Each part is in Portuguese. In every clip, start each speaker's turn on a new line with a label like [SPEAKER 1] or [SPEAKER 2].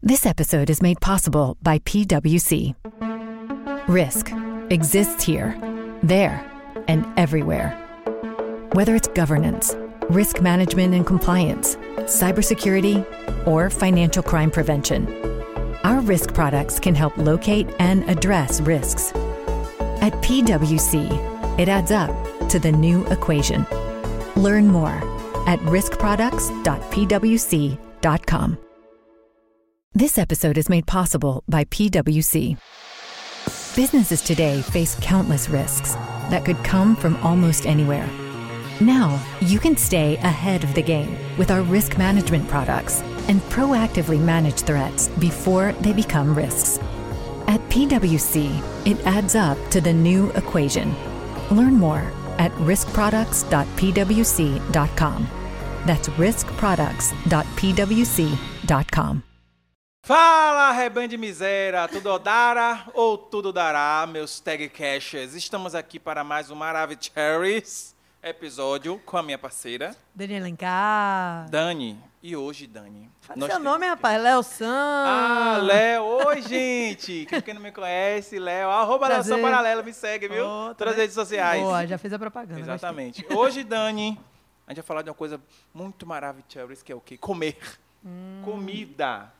[SPEAKER 1] This episode is made possible by PWC. Risk exists here, there, and everywhere. Whether it's governance, risk management and compliance, cybersecurity, or financial crime prevention, our risk products can help locate and address risks. At PWC, it adds up to the new equation. Learn more at riskproducts.pwc.com. This episode is made possible by PWC. Businesses today face countless risks that could come from almost anywhere. Now, you can stay ahead of the game with our risk management products and proactively manage threats before they become risks. At PwC, it adds up to the new equation. Learn more at riskproducts.pwc.com. That's riskproducts.pwc.com.
[SPEAKER 2] Fala, rebanho de miséria, tudo odara ou tudo dará, meus tag cashers. Estamos aqui para mais um Maravicherrys episódio com a minha parceira,
[SPEAKER 3] Daniela Alencar.
[SPEAKER 2] Dani. E hoje, Dani.
[SPEAKER 3] Fala
[SPEAKER 2] nós
[SPEAKER 3] seu
[SPEAKER 2] temos-
[SPEAKER 3] nome, rapaz. Léo San.
[SPEAKER 2] Ah, Léo. Oi, gente. Quem- Quem não me conhece, Léo. Arroba Léo
[SPEAKER 3] Prazer.
[SPEAKER 2] São Paralelo, me segue, viu?
[SPEAKER 3] Ó, tá
[SPEAKER 2] Todas as
[SPEAKER 3] vendo?
[SPEAKER 2] redes sociais.
[SPEAKER 3] Boa, já fez a propaganda. gostei.
[SPEAKER 2] Exatamente. Hoje, Dani, a gente vai falar de uma coisa muito maravilhosa, que é o quê? Comer.
[SPEAKER 3] Hum.
[SPEAKER 2] Comida.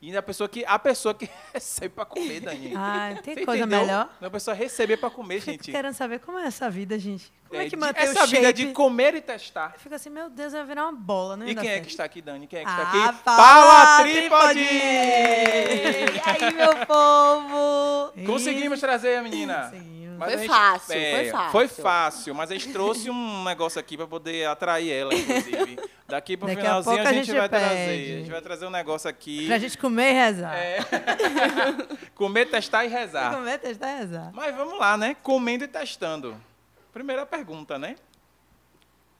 [SPEAKER 2] E a pessoa que, a pessoa que recebe pra comer, Dani.
[SPEAKER 3] Ah, tem
[SPEAKER 2] Você
[SPEAKER 3] coisa
[SPEAKER 2] entendeu?
[SPEAKER 3] melhor?
[SPEAKER 2] Não, a pessoa receber pra comer,
[SPEAKER 3] Fico
[SPEAKER 2] gente.
[SPEAKER 3] querendo saber como é essa vida, gente. Como é,
[SPEAKER 2] É,
[SPEAKER 3] que
[SPEAKER 2] de-
[SPEAKER 3] mantém
[SPEAKER 2] Essa
[SPEAKER 3] o shape?
[SPEAKER 2] vida de comer e testar.
[SPEAKER 3] Fica assim, meu Deus, vai virar uma bola, né?
[SPEAKER 2] E quem é que está aqui, Dani? Quem é que está
[SPEAKER 3] Ah,
[SPEAKER 2] aqui?
[SPEAKER 3] Paula
[SPEAKER 2] Trípode!
[SPEAKER 3] Trípode!
[SPEAKER 4] E aí, meu povo?
[SPEAKER 2] Conseguimos trazer a menina.
[SPEAKER 3] Conseguimos.
[SPEAKER 2] Mas
[SPEAKER 4] Foi
[SPEAKER 2] a É,
[SPEAKER 4] fácil, foi fácil.
[SPEAKER 2] Foi fácil, mas a gente trouxe um negócio aqui para poder atrair ela, inclusive. Daqui pro
[SPEAKER 3] Daqui a
[SPEAKER 2] finalzinho
[SPEAKER 3] pouco
[SPEAKER 2] a
[SPEAKER 3] a
[SPEAKER 2] gente,
[SPEAKER 3] gente
[SPEAKER 2] vai
[SPEAKER 3] pede.
[SPEAKER 2] trazer. A gente vai trazer um negócio aqui.
[SPEAKER 3] Pra gente comer e rezar.
[SPEAKER 2] É. Comer, testar e
[SPEAKER 3] Pra
[SPEAKER 2] rezar.
[SPEAKER 3] Comer, testar e rezar.
[SPEAKER 2] Mas vamos lá, né? Comendo e testando. Primeira pergunta, né?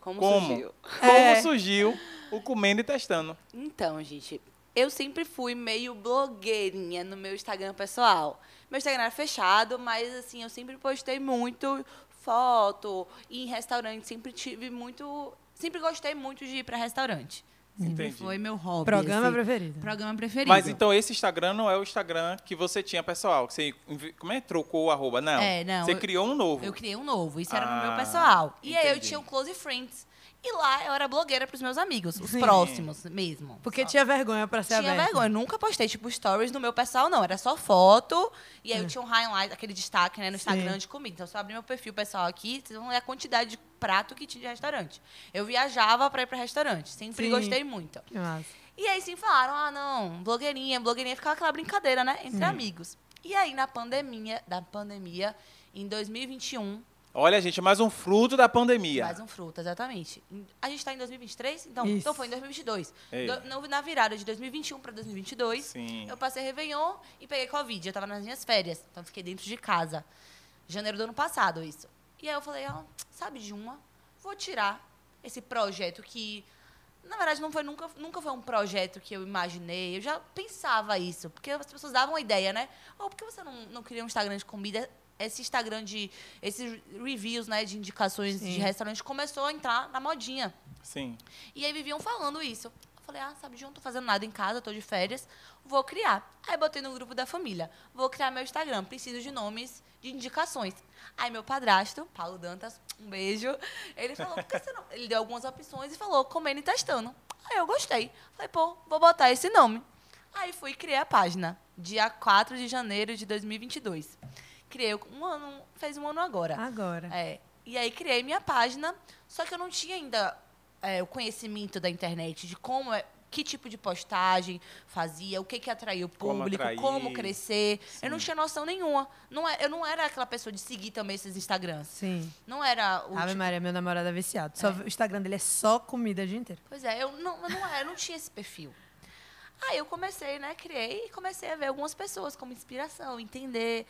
[SPEAKER 4] Como,
[SPEAKER 2] Como?
[SPEAKER 4] surgiu?
[SPEAKER 3] É.
[SPEAKER 2] Como surgiu o comendo e testando?
[SPEAKER 4] Então, gente, eu sempre fui meio blogueirinha no meu Instagram pessoal. Meu Instagram era fechado, mas assim, eu sempre postei muito foto e em restaurante, sempre tive muito, sempre gostei muito de ir pra restaurante. Sempre
[SPEAKER 2] Entendi.
[SPEAKER 4] foi meu hobby.
[SPEAKER 3] Programa
[SPEAKER 4] assim.
[SPEAKER 3] preferido.
[SPEAKER 4] Programa preferido.
[SPEAKER 2] Mas então esse Instagram não é o Instagram que você tinha, pessoal. Que você, inv- como é? Trocou o arroba? Não.
[SPEAKER 5] É, não,
[SPEAKER 2] Você
[SPEAKER 5] eu-
[SPEAKER 2] criou um novo.
[SPEAKER 5] Eu criei um novo, isso era pro
[SPEAKER 2] Ah,
[SPEAKER 5] meu pessoal.
[SPEAKER 4] E aí eu
[SPEAKER 2] entendi.
[SPEAKER 4] tinha o Close Friends. E lá eu era blogueira pros meus amigos, os
[SPEAKER 3] Sim.
[SPEAKER 5] Próximos mesmo.
[SPEAKER 3] Porque tinha vergonha pra ser
[SPEAKER 4] Tinha
[SPEAKER 3] aberta.
[SPEAKER 4] vergonha, eu nunca postei, tipo, stories no meu pessoal, não. Era só foto. E aí eu tinha um highlight, aquele destaque, né, no Instagram
[SPEAKER 3] É. Sim.
[SPEAKER 4] de comida. Então, se eu abrir meu perfil pessoal aqui, vocês vão ver a quantidade de prato que tinha de restaurante. Eu viajava pra ir pra restaurante. Sempre
[SPEAKER 3] Sim.
[SPEAKER 4] gostei muito.
[SPEAKER 3] Que massa.
[SPEAKER 4] E aí sim falaram, ah, não, blogueirinha, blogueirinha, ficava aquela brincadeira, né? Entre amigos. E aí, na pandemia, da pandemia, em 2021,
[SPEAKER 2] Olha, gente, mais um fruto da pandemia.
[SPEAKER 4] mais um fruto, exatamente. Em- A gente tá em 2023, então,
[SPEAKER 3] Isso.
[SPEAKER 4] então foi em 2022.
[SPEAKER 2] Ei.
[SPEAKER 4] Do- no- na virada de 2021 pra 2022,
[SPEAKER 2] Sim.
[SPEAKER 4] eu passei Réveillon e peguei Covid. Eu tava nas minhas férias, então fiquei dentro de casa. Janeiro do ano passado, isso. E aí eu falei, ó, sabe de uma? Vou tirar esse projeto que... Na verdade, não foi, nunca, nunca foi um projeto que eu imaginei. Eu já pensava isso, porque as pessoas davam a ideia, né? Ou por que você não, não cria um Instagram de comida? Esse Instagram de... Esses reviews, né, de indicações de restaurante começou a entrar na modinha.
[SPEAKER 2] Sim.
[SPEAKER 4] E aí viviam falando isso. Eu falei, ah, sabe de um, não tô fazendo nada em casa, tô de férias, vou criar. Aí botei no grupo da família, vou criar meu Instagram, preciso de nomes, de indicações. Aí meu padrasto, Paulo Dantas, um beijo, ele falou, por que você não? Ele deu algumas opções e falou, comendo e testando. Aí eu gostei. Falei, pô, vou botar esse nome. Aí fui e criei a página, dia 4 de janeiro de 2022. Criei um ano, fez um ano agora.
[SPEAKER 3] Agora.
[SPEAKER 4] É. E aí criei minha página, só que eu não tinha ainda é, o conhecimento da internet de como é, que tipo de postagem fazia, o que que atraía o
[SPEAKER 2] Como
[SPEAKER 4] público,
[SPEAKER 2] atrair.
[SPEAKER 4] como, crescer. Eu não
[SPEAKER 2] Sim.
[SPEAKER 4] tinha noção nenhuma. Não é- eu não era aquela pessoa de seguir também esses Instagrams.
[SPEAKER 3] Sim.
[SPEAKER 4] Não era o
[SPEAKER 3] Ave
[SPEAKER 4] tipo-
[SPEAKER 3] Maria, meu namorado é viciado. Só O Instagram dele é só comida o dia inteiro.
[SPEAKER 4] Pois é, eu não, eu não, era, eu não tinha esse perfil. Aí eu comecei, né? Criei e comecei a ver algumas pessoas como inspiração, entender.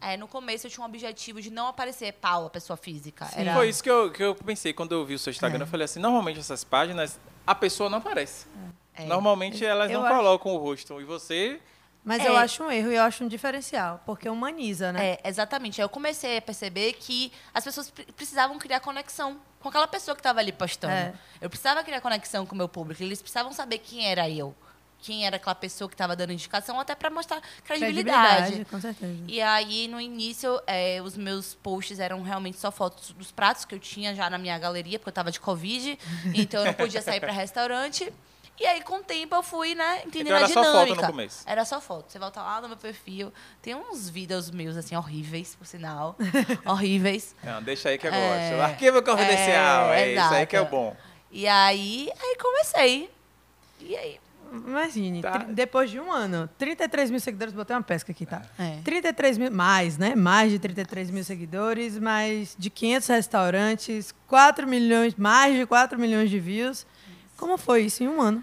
[SPEAKER 4] É, no começo eu tinha um objetivo de não aparecer pau a pessoa física. Era- É.
[SPEAKER 2] Foi isso que eu, que eu pensei quando eu vi o seu Instagram. Eu falei assim, normalmente essas páginas, a pessoa não aparece.
[SPEAKER 4] É.
[SPEAKER 2] Normalmente elas
[SPEAKER 3] Eu
[SPEAKER 2] não
[SPEAKER 3] acho-
[SPEAKER 2] colocam o rosto. E você...
[SPEAKER 3] Mas
[SPEAKER 4] É.
[SPEAKER 3] eu acho um erro e eu acho um diferencial, porque humaniza, né?
[SPEAKER 4] É, exatamente. Aí eu comecei a perceber que as pessoas pre- precisavam criar conexão com aquela pessoa que estava ali postando.
[SPEAKER 3] É.
[SPEAKER 4] Eu precisava criar conexão com o meu público. Eles precisavam saber quem era eu. quem era aquela pessoa que tava dando indicação, até pra mostrar
[SPEAKER 3] Credibilidade,
[SPEAKER 4] credibilidade.
[SPEAKER 3] com certeza.
[SPEAKER 4] E aí, no início, eh, os meus posts eram realmente só fotos dos pratos que eu tinha já na minha galeria, porque eu tava de Covid, então eu não podia sair para restaurante. E aí, com o tempo, eu fui, né, entendendo
[SPEAKER 2] Então era
[SPEAKER 4] a
[SPEAKER 2] só foto
[SPEAKER 4] dinâmica.
[SPEAKER 2] no começo.
[SPEAKER 4] Era só foto. Você volta lá no meu perfil, tem uns vídeos meus, assim, horríveis, por sinal. horríveis.
[SPEAKER 2] Não, deixa aí que eu gosto.
[SPEAKER 4] É,
[SPEAKER 2] Arquivo confidencial, é, isso aí
[SPEAKER 4] exato.
[SPEAKER 2] que é o bom.
[SPEAKER 4] E aí, aí comecei. E aí?
[SPEAKER 3] Imagine,
[SPEAKER 2] Tá.
[SPEAKER 3] tri- depois de um ano, 33 mil seguidores, botei uma pesca aqui, tá?
[SPEAKER 6] É.
[SPEAKER 3] 33 mil, mais, né? Mais de 33 mil seguidores, mais de 500 restaurantes, 4 milhões, mais de 4 milhões de views. Como foi isso em um ano?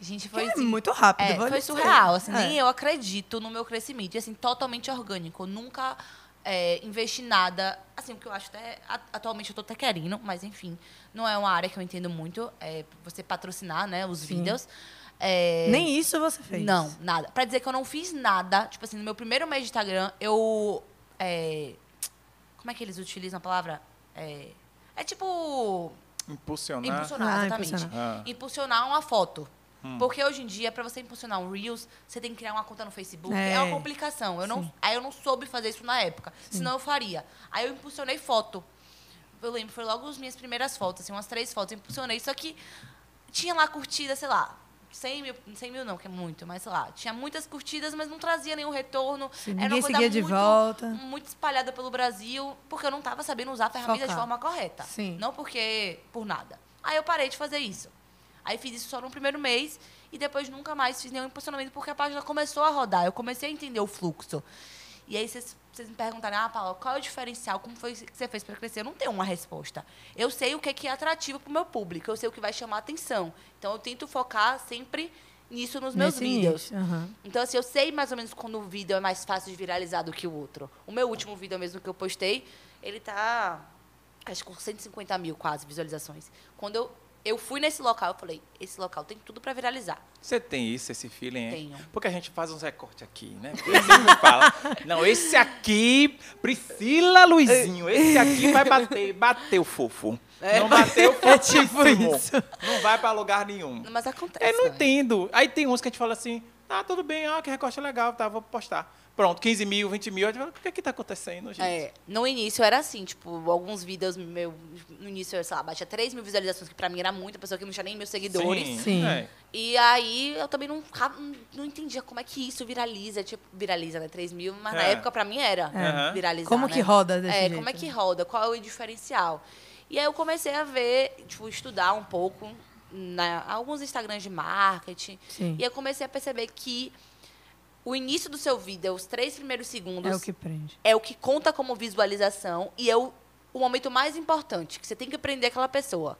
[SPEAKER 4] Gente,
[SPEAKER 3] Foi
[SPEAKER 4] foi assim,
[SPEAKER 3] muito rápido.
[SPEAKER 4] É,
[SPEAKER 3] vou
[SPEAKER 4] foi
[SPEAKER 3] lhe dizer.
[SPEAKER 4] surreal, assim,
[SPEAKER 3] É.
[SPEAKER 4] nem eu acredito no meu crescimento. E assim, totalmente orgânico. Eu nunca é, investi nada. Assim, o que eu acho até. a- Atualmente eu tô até querendo, mas enfim, não é uma área que eu entendo muito. É você patrocinar, né, os vídeos. É,
[SPEAKER 3] Nem isso você fez.
[SPEAKER 4] Não, nada. Pra dizer que eu não fiz nada, tipo assim, no meu primeiro mês de Instagram, eu. é, como é que eles utilizam a palavra? É, é tipo.
[SPEAKER 2] Impulsionar.
[SPEAKER 4] Impulsionar,
[SPEAKER 3] Ah,
[SPEAKER 4] exatamente.
[SPEAKER 3] impulsionar.
[SPEAKER 2] Ah.
[SPEAKER 4] Impulsionar uma foto. Porque hoje em dia, pra você impulsionar um Reels, você tem que criar uma conta no Facebook. É,
[SPEAKER 3] É.
[SPEAKER 4] uma complicação. Eu não, aí eu não soube fazer isso na época. Senão eu faria. Aí eu impulsionei foto. Eu lembro, foi logo as minhas primeiras fotos, assim, umas três fotos. Eu impulsionei, só que tinha lá curtida, sei lá, 100 mil, 100 mil não, que é muito, mas sei lá. Tinha muitas curtidas, mas não trazia nenhum retorno. Era
[SPEAKER 3] ninguém
[SPEAKER 4] uma coisa
[SPEAKER 3] seguia de
[SPEAKER 4] muito,
[SPEAKER 3] volta.
[SPEAKER 4] Muito espalhada pelo Brasil, porque eu não estava sabendo usar a ferramenta de
[SPEAKER 3] Focar.
[SPEAKER 4] forma correta.
[SPEAKER 3] Sim.
[SPEAKER 4] Não porque por nada. Aí eu parei de fazer isso. Aí fiz isso só no primeiro mês e depois nunca mais fiz nenhum impulsionamento porque a página começou a rodar. Eu comecei a entender o fluxo. E aí vocês vocês me perguntaram, ah, Paula, qual é o diferencial? Como foi que você fez para crescer? Eu não tenho uma resposta. Eu sei o que é, que é atrativo para o meu público, eu sei o que vai chamar atenção. Então eu tento focar sempre nisso nos meus
[SPEAKER 3] Nesse
[SPEAKER 4] vídeos.
[SPEAKER 3] nicho, aham.
[SPEAKER 4] Então, assim, eu sei mais ou menos quando o vídeo é mais fácil de viralizar do que o outro. O meu último vídeo mesmo que eu postei, ele tá, acho que com 150 mil quase visualizações. Quando eu, eu fui nesse local, eu falei, esse local tem tudo pra viralizar.
[SPEAKER 2] Você tem isso, esse feeling, hein?
[SPEAKER 4] Tenho.
[SPEAKER 2] Porque a gente faz uns recortes aqui, né? Porque Ele sempre fala, não, esse aqui, Priscila Luizinho, esse aqui vai bater, bateu fofo.
[SPEAKER 4] É.
[SPEAKER 2] Não bateu
[SPEAKER 4] tipo
[SPEAKER 2] fofíssimo. Não vai pra lugar nenhum.
[SPEAKER 4] Mas acontece. né?
[SPEAKER 2] Eu É, não
[SPEAKER 4] também.
[SPEAKER 2] entendo. Aí tem uns que a gente fala assim, ah, tudo bem, ah, que recorte legal, tá, vou postar. Pronto, 15 mil, 20 mil, a gente fala, o que é que tá acontecendo, gente?
[SPEAKER 4] É, no início era assim, tipo, alguns vídeos meu, no início, eu, sei lá, batia 3 mil visualizações, que pra mim era muito, a pessoa que não tinha nem meus seguidores.
[SPEAKER 2] Sim,
[SPEAKER 3] Sim.
[SPEAKER 2] é.
[SPEAKER 4] E aí eu também não, ca- não entendia como é que isso viraliza, tipo, viraliza, né? 3 mil, mas na
[SPEAKER 2] É.
[SPEAKER 4] época pra mim era
[SPEAKER 2] É.
[SPEAKER 4] viralizar.
[SPEAKER 3] Como que
[SPEAKER 4] né?
[SPEAKER 3] roda desse
[SPEAKER 4] É,
[SPEAKER 3] jeito,
[SPEAKER 4] como é que
[SPEAKER 3] né?
[SPEAKER 4] roda? Qual é o diferencial? E aí eu comecei a ver, tipo, estudar um pouco na, alguns Instagrams de marketing.
[SPEAKER 3] Sim.
[SPEAKER 4] E eu comecei a perceber que o início do seu vídeo, os três primeiros segundos,
[SPEAKER 3] É o que prende.
[SPEAKER 4] é o que conta como visualização e é o, o momento mais importante, que você tem que prender aquela pessoa.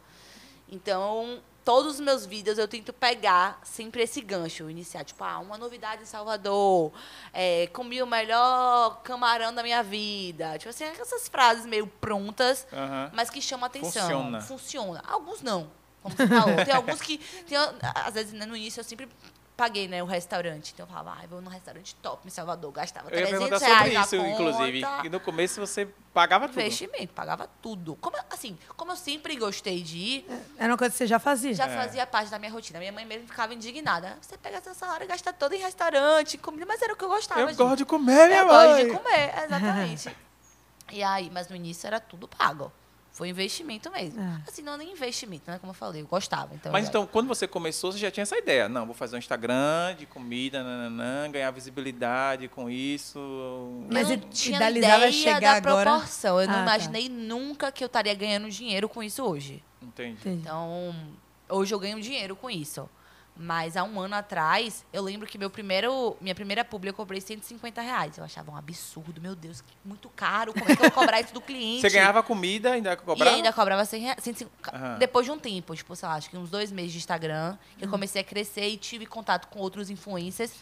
[SPEAKER 4] Então, todos os meus vídeos eu tento pegar sempre esse gancho, iniciar, tipo, ah, uma novidade em Salvador, é, comi o melhor camarão da minha vida. Tipo assim, essas frases meio prontas,
[SPEAKER 2] Aham.
[SPEAKER 4] mas que chamam a atenção.
[SPEAKER 2] Funciona.
[SPEAKER 4] Funciona. Alguns não, como você falou. Tem alguns que, tem, às vezes, né, no início eu sempre... Paguei, né, o restaurante. Então eu falava, ah, eu vou num restaurante top em Salvador. Gastava
[SPEAKER 2] Eu ia
[SPEAKER 4] 300
[SPEAKER 2] perguntar
[SPEAKER 4] reais
[SPEAKER 2] sobre
[SPEAKER 4] na
[SPEAKER 2] isso,
[SPEAKER 4] ah, conta.
[SPEAKER 2] inclusive. E no começo você pagava tudo.
[SPEAKER 4] Investimento, pagava tudo. Como, eu- assim, como eu sempre gostei de ir,
[SPEAKER 3] Era É uma coisa que você já fazia.
[SPEAKER 4] já fazia parte da minha rotina. Minha mãe mesmo ficava indignada. Você pega seu salário e gasta todo em restaurante, comida, mas era o que eu gostava.
[SPEAKER 2] Eu
[SPEAKER 4] gente.
[SPEAKER 2] gosto de comer, minha
[SPEAKER 4] Eu
[SPEAKER 2] mãe.
[SPEAKER 4] gosto de comer, exatamente. e aí, mas no início era tudo pago. Foi investimento mesmo.
[SPEAKER 3] É.
[SPEAKER 4] Assim, não nem investimento, né? Como eu falei, eu gostava. Então
[SPEAKER 2] Mas
[SPEAKER 4] eu-
[SPEAKER 2] então, quando você começou, você já tinha essa ideia. Não, vou fazer um Instagram de comida, nananã, ganhar visibilidade com isso.
[SPEAKER 3] Mas
[SPEAKER 4] eu
[SPEAKER 3] e-
[SPEAKER 4] não tinha
[SPEAKER 3] idealizava
[SPEAKER 4] ideia
[SPEAKER 3] chegar
[SPEAKER 4] da
[SPEAKER 3] agora?
[SPEAKER 4] proporção. Eu não
[SPEAKER 3] Ah, tá.
[SPEAKER 4] imaginei nunca que eu estaria ganhando dinheiro com isso hoje.
[SPEAKER 2] Entendi.
[SPEAKER 3] Entendi.
[SPEAKER 4] Então, hoje eu ganho dinheiro com isso. Mas há um ano atrás, eu lembro que meu primeiro, minha primeira publi eu cobrei 150 reais. Eu achava um absurdo, meu Deus, que muito caro. Como é que eu vou cobrar isso do cliente?
[SPEAKER 2] Você ganhava comida, ainda
[SPEAKER 4] E
[SPEAKER 2] cobrava?
[SPEAKER 4] ainda cobrava 100 reais. 150,
[SPEAKER 2] Aham. Uhum.
[SPEAKER 4] Depois de um tempo, tipo, sei lá, acho que uns dois meses de Instagram, eu comecei a crescer e tive contato com outros influencers.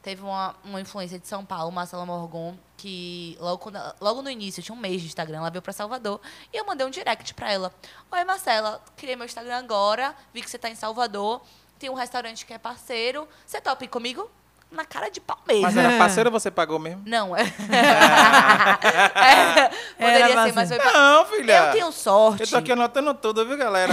[SPEAKER 4] Teve uma, uma influencer de São Paulo, Marcela Morgon, que logo, quando ela- logo no início, tinha um mês de Instagram, ela veio pra Salvador. E eu mandei um direct pra ela. Oi, Marcela, criei meu Instagram agora, vi que você tá em Salvador, tem um restaurante que é parceiro. Você topa ir comigo? Na cara de pau mesmo.
[SPEAKER 2] Mas era parceiro ou você pagou mesmo?
[SPEAKER 4] Não, é. É,
[SPEAKER 3] Era
[SPEAKER 4] Poderia ser,
[SPEAKER 3] parceiro.
[SPEAKER 4] mas foi pa-
[SPEAKER 2] Não, filha.
[SPEAKER 4] Eu tenho sorte.
[SPEAKER 2] Eu tô aqui anotando tudo, viu, galera?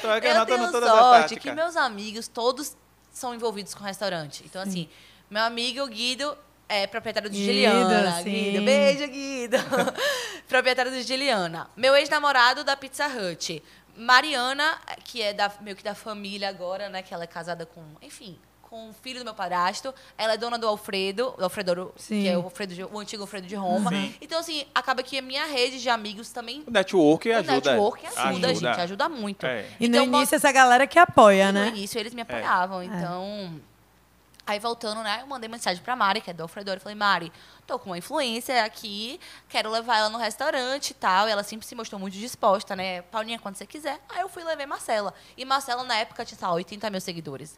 [SPEAKER 2] tô aqui
[SPEAKER 4] Eu
[SPEAKER 2] tá anotando
[SPEAKER 4] tenho
[SPEAKER 2] todas as
[SPEAKER 4] sorte que
[SPEAKER 2] táticas.
[SPEAKER 4] meus amigos todos são envolvidos com restaurante. Então, assim, meu amigo Guido é proprietário do
[SPEAKER 3] Guido,
[SPEAKER 4] Giliana.
[SPEAKER 3] sim.
[SPEAKER 4] Guido, beijo, Guido. proprietário do Giliana. Meu ex-namorado da Pizza Hut. Mariana, que é da, meio que da família agora, né? Que ela é casada com, enfim, com o filho do meu padrasto. Ela é dona do Alfredo, do Alfredo,
[SPEAKER 3] Sim.
[SPEAKER 4] que é o, Alfredo de- o antigo Alfredo de Roma.
[SPEAKER 2] Sim.
[SPEAKER 4] Então, assim, acaba que a minha rede de amigos também.
[SPEAKER 2] O network ajuda.
[SPEAKER 4] o network ajuda, a gente, ajuda muito.
[SPEAKER 2] É.
[SPEAKER 3] E
[SPEAKER 4] Então,
[SPEAKER 3] no
[SPEAKER 4] bota-
[SPEAKER 3] início, essa galera que apoia,
[SPEAKER 4] no
[SPEAKER 3] né?
[SPEAKER 4] início eles me apoiavam, então... Aí voltando, né, eu mandei mensagem pra Mari, que é do Alfredor, e falei, Mari, tô com uma influencer aqui, quero levar ela no restaurante e tal. E ela sempre se mostrou muito disposta, né? Paulinha, quando você quiser. Aí eu fui e levei Marcela. E Marcela, na época, tinha, sei lá, 80 mil seguidores.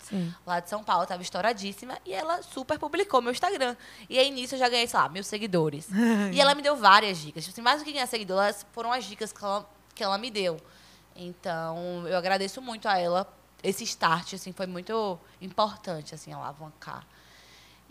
[SPEAKER 4] Lá de São Paulo, tava estouradíssima. E ela super publicou meu Instagram. E aí, nisso, eu já ganhei, sei lá, mil seguidores. e ela me deu várias dicas. Tipo assim, mais do que ganhar seguidor, elas foram as dicas que ela, que ela me deu. Então, eu agradeço muito a ela. Esse start, assim, foi muito importante, assim, alavancar.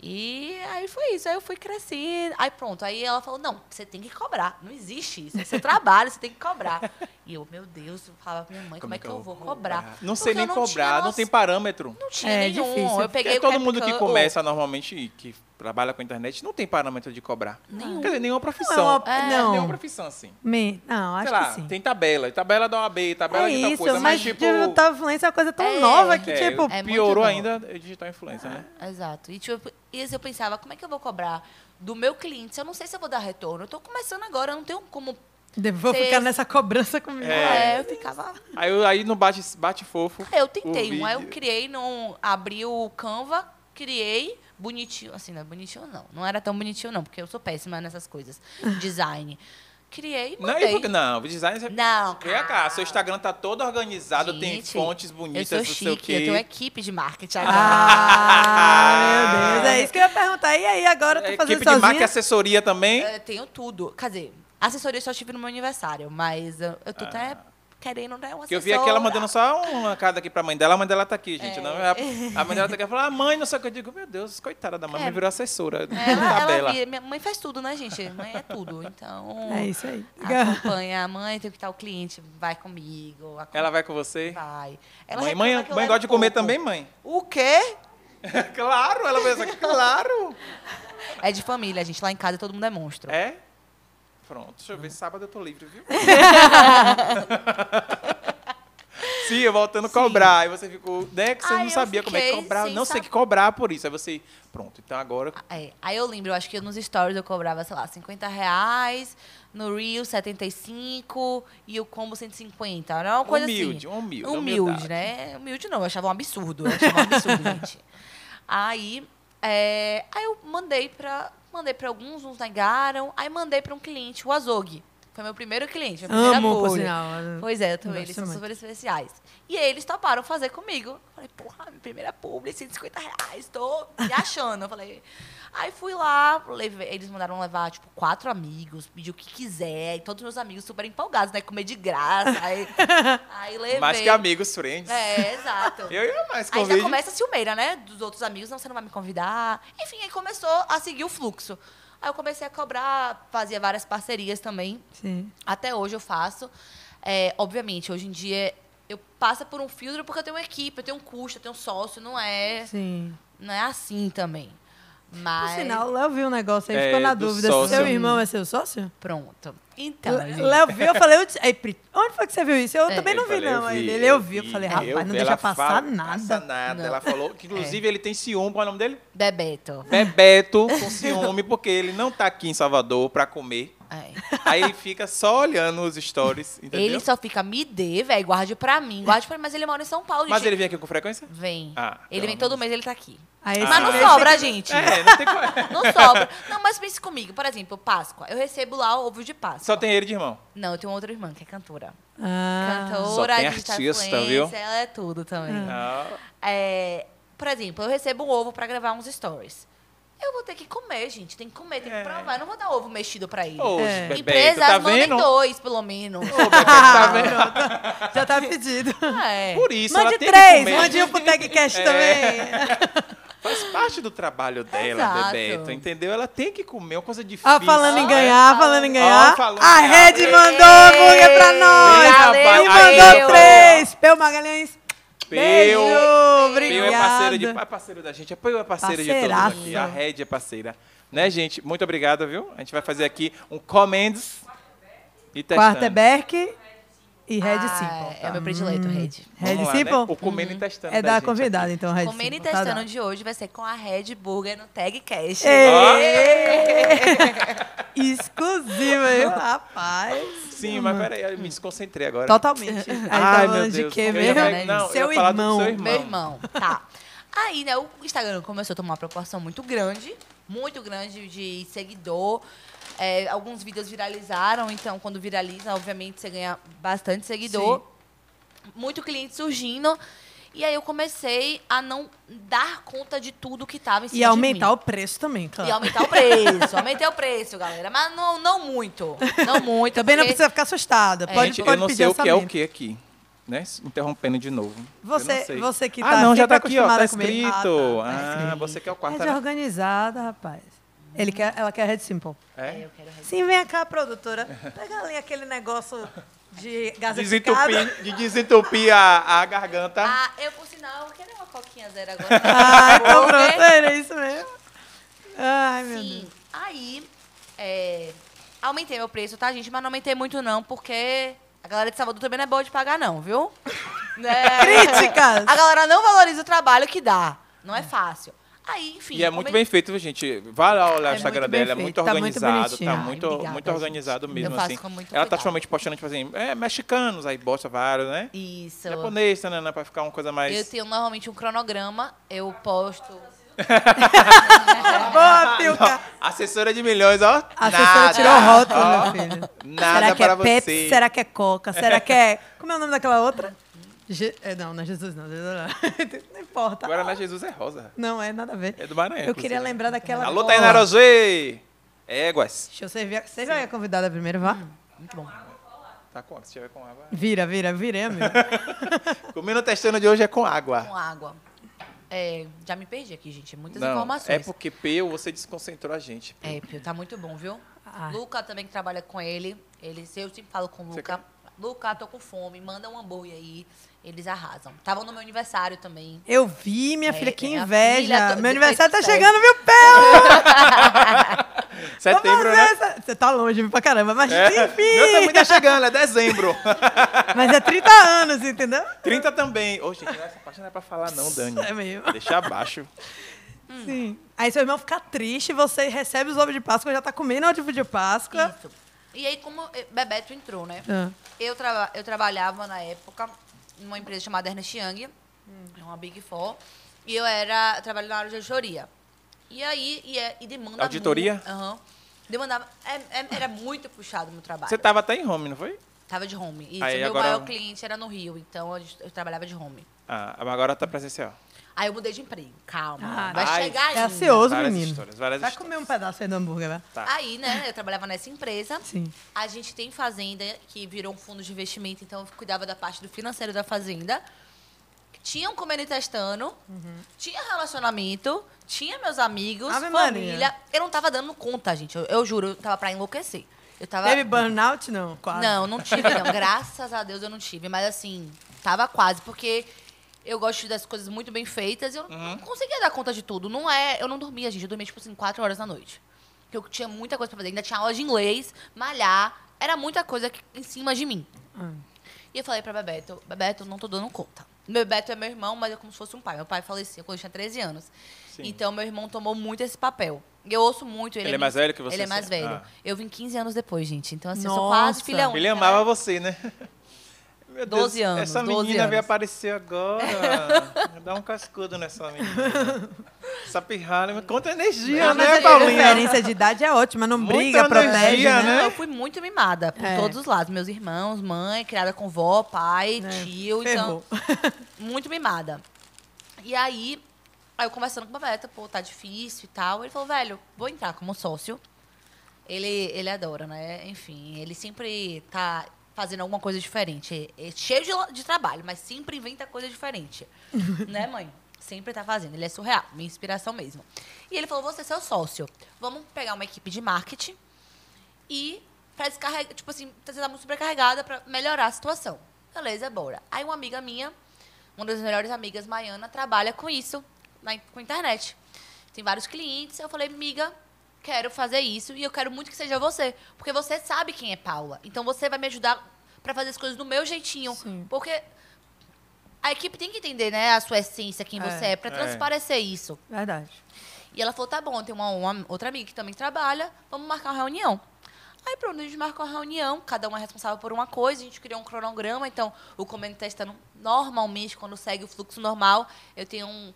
[SPEAKER 4] E aí foi isso, aí eu fui crescendo. Aí pronto, aí ela falou: não, você tem que cobrar, não existe isso. É seu trabalho, você tem que cobrar. E eu, meu Deus, eu falava pra minha mãe, como, é que eu vou cobrar?
[SPEAKER 2] Não sei
[SPEAKER 4] Porque
[SPEAKER 2] nem
[SPEAKER 4] eu não tinha
[SPEAKER 2] cobrar, não
[SPEAKER 4] noção-
[SPEAKER 2] tem parâmetro.
[SPEAKER 4] Não tinha
[SPEAKER 3] É,
[SPEAKER 4] nenhum.
[SPEAKER 3] difícil.
[SPEAKER 4] Eu peguei
[SPEAKER 2] Porque
[SPEAKER 4] o
[SPEAKER 2] todo mundo que
[SPEAKER 4] webcam-
[SPEAKER 2] começa normalmente e que trabalha com a internet não tem parâmetro de cobrar. Quer dizer, nenhuma
[SPEAKER 3] Não, é
[SPEAKER 2] profissão.
[SPEAKER 3] uma- É. não.
[SPEAKER 2] Nenhuma profissão, assim.
[SPEAKER 3] Me- Não, acho
[SPEAKER 2] sei lá,
[SPEAKER 3] que sim.
[SPEAKER 2] tem tabela. Tabela da OAB, tabela
[SPEAKER 3] É
[SPEAKER 2] de tal
[SPEAKER 3] isso,
[SPEAKER 2] tá coisa,
[SPEAKER 3] mas
[SPEAKER 2] mas, tipo.
[SPEAKER 3] o Top Influencer é uma coisa tão
[SPEAKER 4] É,
[SPEAKER 3] nova que,
[SPEAKER 2] é,
[SPEAKER 3] tipo,
[SPEAKER 4] é muito
[SPEAKER 2] piorou
[SPEAKER 4] bom.
[SPEAKER 2] ainda a digital influência, né?
[SPEAKER 4] Oh, Exato. E tipo, e assim, eu pensava, como é que eu vou cobrar do meu cliente? se Eu não sei se eu vou dar retorno. Eu tô começando agora, eu não tenho como.
[SPEAKER 3] vou
[SPEAKER 4] Cês-
[SPEAKER 3] ficar nessa cobrança comigo.
[SPEAKER 4] É, eu ficava.
[SPEAKER 2] Aí, eu- aí no bate, bate fofo.
[SPEAKER 4] Eu tentei
[SPEAKER 2] o
[SPEAKER 4] um, aí eu
[SPEAKER 2] vídeo.
[SPEAKER 4] criei, num, abri o Canva, criei, bonitinho, assim, não é bonitinho não, não era tão bonitinho não, porque eu sou péssima nessas coisas, design. Criei e
[SPEAKER 2] Não, e
[SPEAKER 4] mandei.
[SPEAKER 2] porque- não, o design. é você-
[SPEAKER 4] Não,
[SPEAKER 2] Vem cá, seu Instagram tá todo organizado, tem
[SPEAKER 4] Ah. Gente,
[SPEAKER 2] fontes bonitas,
[SPEAKER 4] eu
[SPEAKER 2] não
[SPEAKER 4] sou
[SPEAKER 2] sei o
[SPEAKER 4] chique,
[SPEAKER 2] quê.
[SPEAKER 4] eu tenho uma equipe de marketing agora.
[SPEAKER 3] Ah, meu Deus. É isso que eu ia perguntar. E aí, agora eu tô fazendo
[SPEAKER 2] É, Equipe de marca assim. e
[SPEAKER 3] sozinha?
[SPEAKER 2] assessoria também.
[SPEAKER 4] Eu tenho tudo, quer dizer, assessoria eu só tive no meu aniversário, mas eu, eu tô até querendo dar um uma assessoria.
[SPEAKER 2] Que Ah. eu vi aqui ela mandando só uma carta aqui pra mãe dela, a mãe dela tá aqui, gente.
[SPEAKER 4] É.
[SPEAKER 2] Não, a, a mãe dela tá aqui, ela falou, ah, mãe, não sei o que. Eu digo, meu Deus, coitada da mãe,
[SPEAKER 4] É.
[SPEAKER 2] me virou assessora.
[SPEAKER 4] É, Ela, ela
[SPEAKER 2] tabela.
[SPEAKER 4] via- minha mãe faz tudo, né, gente? Mãe é tudo, então...
[SPEAKER 3] É isso aí.
[SPEAKER 4] Acompanha a mãe, tem que estar o cliente, vai comigo. acompanha.
[SPEAKER 2] Ela vai com você. mãe,
[SPEAKER 4] Vai. reclama
[SPEAKER 2] mãe,
[SPEAKER 4] que eu
[SPEAKER 2] mãe
[SPEAKER 4] levo
[SPEAKER 2] gosta de comer
[SPEAKER 4] pouco.
[SPEAKER 2] também, mãe?
[SPEAKER 4] O quê?
[SPEAKER 2] claro, ela pensa que claro.
[SPEAKER 4] É de família, gente. Lá em casa todo mundo é monstro.
[SPEAKER 2] É? Pronto, deixa eu ver, sábado eu tô livre, viu? Sim, voltando a cobrar. Aí você ficou, né, que você
[SPEAKER 4] Aí
[SPEAKER 2] não
[SPEAKER 4] eu
[SPEAKER 2] sabia como é que
[SPEAKER 4] fiquei
[SPEAKER 2] cobrar.
[SPEAKER 4] sem
[SPEAKER 2] Não sei o
[SPEAKER 4] sab-
[SPEAKER 2] que cobrar por isso. Aí você, pronto, então agora...
[SPEAKER 4] É, Aí eu lembro, eu acho que nos stories eu cobrava, sei lá, 50 reais, no Rio 75 e o combo 150. Era uma coisa
[SPEAKER 2] Humilde,
[SPEAKER 4] assim.
[SPEAKER 2] humilde, humildade.
[SPEAKER 4] Humilde, né? Humilde não, eu achava um absurdo. Eu achava um absurdo, gente. Aí, é, aí eu mandei pra, mandei pra alguns, uns negaram. Aí mandei pra um cliente, o Azog. Foi meu primeiro cliente, meu primeiro
[SPEAKER 3] Amo, por
[SPEAKER 4] apoio.
[SPEAKER 3] sinal.
[SPEAKER 4] Pois é, eu também,
[SPEAKER 3] Gosto
[SPEAKER 4] eles são
[SPEAKER 3] muito.
[SPEAKER 4] super especiais. E aí eles toparam fazer comigo. Eu Falei, porra, minha primeira publi, 150 reais, tô me achando. Eu falei. Aí fui lá, levei- eles mandaram levar, tipo, quatro amigos, pedir o que quiser. E todos meus amigos super empolgados, né? Comer de graça. Aí, aí levei.
[SPEAKER 2] Mais que amigos, friends.
[SPEAKER 4] É, exato.
[SPEAKER 2] Eu ia mais
[SPEAKER 4] Aí
[SPEAKER 2] convite.
[SPEAKER 4] já começa a ciumeira, né? Dos outros amigos, não, você não vai me convidar. Enfim, aí começou a seguir o fluxo. Aí eu comecei a cobrar, fazia várias parcerias também.
[SPEAKER 3] Sim.
[SPEAKER 4] Até hoje eu faço. É, obviamente, hoje em dia eu passo por um filtro porque eu tenho uma equipe, eu tenho um custo, eu tenho um sócio, não é,
[SPEAKER 3] Sim.
[SPEAKER 4] não é assim também.
[SPEAKER 3] Por
[SPEAKER 4] Mas
[SPEAKER 3] sinal, o Léo viu um negócio aí,
[SPEAKER 2] É,
[SPEAKER 3] ficou na
[SPEAKER 2] do
[SPEAKER 3] dúvida se
[SPEAKER 2] sócio.
[SPEAKER 3] seu irmão é seu sócio?
[SPEAKER 4] pronto. Então, gente, É.
[SPEAKER 3] L- Léo viu, eu falei, eu disse, "Ei, Pri, onde foi que você viu isso? Eu também
[SPEAKER 2] Eu
[SPEAKER 3] não vi,
[SPEAKER 2] falei,
[SPEAKER 3] não. Aí dele, eu vi, eu falei,
[SPEAKER 2] eu
[SPEAKER 3] rapaz,
[SPEAKER 2] vi,
[SPEAKER 3] não
[SPEAKER 2] ela
[SPEAKER 3] deixa
[SPEAKER 2] fala-
[SPEAKER 3] passar
[SPEAKER 2] Passa
[SPEAKER 3] nada.
[SPEAKER 2] nada.
[SPEAKER 4] Não.
[SPEAKER 2] Ela falou que, inclusive, ele tem ciúme. Qual é o nome dele?
[SPEAKER 4] Bebeto.
[SPEAKER 2] Bebeto, com ciúme, porque ele não tá aqui em Salvador pra comer.
[SPEAKER 4] É.
[SPEAKER 2] Aí ele fica só olhando os stories, entendeu?
[SPEAKER 4] Ele só fica, me dê, velho, guarde pra mim, guarde pra mim. Mas ele mora em São Paulo,
[SPEAKER 2] Mas
[SPEAKER 4] gente.
[SPEAKER 2] ele vem aqui com frequência?
[SPEAKER 4] Vem.
[SPEAKER 2] Ah,
[SPEAKER 4] ele
[SPEAKER 2] pelo
[SPEAKER 4] vem todo
[SPEAKER 2] menos.
[SPEAKER 4] mês, ele tá aqui.
[SPEAKER 3] Aí esse
[SPEAKER 4] Mas não
[SPEAKER 3] mês-
[SPEAKER 4] sobra, gente.
[SPEAKER 2] É, não tem co-
[SPEAKER 4] Não sobra. Não, mas pense comigo. Por exemplo, Páscoa. Eu recebo lá o ovo de Páscoa.
[SPEAKER 2] Só tem ele de irmão.
[SPEAKER 4] Não, eu tenho outra irmã que é cantora.
[SPEAKER 3] Ah,
[SPEAKER 4] Cantora,
[SPEAKER 2] Só tem
[SPEAKER 4] digital
[SPEAKER 2] artista,
[SPEAKER 4] influencer,
[SPEAKER 2] viu?
[SPEAKER 4] Ela é tudo também.
[SPEAKER 3] Hum.
[SPEAKER 2] Ah,
[SPEAKER 4] É, por exemplo, eu recebo um ovo pra gravar uns stories. Eu vou ter que comer, gente. Tem que comer, tem
[SPEAKER 2] É.
[SPEAKER 4] que provar. Eu não vou dar ovo mexido pra ele.
[SPEAKER 2] Ô,
[SPEAKER 3] É.
[SPEAKER 2] Bebeto,
[SPEAKER 4] Empresas
[SPEAKER 2] tá
[SPEAKER 4] mandem
[SPEAKER 2] vendo?
[SPEAKER 4] dois, pelo menos.
[SPEAKER 2] Tá vendo?
[SPEAKER 3] já tá pedido.
[SPEAKER 4] É.
[SPEAKER 2] Por isso,
[SPEAKER 3] Mande
[SPEAKER 2] ela tem
[SPEAKER 3] três,
[SPEAKER 2] que comer. É.
[SPEAKER 3] mande um pro TechCast também.
[SPEAKER 2] Faz parte do trabalho dela,
[SPEAKER 4] Exato.
[SPEAKER 2] Bebeto, entendeu? Ela tem que comer, é uma coisa difícil. Ah,
[SPEAKER 3] Ó, Ah, falando em ganhar, falando em ganhar,
[SPEAKER 2] Ó, falando em
[SPEAKER 3] a
[SPEAKER 2] ganhar.
[SPEAKER 3] Red mandou hambúrguer pra nós.
[SPEAKER 2] Valeu,
[SPEAKER 3] e mandou
[SPEAKER 2] valeu.
[SPEAKER 3] três. Pel Magalhães, Beijo,
[SPEAKER 2] Peu. Peu
[SPEAKER 3] obrigada.
[SPEAKER 2] é parceira de, é parceiro da gente, a Peu é parceira de todos
[SPEAKER 3] Parceiraça.
[SPEAKER 2] aqui. A Red é parceira. Né, gente? Muito obrigado, viu? A gente vai fazer aqui um comments e
[SPEAKER 3] é
[SPEAKER 2] testando.
[SPEAKER 3] Quarterback e Red Simple. tá? Hum.
[SPEAKER 4] É o meu predileto, Red.
[SPEAKER 3] Red
[SPEAKER 2] Vamos lá,
[SPEAKER 3] Simple?
[SPEAKER 2] né? O comendo e testando.
[SPEAKER 3] É da
[SPEAKER 2] gente
[SPEAKER 3] convidada,
[SPEAKER 2] aqui.
[SPEAKER 3] então, Red
[SPEAKER 4] Comendo e
[SPEAKER 3] Simple, tá
[SPEAKER 4] testando
[SPEAKER 3] dado.
[SPEAKER 4] de hoje vai ser com a Red Burger no Tag Cash.
[SPEAKER 3] É. Exclusiva, viu? Rapaz.
[SPEAKER 2] Sim, mas
[SPEAKER 3] Uhum.
[SPEAKER 2] peraí, eu me desconcentrei agora.
[SPEAKER 3] Totalmente. Aí
[SPEAKER 2] Ai,
[SPEAKER 3] tá
[SPEAKER 2] meu
[SPEAKER 3] falando de
[SPEAKER 2] Deus.
[SPEAKER 3] quê
[SPEAKER 2] Eu ia
[SPEAKER 3] mesmo?
[SPEAKER 2] falar- é? não, eu ia
[SPEAKER 3] seu,
[SPEAKER 2] falar do
[SPEAKER 3] irmão.
[SPEAKER 2] seu irmão.
[SPEAKER 4] Meu irmão, tá. Aí, né, o Instagram começou a tomar uma proporção muito grande, muito grande de seguidor. É, alguns vídeos viralizaram, então quando viraliza, obviamente você ganha bastante seguidor. Muito cliente surgindo. E aí eu comecei a não dar conta de tudo que tava em cima
[SPEAKER 3] E aumentar
[SPEAKER 4] de mim.
[SPEAKER 3] o preço também, claro.
[SPEAKER 4] E aumentar o preço, aumentei o preço, galera. Mas não, não muito. Não muito.
[SPEAKER 3] Também não
[SPEAKER 4] porque-
[SPEAKER 3] precisa ficar assustada. Pode,
[SPEAKER 2] É, Gente,
[SPEAKER 3] pode
[SPEAKER 2] eu não
[SPEAKER 3] pedir
[SPEAKER 2] sei o que é o
[SPEAKER 3] orçamento.
[SPEAKER 2] que aqui. Né? Interrompendo de novo. Eu não
[SPEAKER 3] Você-
[SPEAKER 2] sei.
[SPEAKER 3] você que
[SPEAKER 2] Ah,
[SPEAKER 3] tá-
[SPEAKER 2] não,
[SPEAKER 3] você
[SPEAKER 2] já
[SPEAKER 3] que
[SPEAKER 2] tá
[SPEAKER 3] tá
[SPEAKER 2] aqui, ó. Tá
[SPEAKER 3] acostumada a comer.
[SPEAKER 2] escrito.
[SPEAKER 3] Ah, tá.
[SPEAKER 2] Ah,
[SPEAKER 3] Tá
[SPEAKER 2] você quer o
[SPEAKER 3] É
[SPEAKER 2] quarto.
[SPEAKER 3] de
[SPEAKER 2] né?
[SPEAKER 3] organizada, rapaz. Ele quer, ela quer Red Simple.
[SPEAKER 2] É?
[SPEAKER 3] Sim, vem cá, produtora. Pega ali aquele negócio de gaseificada.
[SPEAKER 2] Desentupir, de desentupir a, a garganta.
[SPEAKER 4] Ah, eu, por sinal, eu quero uma coquinha zero agora.
[SPEAKER 3] Ah, então
[SPEAKER 4] Vou, né?
[SPEAKER 3] pronto, era isso mesmo. Ai, meu Deus.
[SPEAKER 4] Sim. Aí, é, aumentei meu preço, tá, gente? Mas não aumentei muito, não, porque a galera de Salvador também não é boa de pagar, não, viu? né?
[SPEAKER 3] Críticas!
[SPEAKER 4] A galera não valoriza o trabalho que dá. Não é fácil. Aí, enfim.
[SPEAKER 2] E é muito
[SPEAKER 4] come-
[SPEAKER 2] bem feito, viu, gente. Vai lá olhar
[SPEAKER 3] É
[SPEAKER 2] o Instagram
[SPEAKER 3] muito bem
[SPEAKER 2] dela, é muito
[SPEAKER 3] feito, tá muito
[SPEAKER 2] organizado, tá
[SPEAKER 3] bonitinho.
[SPEAKER 2] muito, muito,
[SPEAKER 4] Ai, obrigada, gente.
[SPEAKER 2] organizado
[SPEAKER 4] Eu
[SPEAKER 2] mesmo,
[SPEAKER 4] faço
[SPEAKER 2] assim.
[SPEAKER 4] com muito
[SPEAKER 2] Ela tá
[SPEAKER 4] cuidado.
[SPEAKER 2] ultimamente postando, tipo assim, é mexicanos, aí bosta vários, né?
[SPEAKER 4] Isso.
[SPEAKER 2] Japonês, né, né, pra ficar uma coisa mais...
[SPEAKER 4] Eu tenho normalmente um cronograma, eu posto.
[SPEAKER 3] É Boa, Pilca!
[SPEAKER 2] Ah, Assessora de milhões, ó.
[SPEAKER 3] A assessora
[SPEAKER 2] nada.
[SPEAKER 3] tirou o
[SPEAKER 2] Ó,
[SPEAKER 3] rótulo, né? meu filho.
[SPEAKER 2] Nada
[SPEAKER 3] Será que
[SPEAKER 2] para
[SPEAKER 3] é Pepsi?
[SPEAKER 2] você.
[SPEAKER 3] Será que é Coca? Será que é... Como é o nome daquela outra? Je- é, Não, não é Jesus, não. Jesus, não. não importa.
[SPEAKER 2] Guaraná Jesus é rosa.
[SPEAKER 3] Não, é nada a ver.
[SPEAKER 2] É do Maranhão,
[SPEAKER 3] Eu queria
[SPEAKER 2] inclusive.
[SPEAKER 3] lembrar daquela...
[SPEAKER 2] Alô,
[SPEAKER 3] cola.
[SPEAKER 2] Tainara Ozê! Éguas.
[SPEAKER 3] Deixa eu servir. a- Você já é convidada primeiro, vá?
[SPEAKER 2] Hum.
[SPEAKER 4] Muito bom.
[SPEAKER 2] Tá com água, se tiver com água.
[SPEAKER 3] Vira, vira, virei, amigo.
[SPEAKER 2] Comendo testando de hoje é com água.
[SPEAKER 4] Com água. É, já me perdi aqui, gente. Muitas
[SPEAKER 2] Não,
[SPEAKER 4] informações.
[SPEAKER 2] é porque Peu, você desconcentrou a gente.
[SPEAKER 4] É, Pio, tá muito bom, viu?
[SPEAKER 3] Ah.
[SPEAKER 4] Luca também que trabalha com ele. ele eu sempre falo com o
[SPEAKER 2] Você
[SPEAKER 4] Luca. Luca, tô com fome, manda um hambúrguer aí. Eles arrasam. Estavam no meu aniversário também.
[SPEAKER 3] Eu vi, minha
[SPEAKER 4] É,
[SPEAKER 3] filha, que
[SPEAKER 4] minha
[SPEAKER 3] inveja.
[SPEAKER 4] filha, tô-
[SPEAKER 3] Meu aniversário tá
[SPEAKER 4] depois tu
[SPEAKER 3] chegando, viu, Pel?
[SPEAKER 2] Setembro,
[SPEAKER 3] Vamos
[SPEAKER 2] né?
[SPEAKER 3] ver essa- Você tá longe, viu, pra caramba. Mas
[SPEAKER 2] É.
[SPEAKER 3] enfim.
[SPEAKER 2] Meu também tá chegando, é dezembro.
[SPEAKER 3] Mas é 30 anos, entendeu?
[SPEAKER 2] 30 também. Ô, gente, essa parte não é pra falar, não, Dani.
[SPEAKER 3] É meio.
[SPEAKER 2] Deixa abaixo.
[SPEAKER 4] Hum.
[SPEAKER 3] Sim. Aí seu irmão fica triste, você recebe os ovos de Páscoa, já tá comendo ovo de Páscoa.
[SPEAKER 4] Isso. E aí, como eh, Bebeto entrou, né?
[SPEAKER 3] Ah.
[SPEAKER 4] Eu, traba- eu trabalhava na época numa empresa chamada Ernest Young,
[SPEAKER 3] Hum.
[SPEAKER 4] é uma Big Four, e eu era eu trabalhava na área de auditoria. E aí, e, é- e demanda
[SPEAKER 2] Auditoria?
[SPEAKER 4] muito- Aham. Demandava, é- é- era muito puxado o meu trabalho.
[SPEAKER 2] Você tava até em home, não foi?
[SPEAKER 4] Tava de home. Isso,
[SPEAKER 2] Aí,
[SPEAKER 4] meu
[SPEAKER 2] agora-
[SPEAKER 4] maior cliente era no Rio, então eu, eu trabalhava de home.
[SPEAKER 2] Ah, mas agora tá presencial.
[SPEAKER 4] Aí eu mudei de emprego. Calma,
[SPEAKER 3] Ah,
[SPEAKER 4] vai
[SPEAKER 2] ai,
[SPEAKER 4] chegar
[SPEAKER 3] É
[SPEAKER 4] ainda.
[SPEAKER 3] ansioso,
[SPEAKER 2] várias
[SPEAKER 3] menino.
[SPEAKER 2] histórias, várias
[SPEAKER 3] Vai
[SPEAKER 2] histórias.
[SPEAKER 3] comer um pedaço aí do hambúrguer, vai.
[SPEAKER 2] Tá.
[SPEAKER 4] Aí, né, eu trabalhava nessa empresa.
[SPEAKER 3] Sim.
[SPEAKER 4] A gente tem fazenda que virou um fundo de investimento, então eu cuidava da parte do financeiro da fazenda. Tinha um comendo e testando, tinha relacionamento, tinha meus amigos,
[SPEAKER 3] Uhum. Ave
[SPEAKER 4] família.
[SPEAKER 3] Maria.
[SPEAKER 4] Eu não tava dando conta, gente. Eu, eu juro, eu tava pra enlouquecer. Eu tava.
[SPEAKER 3] Teve burnout? Não, quase.
[SPEAKER 4] Não, não tive, não. Graças a Deus eu não tive. Mas assim, tava quase, porque eu gosto das coisas muito bem feitas. Eu
[SPEAKER 2] Uhum.
[SPEAKER 4] não conseguia dar conta de tudo. Não é. Eu não dormia, gente. Eu dormia, tipo assim, quatro horas da noite. Porque eu tinha muita coisa pra fazer. Ainda tinha aula de inglês, malhar. Era muita coisa que- em cima de mim.
[SPEAKER 3] Ah.
[SPEAKER 4] E eu falei pra Bebeto, Bebeto, não tô dando conta. Meu Bebeto é meu irmão, mas é como se fosse um pai. Meu pai faleceu quando eu tinha 13 anos.
[SPEAKER 2] Sim.
[SPEAKER 4] Então, meu irmão tomou muito esse papel. E eu ouço muito ele.
[SPEAKER 2] Ele é
[SPEAKER 4] me-
[SPEAKER 2] mais velho que você,
[SPEAKER 4] Ele é mais
[SPEAKER 2] assim?
[SPEAKER 4] velho.
[SPEAKER 2] Ah.
[SPEAKER 4] Eu vim 15 anos depois, gente. Então, assim, eu sou
[SPEAKER 3] Nossa.
[SPEAKER 4] quase filha única.
[SPEAKER 2] Ele
[SPEAKER 4] né?
[SPEAKER 2] amava você, né? Meu
[SPEAKER 4] 12 anos,
[SPEAKER 2] Essa
[SPEAKER 4] 12
[SPEAKER 2] menina veio
[SPEAKER 4] anos.
[SPEAKER 2] aparecer agora. Dá um cascudo nessa menina. Essa pirralha. mas Quanta energia,
[SPEAKER 4] Ah, mas
[SPEAKER 2] né,
[SPEAKER 4] eu-
[SPEAKER 3] A
[SPEAKER 2] Paulinha?
[SPEAKER 3] diferença de idade é ótima, não
[SPEAKER 2] Muita
[SPEAKER 3] briga, protege.
[SPEAKER 2] energia,
[SPEAKER 3] Né?
[SPEAKER 2] né?
[SPEAKER 4] Não, eu fui muito mimada por
[SPEAKER 3] É.
[SPEAKER 4] todos os lados. Meus irmãos, mãe, criada com vó, pai,
[SPEAKER 2] né?
[SPEAKER 4] tio.
[SPEAKER 3] né? É. Ferrou.
[SPEAKER 4] Então, muito mimada. E aí, aí eu conversando com o Bebeto, pô, tá difícil e tal. Ele falou, velho, vou entrar como sócio. Ele, ele adora, né? Enfim, ele sempre tá fazendo alguma coisa diferente. É cheio de, lo- de trabalho, mas sempre inventa coisa diferente. né, mãe? Sempre tá fazendo. Ele é surreal, minha inspiração mesmo. E ele falou, você é seu sócio. Vamos pegar uma equipe de marketing e pra descarregar, tipo assim, tá sendo muito sobrecarregada pra melhorar a situação. Beleza, bora. Aí uma amiga minha Uma das melhores amigas, Maiana, trabalha com isso, na, in- com internet. Tem vários clientes. Eu falei, miga, quero fazer isso e eu quero muito que seja você. Porque você sabe quem é Paula. Então você vai me ajudar pra fazer as coisas do meu jeitinho.
[SPEAKER 3] Sim.
[SPEAKER 4] Porque a equipe tem que entender, né, a sua essência, quem
[SPEAKER 3] É.
[SPEAKER 4] você é, pra transparecer isso.
[SPEAKER 3] Verdade.
[SPEAKER 4] E ela falou, tá bom, tem uma, uma outra amiga que também trabalha, vamos marcar uma reunião. Aí pronto, a gente marcou a reunião, cada um é responsável por uma coisa, a gente criou um cronograma, então o comendo e testando normalmente, quando segue o fluxo normal, eu tenho um.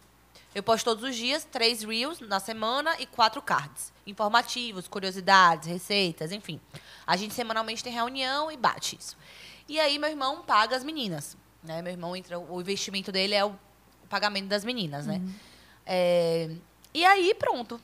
[SPEAKER 4] Eu posto todos os dias três reels na semana e quatro cards. Informativos, curiosidades, receitas, enfim. A gente semanalmente tem reunião e bate isso. E aí meu irmão paga as meninas. Né? Meu irmão entra. O investimento dele é o o pagamento das meninas, né? É, e aí, pronto.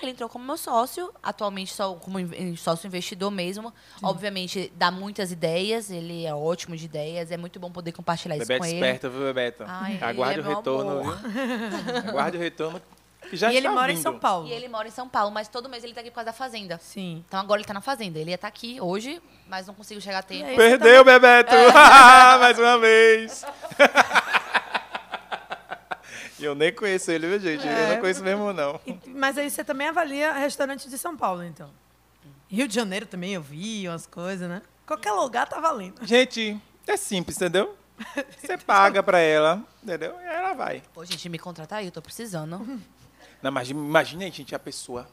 [SPEAKER 4] Ele entrou como meu sócio, atualmente só como in- sócio investidor mesmo. Obviamente, dá muitas ideias, ele é ótimo de ideias, é muito bom poder compartilhar isso
[SPEAKER 2] Bebeto
[SPEAKER 4] com ele.
[SPEAKER 2] esperto, viu, Bebeto?
[SPEAKER 4] Ai, ele
[SPEAKER 2] Aguarde
[SPEAKER 4] é
[SPEAKER 2] o
[SPEAKER 4] meu
[SPEAKER 2] retorno,
[SPEAKER 4] amor.
[SPEAKER 2] viu? Aguarde o retorno. que Já
[SPEAKER 3] e ele
[SPEAKER 2] está
[SPEAKER 3] mora em
[SPEAKER 2] vindo.
[SPEAKER 3] São Paulo.
[SPEAKER 4] E ele mora em São Paulo, mas todo mês ele tá aqui por causa da fazenda.
[SPEAKER 3] Sim.
[SPEAKER 4] Então agora ele tá na fazenda. Ele ia estar aqui hoje, mas não consigo chegar a tempo.
[SPEAKER 3] E aí,
[SPEAKER 2] Perdeu, Bebeto!
[SPEAKER 4] É.
[SPEAKER 2] Ah, Mais uma vez! E eu nem conheço ele, viu, gente? Eu
[SPEAKER 3] É.
[SPEAKER 2] não conheço mesmo, não.
[SPEAKER 3] E- Mas aí você também avalia restaurante de São Paulo, então. Rio de Janeiro também eu vi umas coisas, né? Qualquer lugar tá valendo.
[SPEAKER 2] Gente, é simples, entendeu? Você paga pra ela, entendeu? E ela vai.
[SPEAKER 4] Pô, gente, me contrata aí, eu tô precisando.
[SPEAKER 2] Não, imagina, imagina aí, gente, a pessoa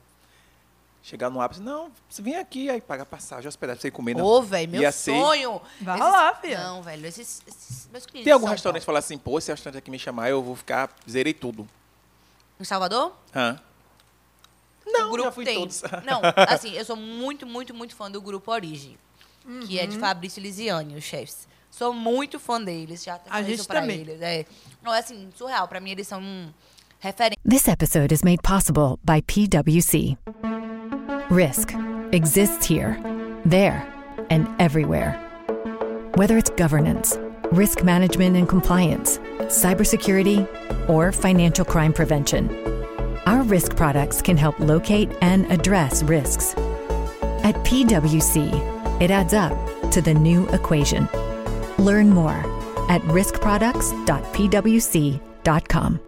[SPEAKER 2] chegar no ápice. Não, você vem aqui, aí paga passagem, hospedagem, você comer. não.
[SPEAKER 4] Ô, velho, meu
[SPEAKER 2] Ia ser-
[SPEAKER 4] sonho.
[SPEAKER 3] Vai rolar, filha.
[SPEAKER 4] Não, velho, esses, esses meus clientes.
[SPEAKER 2] Tem algum
[SPEAKER 4] de São
[SPEAKER 2] restaurante que fala assim, pô, esse restaurante aqui me chamar, eu vou ficar, zerei tudo.
[SPEAKER 4] Paulo. Em Salvador?
[SPEAKER 2] Hã?
[SPEAKER 4] o
[SPEAKER 2] Não,
[SPEAKER 4] grupo
[SPEAKER 2] já fui em
[SPEAKER 4] tem.
[SPEAKER 2] todos.
[SPEAKER 4] Não, assim, eu sou muito, muito, muito fã do grupo Origem, que é de Fabrício Lisiani, os chefes. Sou muito fã deles, já até
[SPEAKER 3] A
[SPEAKER 4] falei
[SPEAKER 3] gente
[SPEAKER 4] isso pra
[SPEAKER 3] também.
[SPEAKER 4] eles. É. Não, é assim, surreal. Pra mim, eles são um referência
[SPEAKER 1] This episode is made possible by PWC. Risk exists here, there, and everywhere. Whether it's governance, risk management and compliance, cybersecurity, or financial crime prevention, our risk products can help locate and address risks. At PWC, it adds up to the new equation. Learn more at riskproducts.pwc.com.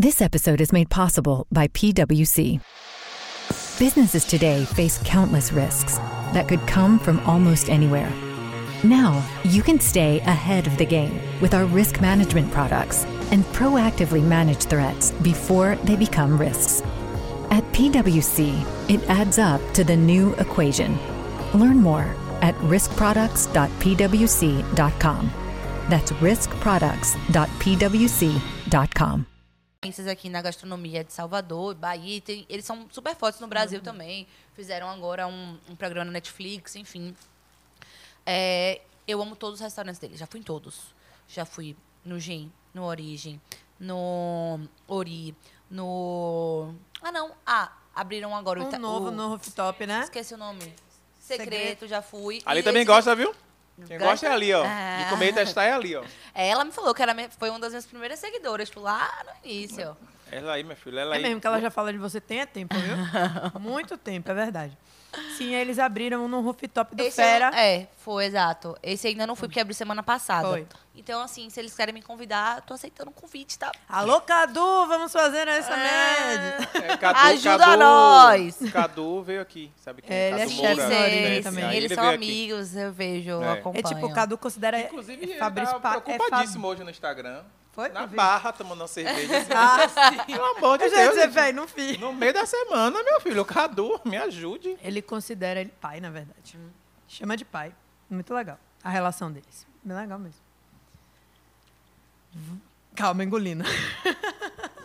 [SPEAKER 1] This episode is made possible by PWC. Businesses today face countless risks that could come from almost anywhere. Now, you can stay ahead of the game with our risk management products and proactively manage threats before they become risks. At PWC, it adds up to the new equation. Learn more at riskproducts.pwc.com. That's riskproducts.pwc.com.
[SPEAKER 4] aqui na gastronomia de Salvador, Bahia. e tem- eles são super fortes no
[SPEAKER 3] Uhum.
[SPEAKER 4] Brasil também. Fizeram agora um, um programa na Netflix, enfim. É, eu amo todos os restaurantes deles, já fui em todos. Já fui no Gen, no Origem, no Ori, no. Ah, não. Ah, abriram agora o
[SPEAKER 3] Um
[SPEAKER 4] Ita-
[SPEAKER 3] novo
[SPEAKER 4] o-
[SPEAKER 3] no rooftop, né?
[SPEAKER 4] Esqueci o nome. Secreto,
[SPEAKER 3] Segredo.
[SPEAKER 4] já fui.
[SPEAKER 2] Ali
[SPEAKER 4] E
[SPEAKER 2] também
[SPEAKER 4] esse-
[SPEAKER 2] gosta, viu? Quem
[SPEAKER 4] Gosta?
[SPEAKER 2] gosta é ali, ó.
[SPEAKER 4] Ah.
[SPEAKER 2] De comer e testar é ali, ó.
[SPEAKER 4] É, ela me falou que era, minha- foi uma das minhas primeiras seguidoras, tipo, lá no início.
[SPEAKER 2] Ela aí, minha filha, ela
[SPEAKER 3] É
[SPEAKER 2] aí.
[SPEAKER 3] mesmo que ela já fala de você tem é tempo, viu? Muito tempo, é verdade. Sim, aí eles abriram no rooftop do
[SPEAKER 4] Esse eu-
[SPEAKER 3] Fera.
[SPEAKER 4] é, foi, exato. Esse ainda não fui, porque abriu semana passada.
[SPEAKER 3] Foi.
[SPEAKER 4] Então, assim, se eles querem me convidar, tô aceitando o convite, tá?
[SPEAKER 3] Alô, Cadu, vamos fazer
[SPEAKER 4] É.
[SPEAKER 3] essa média.
[SPEAKER 2] É, Cadu,
[SPEAKER 4] Ajuda
[SPEAKER 2] Cadu,
[SPEAKER 4] nós!
[SPEAKER 2] Cadu veio aqui, sabe quem?
[SPEAKER 3] É, ele é
[SPEAKER 2] Cadu
[SPEAKER 3] chefe
[SPEAKER 2] Moura,
[SPEAKER 3] da Origem
[SPEAKER 2] chefe.
[SPEAKER 3] também.
[SPEAKER 2] né? Aí
[SPEAKER 4] Eles
[SPEAKER 2] ele
[SPEAKER 4] são
[SPEAKER 2] veio aqui.
[SPEAKER 4] amigos, eu vejo, eu
[SPEAKER 2] É.
[SPEAKER 4] acompanha.
[SPEAKER 3] É tipo, o Cadu considera
[SPEAKER 2] Inclusive,
[SPEAKER 3] é
[SPEAKER 2] ele
[SPEAKER 3] Fabrício
[SPEAKER 2] tá
[SPEAKER 3] Pa- é
[SPEAKER 2] preocupadíssimo hoje no Instagram.
[SPEAKER 3] Foi?
[SPEAKER 2] Na
[SPEAKER 3] Eu vi.
[SPEAKER 2] barra, tomando uma cerveja. assim,
[SPEAKER 3] Ah, sim.
[SPEAKER 2] Pelo amor de
[SPEAKER 3] Eu já ia
[SPEAKER 2] Deus.
[SPEAKER 3] dizer,
[SPEAKER 2] gente.
[SPEAKER 3] velho, não fiz.
[SPEAKER 2] No meio da semana, meu filho, Cadu, me ajude.
[SPEAKER 3] Ele considera ele pai, na verdade.
[SPEAKER 4] Uhum.
[SPEAKER 3] Chama de pai. Muito legal. A relação deles. Bem legal mesmo. Calma, engolindo.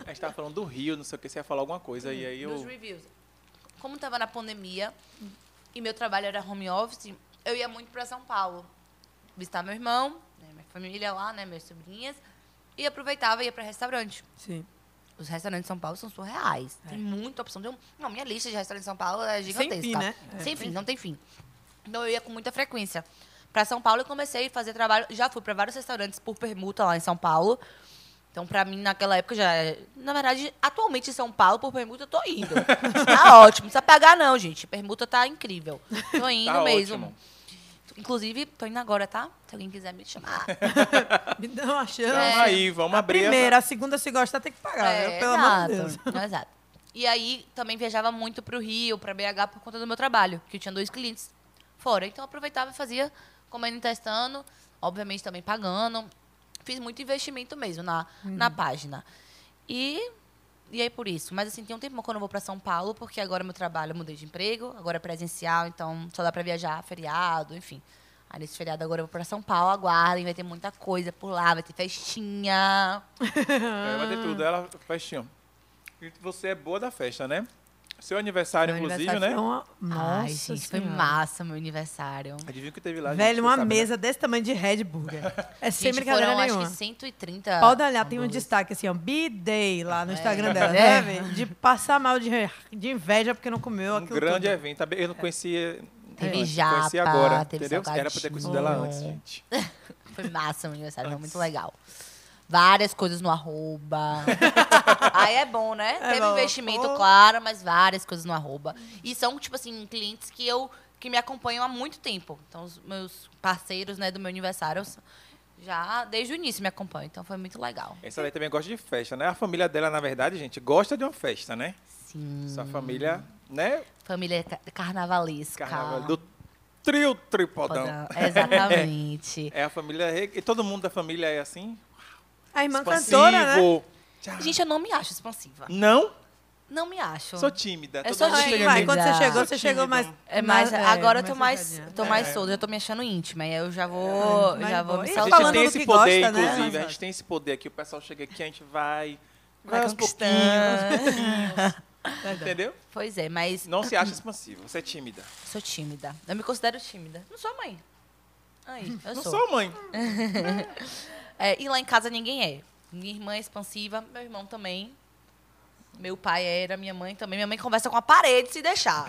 [SPEAKER 2] A gente tava falando do Rio, não sei o que, você ia falar alguma coisa. E aí
[SPEAKER 4] Dos
[SPEAKER 2] eu.
[SPEAKER 4] reviews. Como tava na pandemia e meu trabalho era home office, eu ia muito para São Paulo. Visitar meu irmão, né, minha família lá, né, minhas sobrinhas. E aproveitava e ia para restaurante.
[SPEAKER 3] Sim.
[SPEAKER 4] Os restaurantes de São Paulo são surreais. Tem muita opção. Tem um- Não, minha lista de restaurantes de São Paulo é gigantesca.
[SPEAKER 3] fim, né?
[SPEAKER 4] Sem fim, não tem fim. Então eu ia com muita frequência. Pra São Paulo eu comecei a fazer trabalho. Já fui pra vários restaurantes por permuta lá em São Paulo. Então, pra mim, naquela época já. é- Na verdade, atualmente em São Paulo, por permuta, eu tô indo. tá ótimo. Não precisa pagar, não, gente. Permuta tá incrível. Tô indo
[SPEAKER 2] Tá
[SPEAKER 4] mesmo.
[SPEAKER 2] ótimo.
[SPEAKER 4] Inclusive, tô indo agora, tá? Se alguém quiser me chamar.
[SPEAKER 3] Me dá uma chance.
[SPEAKER 4] É,
[SPEAKER 2] Vamos aí, vamos
[SPEAKER 3] a
[SPEAKER 2] abrir essa-
[SPEAKER 3] primeira, a segunda, se gostar, tem que pagar. né? Pelo amor de Deus.
[SPEAKER 4] exato, Exato. E aí, também viajava muito pro Rio, pra BH, por conta do meu trabalho, que eu tinha dois clientes fora. Então, eu aproveitava e fazia comendo e testando, obviamente também pagando. Fiz muito investimento mesmo na,
[SPEAKER 3] Uhum.
[SPEAKER 4] na página. E, e aí, por isso. Mas, assim, tem um tempo que eu não vou pra São Paulo, porque agora meu trabalho, eu mudei de emprego, agora é presencial, então só dá pra viajar feriado, enfim. Aí, nesse feriado, agora eu vou pra São Paulo, aguardem, vai ter muita coisa por lá, vai ter festinha.
[SPEAKER 2] É,
[SPEAKER 3] Ah.
[SPEAKER 2] vai ter tudo. Ela festinha. E Você é boa da festa, né? Seu aniversário,
[SPEAKER 3] Meu
[SPEAKER 2] inclusive,
[SPEAKER 3] aniversário
[SPEAKER 2] né?
[SPEAKER 3] foi uma- Nossa
[SPEAKER 4] Ai, gente, foi
[SPEAKER 3] Senhora.
[SPEAKER 4] massa meu aniversário.
[SPEAKER 2] Adivinha o que teve lá, gente,
[SPEAKER 3] um Velho,
[SPEAKER 2] você
[SPEAKER 3] uma
[SPEAKER 2] sabe, né?
[SPEAKER 3] mesa desse tamanho de Red Burger. É sem
[SPEAKER 4] gente,
[SPEAKER 3] brincadeira
[SPEAKER 4] foram,
[SPEAKER 3] nenhuma.
[SPEAKER 4] acho que 130.
[SPEAKER 3] Pode olhar, tem um
[SPEAKER 4] hambúrgueres.
[SPEAKER 3] destaque assim, ó, B-Day lá no Instagram
[SPEAKER 4] É.
[SPEAKER 3] dela, né,
[SPEAKER 4] É.
[SPEAKER 3] velho? De passar mal de, de inveja porque não comeu
[SPEAKER 2] Um
[SPEAKER 3] aquilo
[SPEAKER 2] grande
[SPEAKER 3] tudo. É.
[SPEAKER 2] evento. Eu não conhecia.
[SPEAKER 4] Teve
[SPEAKER 2] antes,
[SPEAKER 4] japa,
[SPEAKER 2] conheci agora,
[SPEAKER 4] teve
[SPEAKER 2] entendeu? Era pra ter conhecido ela antes,
[SPEAKER 4] salgadinho.
[SPEAKER 2] gente.
[SPEAKER 4] Foi massa meu aniversário, foi muito legal. Várias coisas no arroba. Aí é bom, né? Teve
[SPEAKER 3] bom.
[SPEAKER 4] investimento,
[SPEAKER 3] Oh.
[SPEAKER 4] claro, mas várias coisas no arroba. E são, tipo assim, clientes que eu que me acompanham há muito tempo. Então, os meus parceiros, né, do meu aniversário, s- já desde o início me acompanham. Então, foi muito legal.
[SPEAKER 2] Essa daí também gosta de festa, né? A família dela, na verdade, gente, gosta de uma festa, né?
[SPEAKER 4] Sim.
[SPEAKER 2] Sua família, né?
[SPEAKER 4] Família ca- carnavalesca.
[SPEAKER 2] Carnaval do trio tripodão.
[SPEAKER 4] Podão. Tá. Exatamente.
[SPEAKER 2] É a família. re- E todo mundo da família é assim?
[SPEAKER 3] A irmã
[SPEAKER 2] expansivo.
[SPEAKER 3] cantora, né?
[SPEAKER 2] Tchau.
[SPEAKER 4] Gente, eu não me acho expansiva.
[SPEAKER 2] Não?
[SPEAKER 4] Não me acho.
[SPEAKER 2] Sou tímida.
[SPEAKER 4] Eu
[SPEAKER 2] todo
[SPEAKER 4] sou
[SPEAKER 2] mundo
[SPEAKER 3] Ai,
[SPEAKER 2] chega
[SPEAKER 4] tímida.
[SPEAKER 2] em mim,
[SPEAKER 3] vai, quando você chegou,
[SPEAKER 2] Sou
[SPEAKER 3] você
[SPEAKER 2] tímido.
[SPEAKER 3] chegou mais...
[SPEAKER 4] É, mas
[SPEAKER 3] mais-
[SPEAKER 4] agora
[SPEAKER 3] é,
[SPEAKER 4] eu tô mais,
[SPEAKER 3] fechadinha.
[SPEAKER 4] tô
[SPEAKER 2] É.
[SPEAKER 4] mais solta, eu tô me achando íntima. Aí eu já vou,
[SPEAKER 3] mais
[SPEAKER 4] já
[SPEAKER 3] boa.
[SPEAKER 4] vou me
[SPEAKER 3] E
[SPEAKER 2] A
[SPEAKER 3] Só
[SPEAKER 2] gente
[SPEAKER 4] soltando.
[SPEAKER 3] falando
[SPEAKER 2] tem
[SPEAKER 3] do
[SPEAKER 2] esse
[SPEAKER 3] que
[SPEAKER 2] poder,
[SPEAKER 3] gosta, né?
[SPEAKER 2] inclusive. A gente
[SPEAKER 3] Exato.
[SPEAKER 2] tem esse poder aqui. O pessoal chega aqui, a gente vai. Vai,
[SPEAKER 4] Vai
[SPEAKER 2] aos
[SPEAKER 4] conquistando.
[SPEAKER 2] pouquinhos. Entendeu?
[SPEAKER 4] Pois é, mas
[SPEAKER 2] Não se acha expansivo, você é tímida.
[SPEAKER 4] sou tímida. Eu me considero tímida. Não sou mãe. Aí, eu
[SPEAKER 2] não
[SPEAKER 4] sou.
[SPEAKER 2] sou mãe.
[SPEAKER 4] É, e lá em casa ninguém é. Minha irmã é expansiva, meu irmão também. Meu pai era, minha mãe também. Minha mãe conversa com a parede se deixar.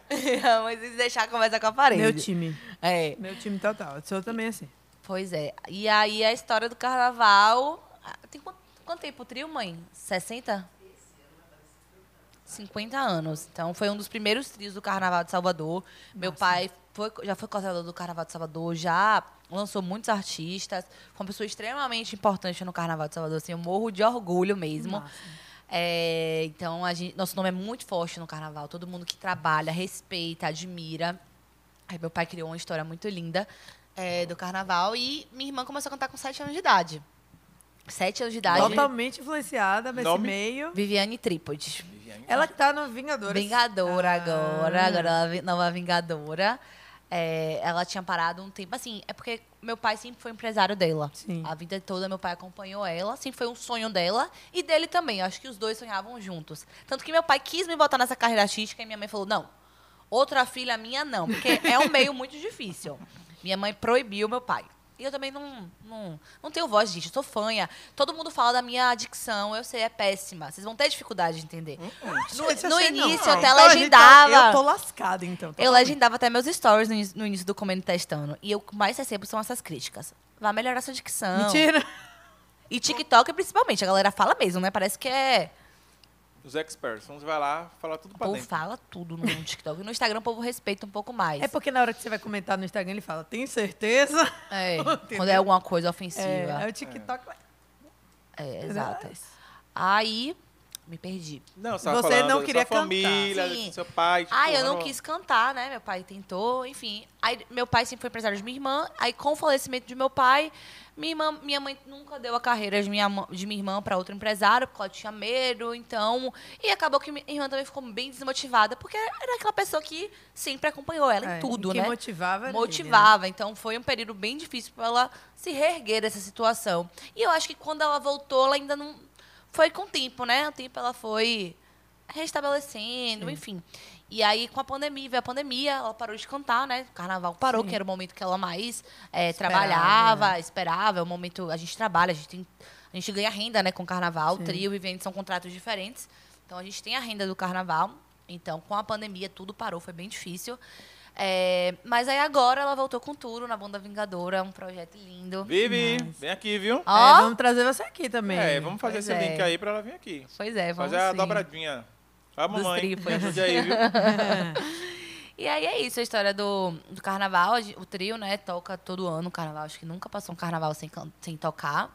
[SPEAKER 4] minha mãe se deixar conversa com a parede.
[SPEAKER 3] Meu time.
[SPEAKER 4] É.
[SPEAKER 3] Meu time total. Eu sou também assim.
[SPEAKER 4] Pois é. E aí a história do carnaval. ah, Tem quanto, quanto tempo o trio, mãe? 60? 50 anos. Então foi um dos primeiros trios do Carnaval de Salvador. Meu pai foi, já foi coordenador do Carnaval de Salvador, já lançou muitos artistas. Foi uma pessoa extremamente importante no Carnaval de Salvador. Assim, eu morro de orgulho mesmo. É, então, a gente, nosso nome é muito forte no carnaval. Todo mundo que trabalha, respeita, admira. Aí meu pai criou uma história muito linda eh, do carnaval e minha irmã começou a cantar com 7 anos de idade. 7 anos de idade.
[SPEAKER 3] Totalmente influenciada nesse
[SPEAKER 2] Nome?
[SPEAKER 3] meio.
[SPEAKER 4] Viviane Trípode.
[SPEAKER 3] Ela que tá no Vingadores.
[SPEAKER 4] Vingadora
[SPEAKER 3] Ah.
[SPEAKER 4] agora, agora ela é vi- nova Vingadora. É, ela tinha parado um tempo, assim, é porque meu pai sempre foi empresário dela.
[SPEAKER 3] Sim.
[SPEAKER 4] A vida toda meu pai acompanhou ela, sempre foi um sonho dela e dele também. Eu acho que os dois sonhavam juntos. Tanto que meu pai quis me botar nessa carreira artística e minha mãe falou: não, outra filha minha não, porque é um meio muito difícil. Minha mãe proibiu meu pai. E eu também não, não, não tenho voz, gente. Eu sou fanha. Todo mundo fala da minha dicção. Eu sei, é péssima. Vocês vão ter dificuldade de entender.
[SPEAKER 3] Uhum.
[SPEAKER 4] No,
[SPEAKER 3] Isso eu
[SPEAKER 4] no
[SPEAKER 3] sei não.
[SPEAKER 4] início,
[SPEAKER 3] Ah,
[SPEAKER 4] eu até
[SPEAKER 3] então a gente tá-
[SPEAKER 4] legendava.
[SPEAKER 3] Eu tô lascada, então.
[SPEAKER 4] Eu legendava até meus stories no, início- no início do Comendo e Testando. E eu o que mais recebo são essas críticas. Vai melhorar sua dicção.
[SPEAKER 3] Mentira.
[SPEAKER 4] E TikTok, principalmente. A galera fala mesmo, né? Parece que é...
[SPEAKER 2] Os experts, vamos vai lá falar tudo
[SPEAKER 4] O
[SPEAKER 2] pra
[SPEAKER 4] povo
[SPEAKER 2] dentro.
[SPEAKER 4] fala tudo no TikTok. No Instagram, o povo respeita um pouco mais.
[SPEAKER 3] É porque na hora que você vai comentar no Instagram, ele fala, tem certeza?
[SPEAKER 4] É, quando é
[SPEAKER 3] Entendeu?
[SPEAKER 4] alguma coisa
[SPEAKER 3] É,
[SPEAKER 4] ofensiva.
[SPEAKER 3] aí o TikTok vai...
[SPEAKER 4] É, exato. Aí, me perdi.
[SPEAKER 2] Não, você tava
[SPEAKER 3] Você
[SPEAKER 2] falando
[SPEAKER 3] não
[SPEAKER 2] da
[SPEAKER 3] queria
[SPEAKER 2] sua família,
[SPEAKER 4] cantar.
[SPEAKER 2] do
[SPEAKER 4] Sim.
[SPEAKER 2] seu pai. tipo,
[SPEAKER 4] Ah, eu não quis cantar, né? Meu pai tentou, enfim. Aí meu pai sempre foi empresário de minha irmã. Aí com o falecimento de meu pai, minha, irmã- minha mãe nunca deu a carreira de minha, mã- de minha irmã para outro empresário, porque ela tinha medo, então... E acabou que minha irmã também ficou bem desmotivada, porque era aquela pessoa que sempre acompanhou ela
[SPEAKER 3] É,
[SPEAKER 4] em tudo,
[SPEAKER 3] quem
[SPEAKER 4] né?
[SPEAKER 3] motivava era ele, né?
[SPEAKER 4] Motivava. Então foi um período bem difícil para ela se reerguer dessa situação. E eu acho que quando ela voltou, ela ainda não. Foi com o tempo, né? O tempo ela foi restabelecendo, enfim. E aí, com a pandemia, veio a pandemia, ela parou de cantar, né? O carnaval parou, que era o momento que ela mais eh, trabalhava, esperava. É o momento. A gente trabalha, a gente, tem, a gente ganha renda, né? Com o carnaval. O trio e vende são contratos diferentes. Então a gente tem a renda do carnaval. Então, com a pandemia, tudo parou, foi bem difícil. É, mas aí agora ela voltou com tudo na Banda Vingadora, um projeto lindo.
[SPEAKER 2] Vivi, vem aqui, viu?
[SPEAKER 4] Ó,
[SPEAKER 3] É, vamos trazer você aqui também.
[SPEAKER 2] É, vamos fazer
[SPEAKER 4] Pois
[SPEAKER 2] esse link
[SPEAKER 4] é.
[SPEAKER 2] aí pra ela vir aqui.
[SPEAKER 4] pois é, vamos
[SPEAKER 2] Fazer a
[SPEAKER 4] sim.
[SPEAKER 2] dobradinha. Ó, a mamãe.
[SPEAKER 4] triplas.
[SPEAKER 2] Ajude aí, viu?
[SPEAKER 4] E aí é isso, a história do, do carnaval. A gen- O trio, né, toca todo ano o carnaval. Acho que nunca passou um carnaval sem, can- sem tocar.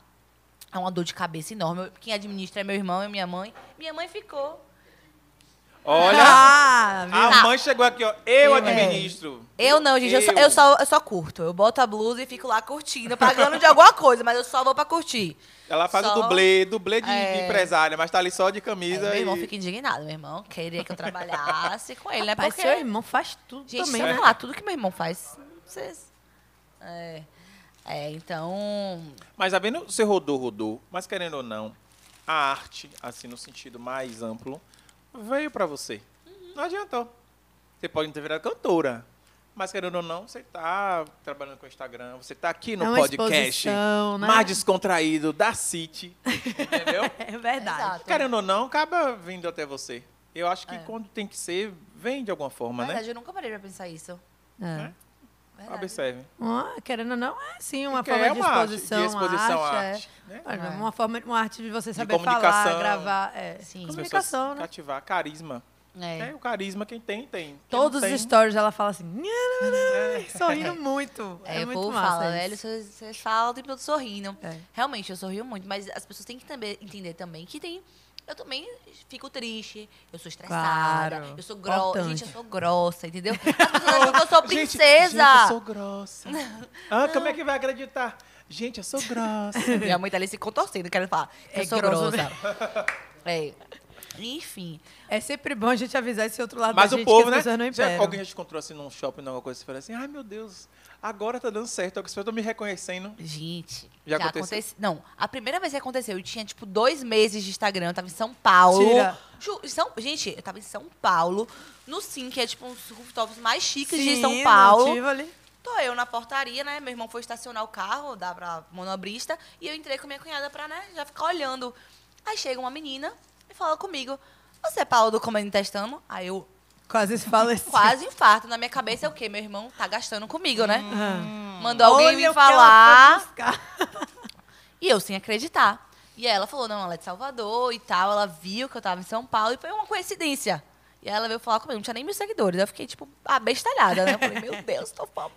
[SPEAKER 4] É uma dor de cabeça enorme. Eu- Quem administra é meu irmão e minha mãe. Minha mãe ficou.
[SPEAKER 2] Olha,
[SPEAKER 3] Ah, viu?
[SPEAKER 2] a mãe chegou aqui, ó. Eu administro.
[SPEAKER 4] Eu não, gente. Eu, só, eu, só, eu só curto. Eu boto a blusa e fico lá curtindo, pagando de alguma coisa, mas eu só vou pra curtir.
[SPEAKER 2] Ela faz
[SPEAKER 4] Só-
[SPEAKER 2] o dublê, dublê de, de
[SPEAKER 4] É.
[SPEAKER 2] empresária, mas tá ali só de
[SPEAKER 4] Aí
[SPEAKER 2] camisa
[SPEAKER 4] meu irmão
[SPEAKER 2] e...
[SPEAKER 4] fica indignado, meu irmão. Queria que eu trabalhasse com ele, né?
[SPEAKER 3] Rapaz,
[SPEAKER 4] Porque,
[SPEAKER 3] seu irmão faz tudo
[SPEAKER 4] gente,
[SPEAKER 3] também,
[SPEAKER 4] deixa eu
[SPEAKER 3] né?
[SPEAKER 4] falar, tudo que meu irmão faz, vocês... É, é então...
[SPEAKER 2] Mas tá vendo? Você rodou, rodou. Mas querendo ou não, a arte, assim, no sentido mais amplo, veio pra você.
[SPEAKER 3] Uhum.
[SPEAKER 2] Não adiantou. Você pode não ter virado cantora. Mas querendo ou não, você tá trabalhando com o Instagram, você tá aqui no
[SPEAKER 3] É uma
[SPEAKER 2] podcast
[SPEAKER 3] exposição, né?
[SPEAKER 2] mais descontraído da City. Entendeu?
[SPEAKER 3] É verdade.
[SPEAKER 4] Exato.
[SPEAKER 2] querendo ou não, acaba vindo até você. Eu acho
[SPEAKER 3] É.
[SPEAKER 2] que quando tem que ser, vem de alguma forma,
[SPEAKER 4] Na
[SPEAKER 2] né?
[SPEAKER 4] verdade, eu nunca parei pra pensar isso.
[SPEAKER 3] É.
[SPEAKER 4] Verdade.
[SPEAKER 2] Observe.
[SPEAKER 3] Ah, querendo ou não, é sim uma
[SPEAKER 2] Porque
[SPEAKER 3] forma
[SPEAKER 2] é
[SPEAKER 3] de
[SPEAKER 2] uma arte,
[SPEAKER 3] exposição,
[SPEAKER 2] de exposição
[SPEAKER 3] uma
[SPEAKER 2] à
[SPEAKER 3] arte,
[SPEAKER 2] arte,
[SPEAKER 3] é.
[SPEAKER 2] né?
[SPEAKER 3] Olha,
[SPEAKER 4] É.
[SPEAKER 3] Uma forma, uma arte de você saber falar,
[SPEAKER 2] comunicação.
[SPEAKER 3] gravar, é.
[SPEAKER 2] As
[SPEAKER 4] Sim.
[SPEAKER 2] pessoas
[SPEAKER 3] comunicação, né?
[SPEAKER 2] cativar, carisma. É.
[SPEAKER 4] É.
[SPEAKER 2] o carisma quem tem, tem. Quem não
[SPEAKER 3] Todos
[SPEAKER 2] tem,
[SPEAKER 3] os stories ela fala assim,
[SPEAKER 2] É.
[SPEAKER 3] sorrindo muito. É,
[SPEAKER 4] É, o
[SPEAKER 3] muito
[SPEAKER 4] povo
[SPEAKER 3] massa
[SPEAKER 4] fala,
[SPEAKER 3] isso.
[SPEAKER 4] velho, vocês vocês falam o tempo todo sorrindo.
[SPEAKER 3] É.
[SPEAKER 4] Realmente, eu sorrio muito, mas as pessoas têm que também entender também que tem. Eu também fico triste, eu sou estressada,
[SPEAKER 3] Claro.
[SPEAKER 4] eu sou grossa.
[SPEAKER 3] Importante.
[SPEAKER 4] Gente, eu sou grossa, entendeu? As pessoas acham que eu sou
[SPEAKER 2] Gente,
[SPEAKER 4] princesa.
[SPEAKER 2] Gente, eu sou grossa. Ah, como é que vai acreditar? Gente, eu sou grossa.
[SPEAKER 4] Minha mãe tá ali se contorcendo, querendo falar. que
[SPEAKER 3] É
[SPEAKER 4] eu sou
[SPEAKER 3] grossa,
[SPEAKER 4] grossa. É. Enfim.
[SPEAKER 3] É sempre bom a gente avisar esse outro lado
[SPEAKER 2] Mas
[SPEAKER 3] da
[SPEAKER 2] o
[SPEAKER 3] gente
[SPEAKER 2] povo,
[SPEAKER 3] que as
[SPEAKER 2] né?
[SPEAKER 3] pessoas não
[SPEAKER 2] Já
[SPEAKER 3] imperam.
[SPEAKER 2] alguém já te encontrou assim num shopping, alguma coisa, e fala assim, ai meu Deus, agora tá dando certo, as pessoas estão me reconhecendo.
[SPEAKER 4] Gente,
[SPEAKER 2] Já
[SPEAKER 4] já,
[SPEAKER 2] aconteceu?
[SPEAKER 4] aconteceu? Não, a primeira vez que aconteceu, eu tinha, tipo, dois meses de Instagram, eu tava em São Paulo.
[SPEAKER 3] Tira.
[SPEAKER 4] Ju- São, gente, eu tava em São Paulo, no Sim, que é tipo um dos rooftops mais chiques de
[SPEAKER 3] Sim,
[SPEAKER 4] São
[SPEAKER 3] no
[SPEAKER 4] Paulo.
[SPEAKER 3] Tivoli.
[SPEAKER 4] Tô eu na portaria, né? Meu irmão foi estacionar o carro, dá pra manobrista, e eu entrei com minha cunhada pra, né, já ficar olhando. Aí chega uma menina e fala comigo: Você é Paulo do Comando Testando? Aí eu
[SPEAKER 3] Quase se fala assim.
[SPEAKER 4] quase infarto. Na minha cabeça é o quê? Meu irmão tá gastando comigo, né?
[SPEAKER 3] Ah.
[SPEAKER 4] Mandou alguém
[SPEAKER 3] Olha o
[SPEAKER 4] me
[SPEAKER 3] que ela foi
[SPEAKER 4] falar.
[SPEAKER 3] buscar.
[SPEAKER 4] E eu sem acreditar. E aí ela falou, não, ela é de Salvador e tal. Ela viu que eu tava em São Paulo e foi uma coincidência. E aí ela veio falar comigo, não tinha nem mil seguidores. Eu fiquei, tipo, abestalhada, né? Eu falei, meu Deus, tô famosa.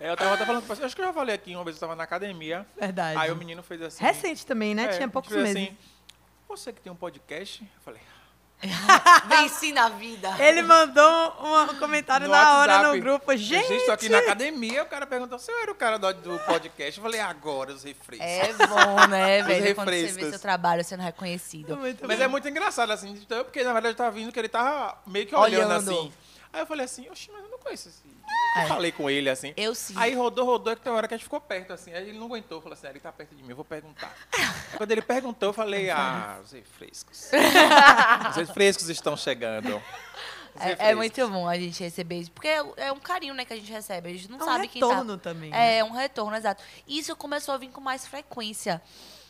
[SPEAKER 2] É, eu tava até falando, com você, acho que eu já falei aqui, uma vez eu tava na academia,
[SPEAKER 3] Verdade.
[SPEAKER 2] aí o menino fez assim...
[SPEAKER 3] Recente também, né?
[SPEAKER 2] é,
[SPEAKER 3] Tinha poucos
[SPEAKER 2] fez
[SPEAKER 3] meses.
[SPEAKER 2] assim, você que tem um podcast? Eu falei,
[SPEAKER 4] Venci na vida.
[SPEAKER 3] Ele mandou um um comentário
[SPEAKER 2] no
[SPEAKER 3] na hora
[SPEAKER 2] WhatsApp.
[SPEAKER 3] no grupo.
[SPEAKER 2] Eu,
[SPEAKER 3] Gente,
[SPEAKER 2] tô aqui na academia, o cara perguntou se eu era o cara do, do podcast. Eu falei, agora, os refrescos.
[SPEAKER 4] É bom, né,
[SPEAKER 2] Os
[SPEAKER 4] velho? Quando você vê
[SPEAKER 2] refrescos.
[SPEAKER 4] seu trabalho sendo reconhecido.
[SPEAKER 3] muito
[SPEAKER 2] Mas é muito engraçado, assim, então, porque na verdade eu tava vindo que ele tava meio que olhando,
[SPEAKER 4] Olhando. É.
[SPEAKER 2] assim. Aí eu falei assim, oxi, mas eu não conheço esse. Eu falei com ele, assim.
[SPEAKER 4] Eu sim.
[SPEAKER 2] Aí rodou, rodou, é que tem uma hora que a gente ficou perto, assim. Aí ele não aguentou, falou assim, ah, ele tá perto de mim, eu vou perguntar. Aí quando ele perguntou, eu falei, ah, os refrescos. os refrescos estão chegando. Os
[SPEAKER 4] É, é
[SPEAKER 2] refrescos.
[SPEAKER 4] muito bom a gente receber isso, porque é, é um carinho, né, que a gente recebe. A gente não
[SPEAKER 3] É um
[SPEAKER 4] sabe quem
[SPEAKER 3] retorno
[SPEAKER 4] tá.
[SPEAKER 3] também, né?
[SPEAKER 4] É, é um retorno, exato. E isso começou a vir com mais frequência.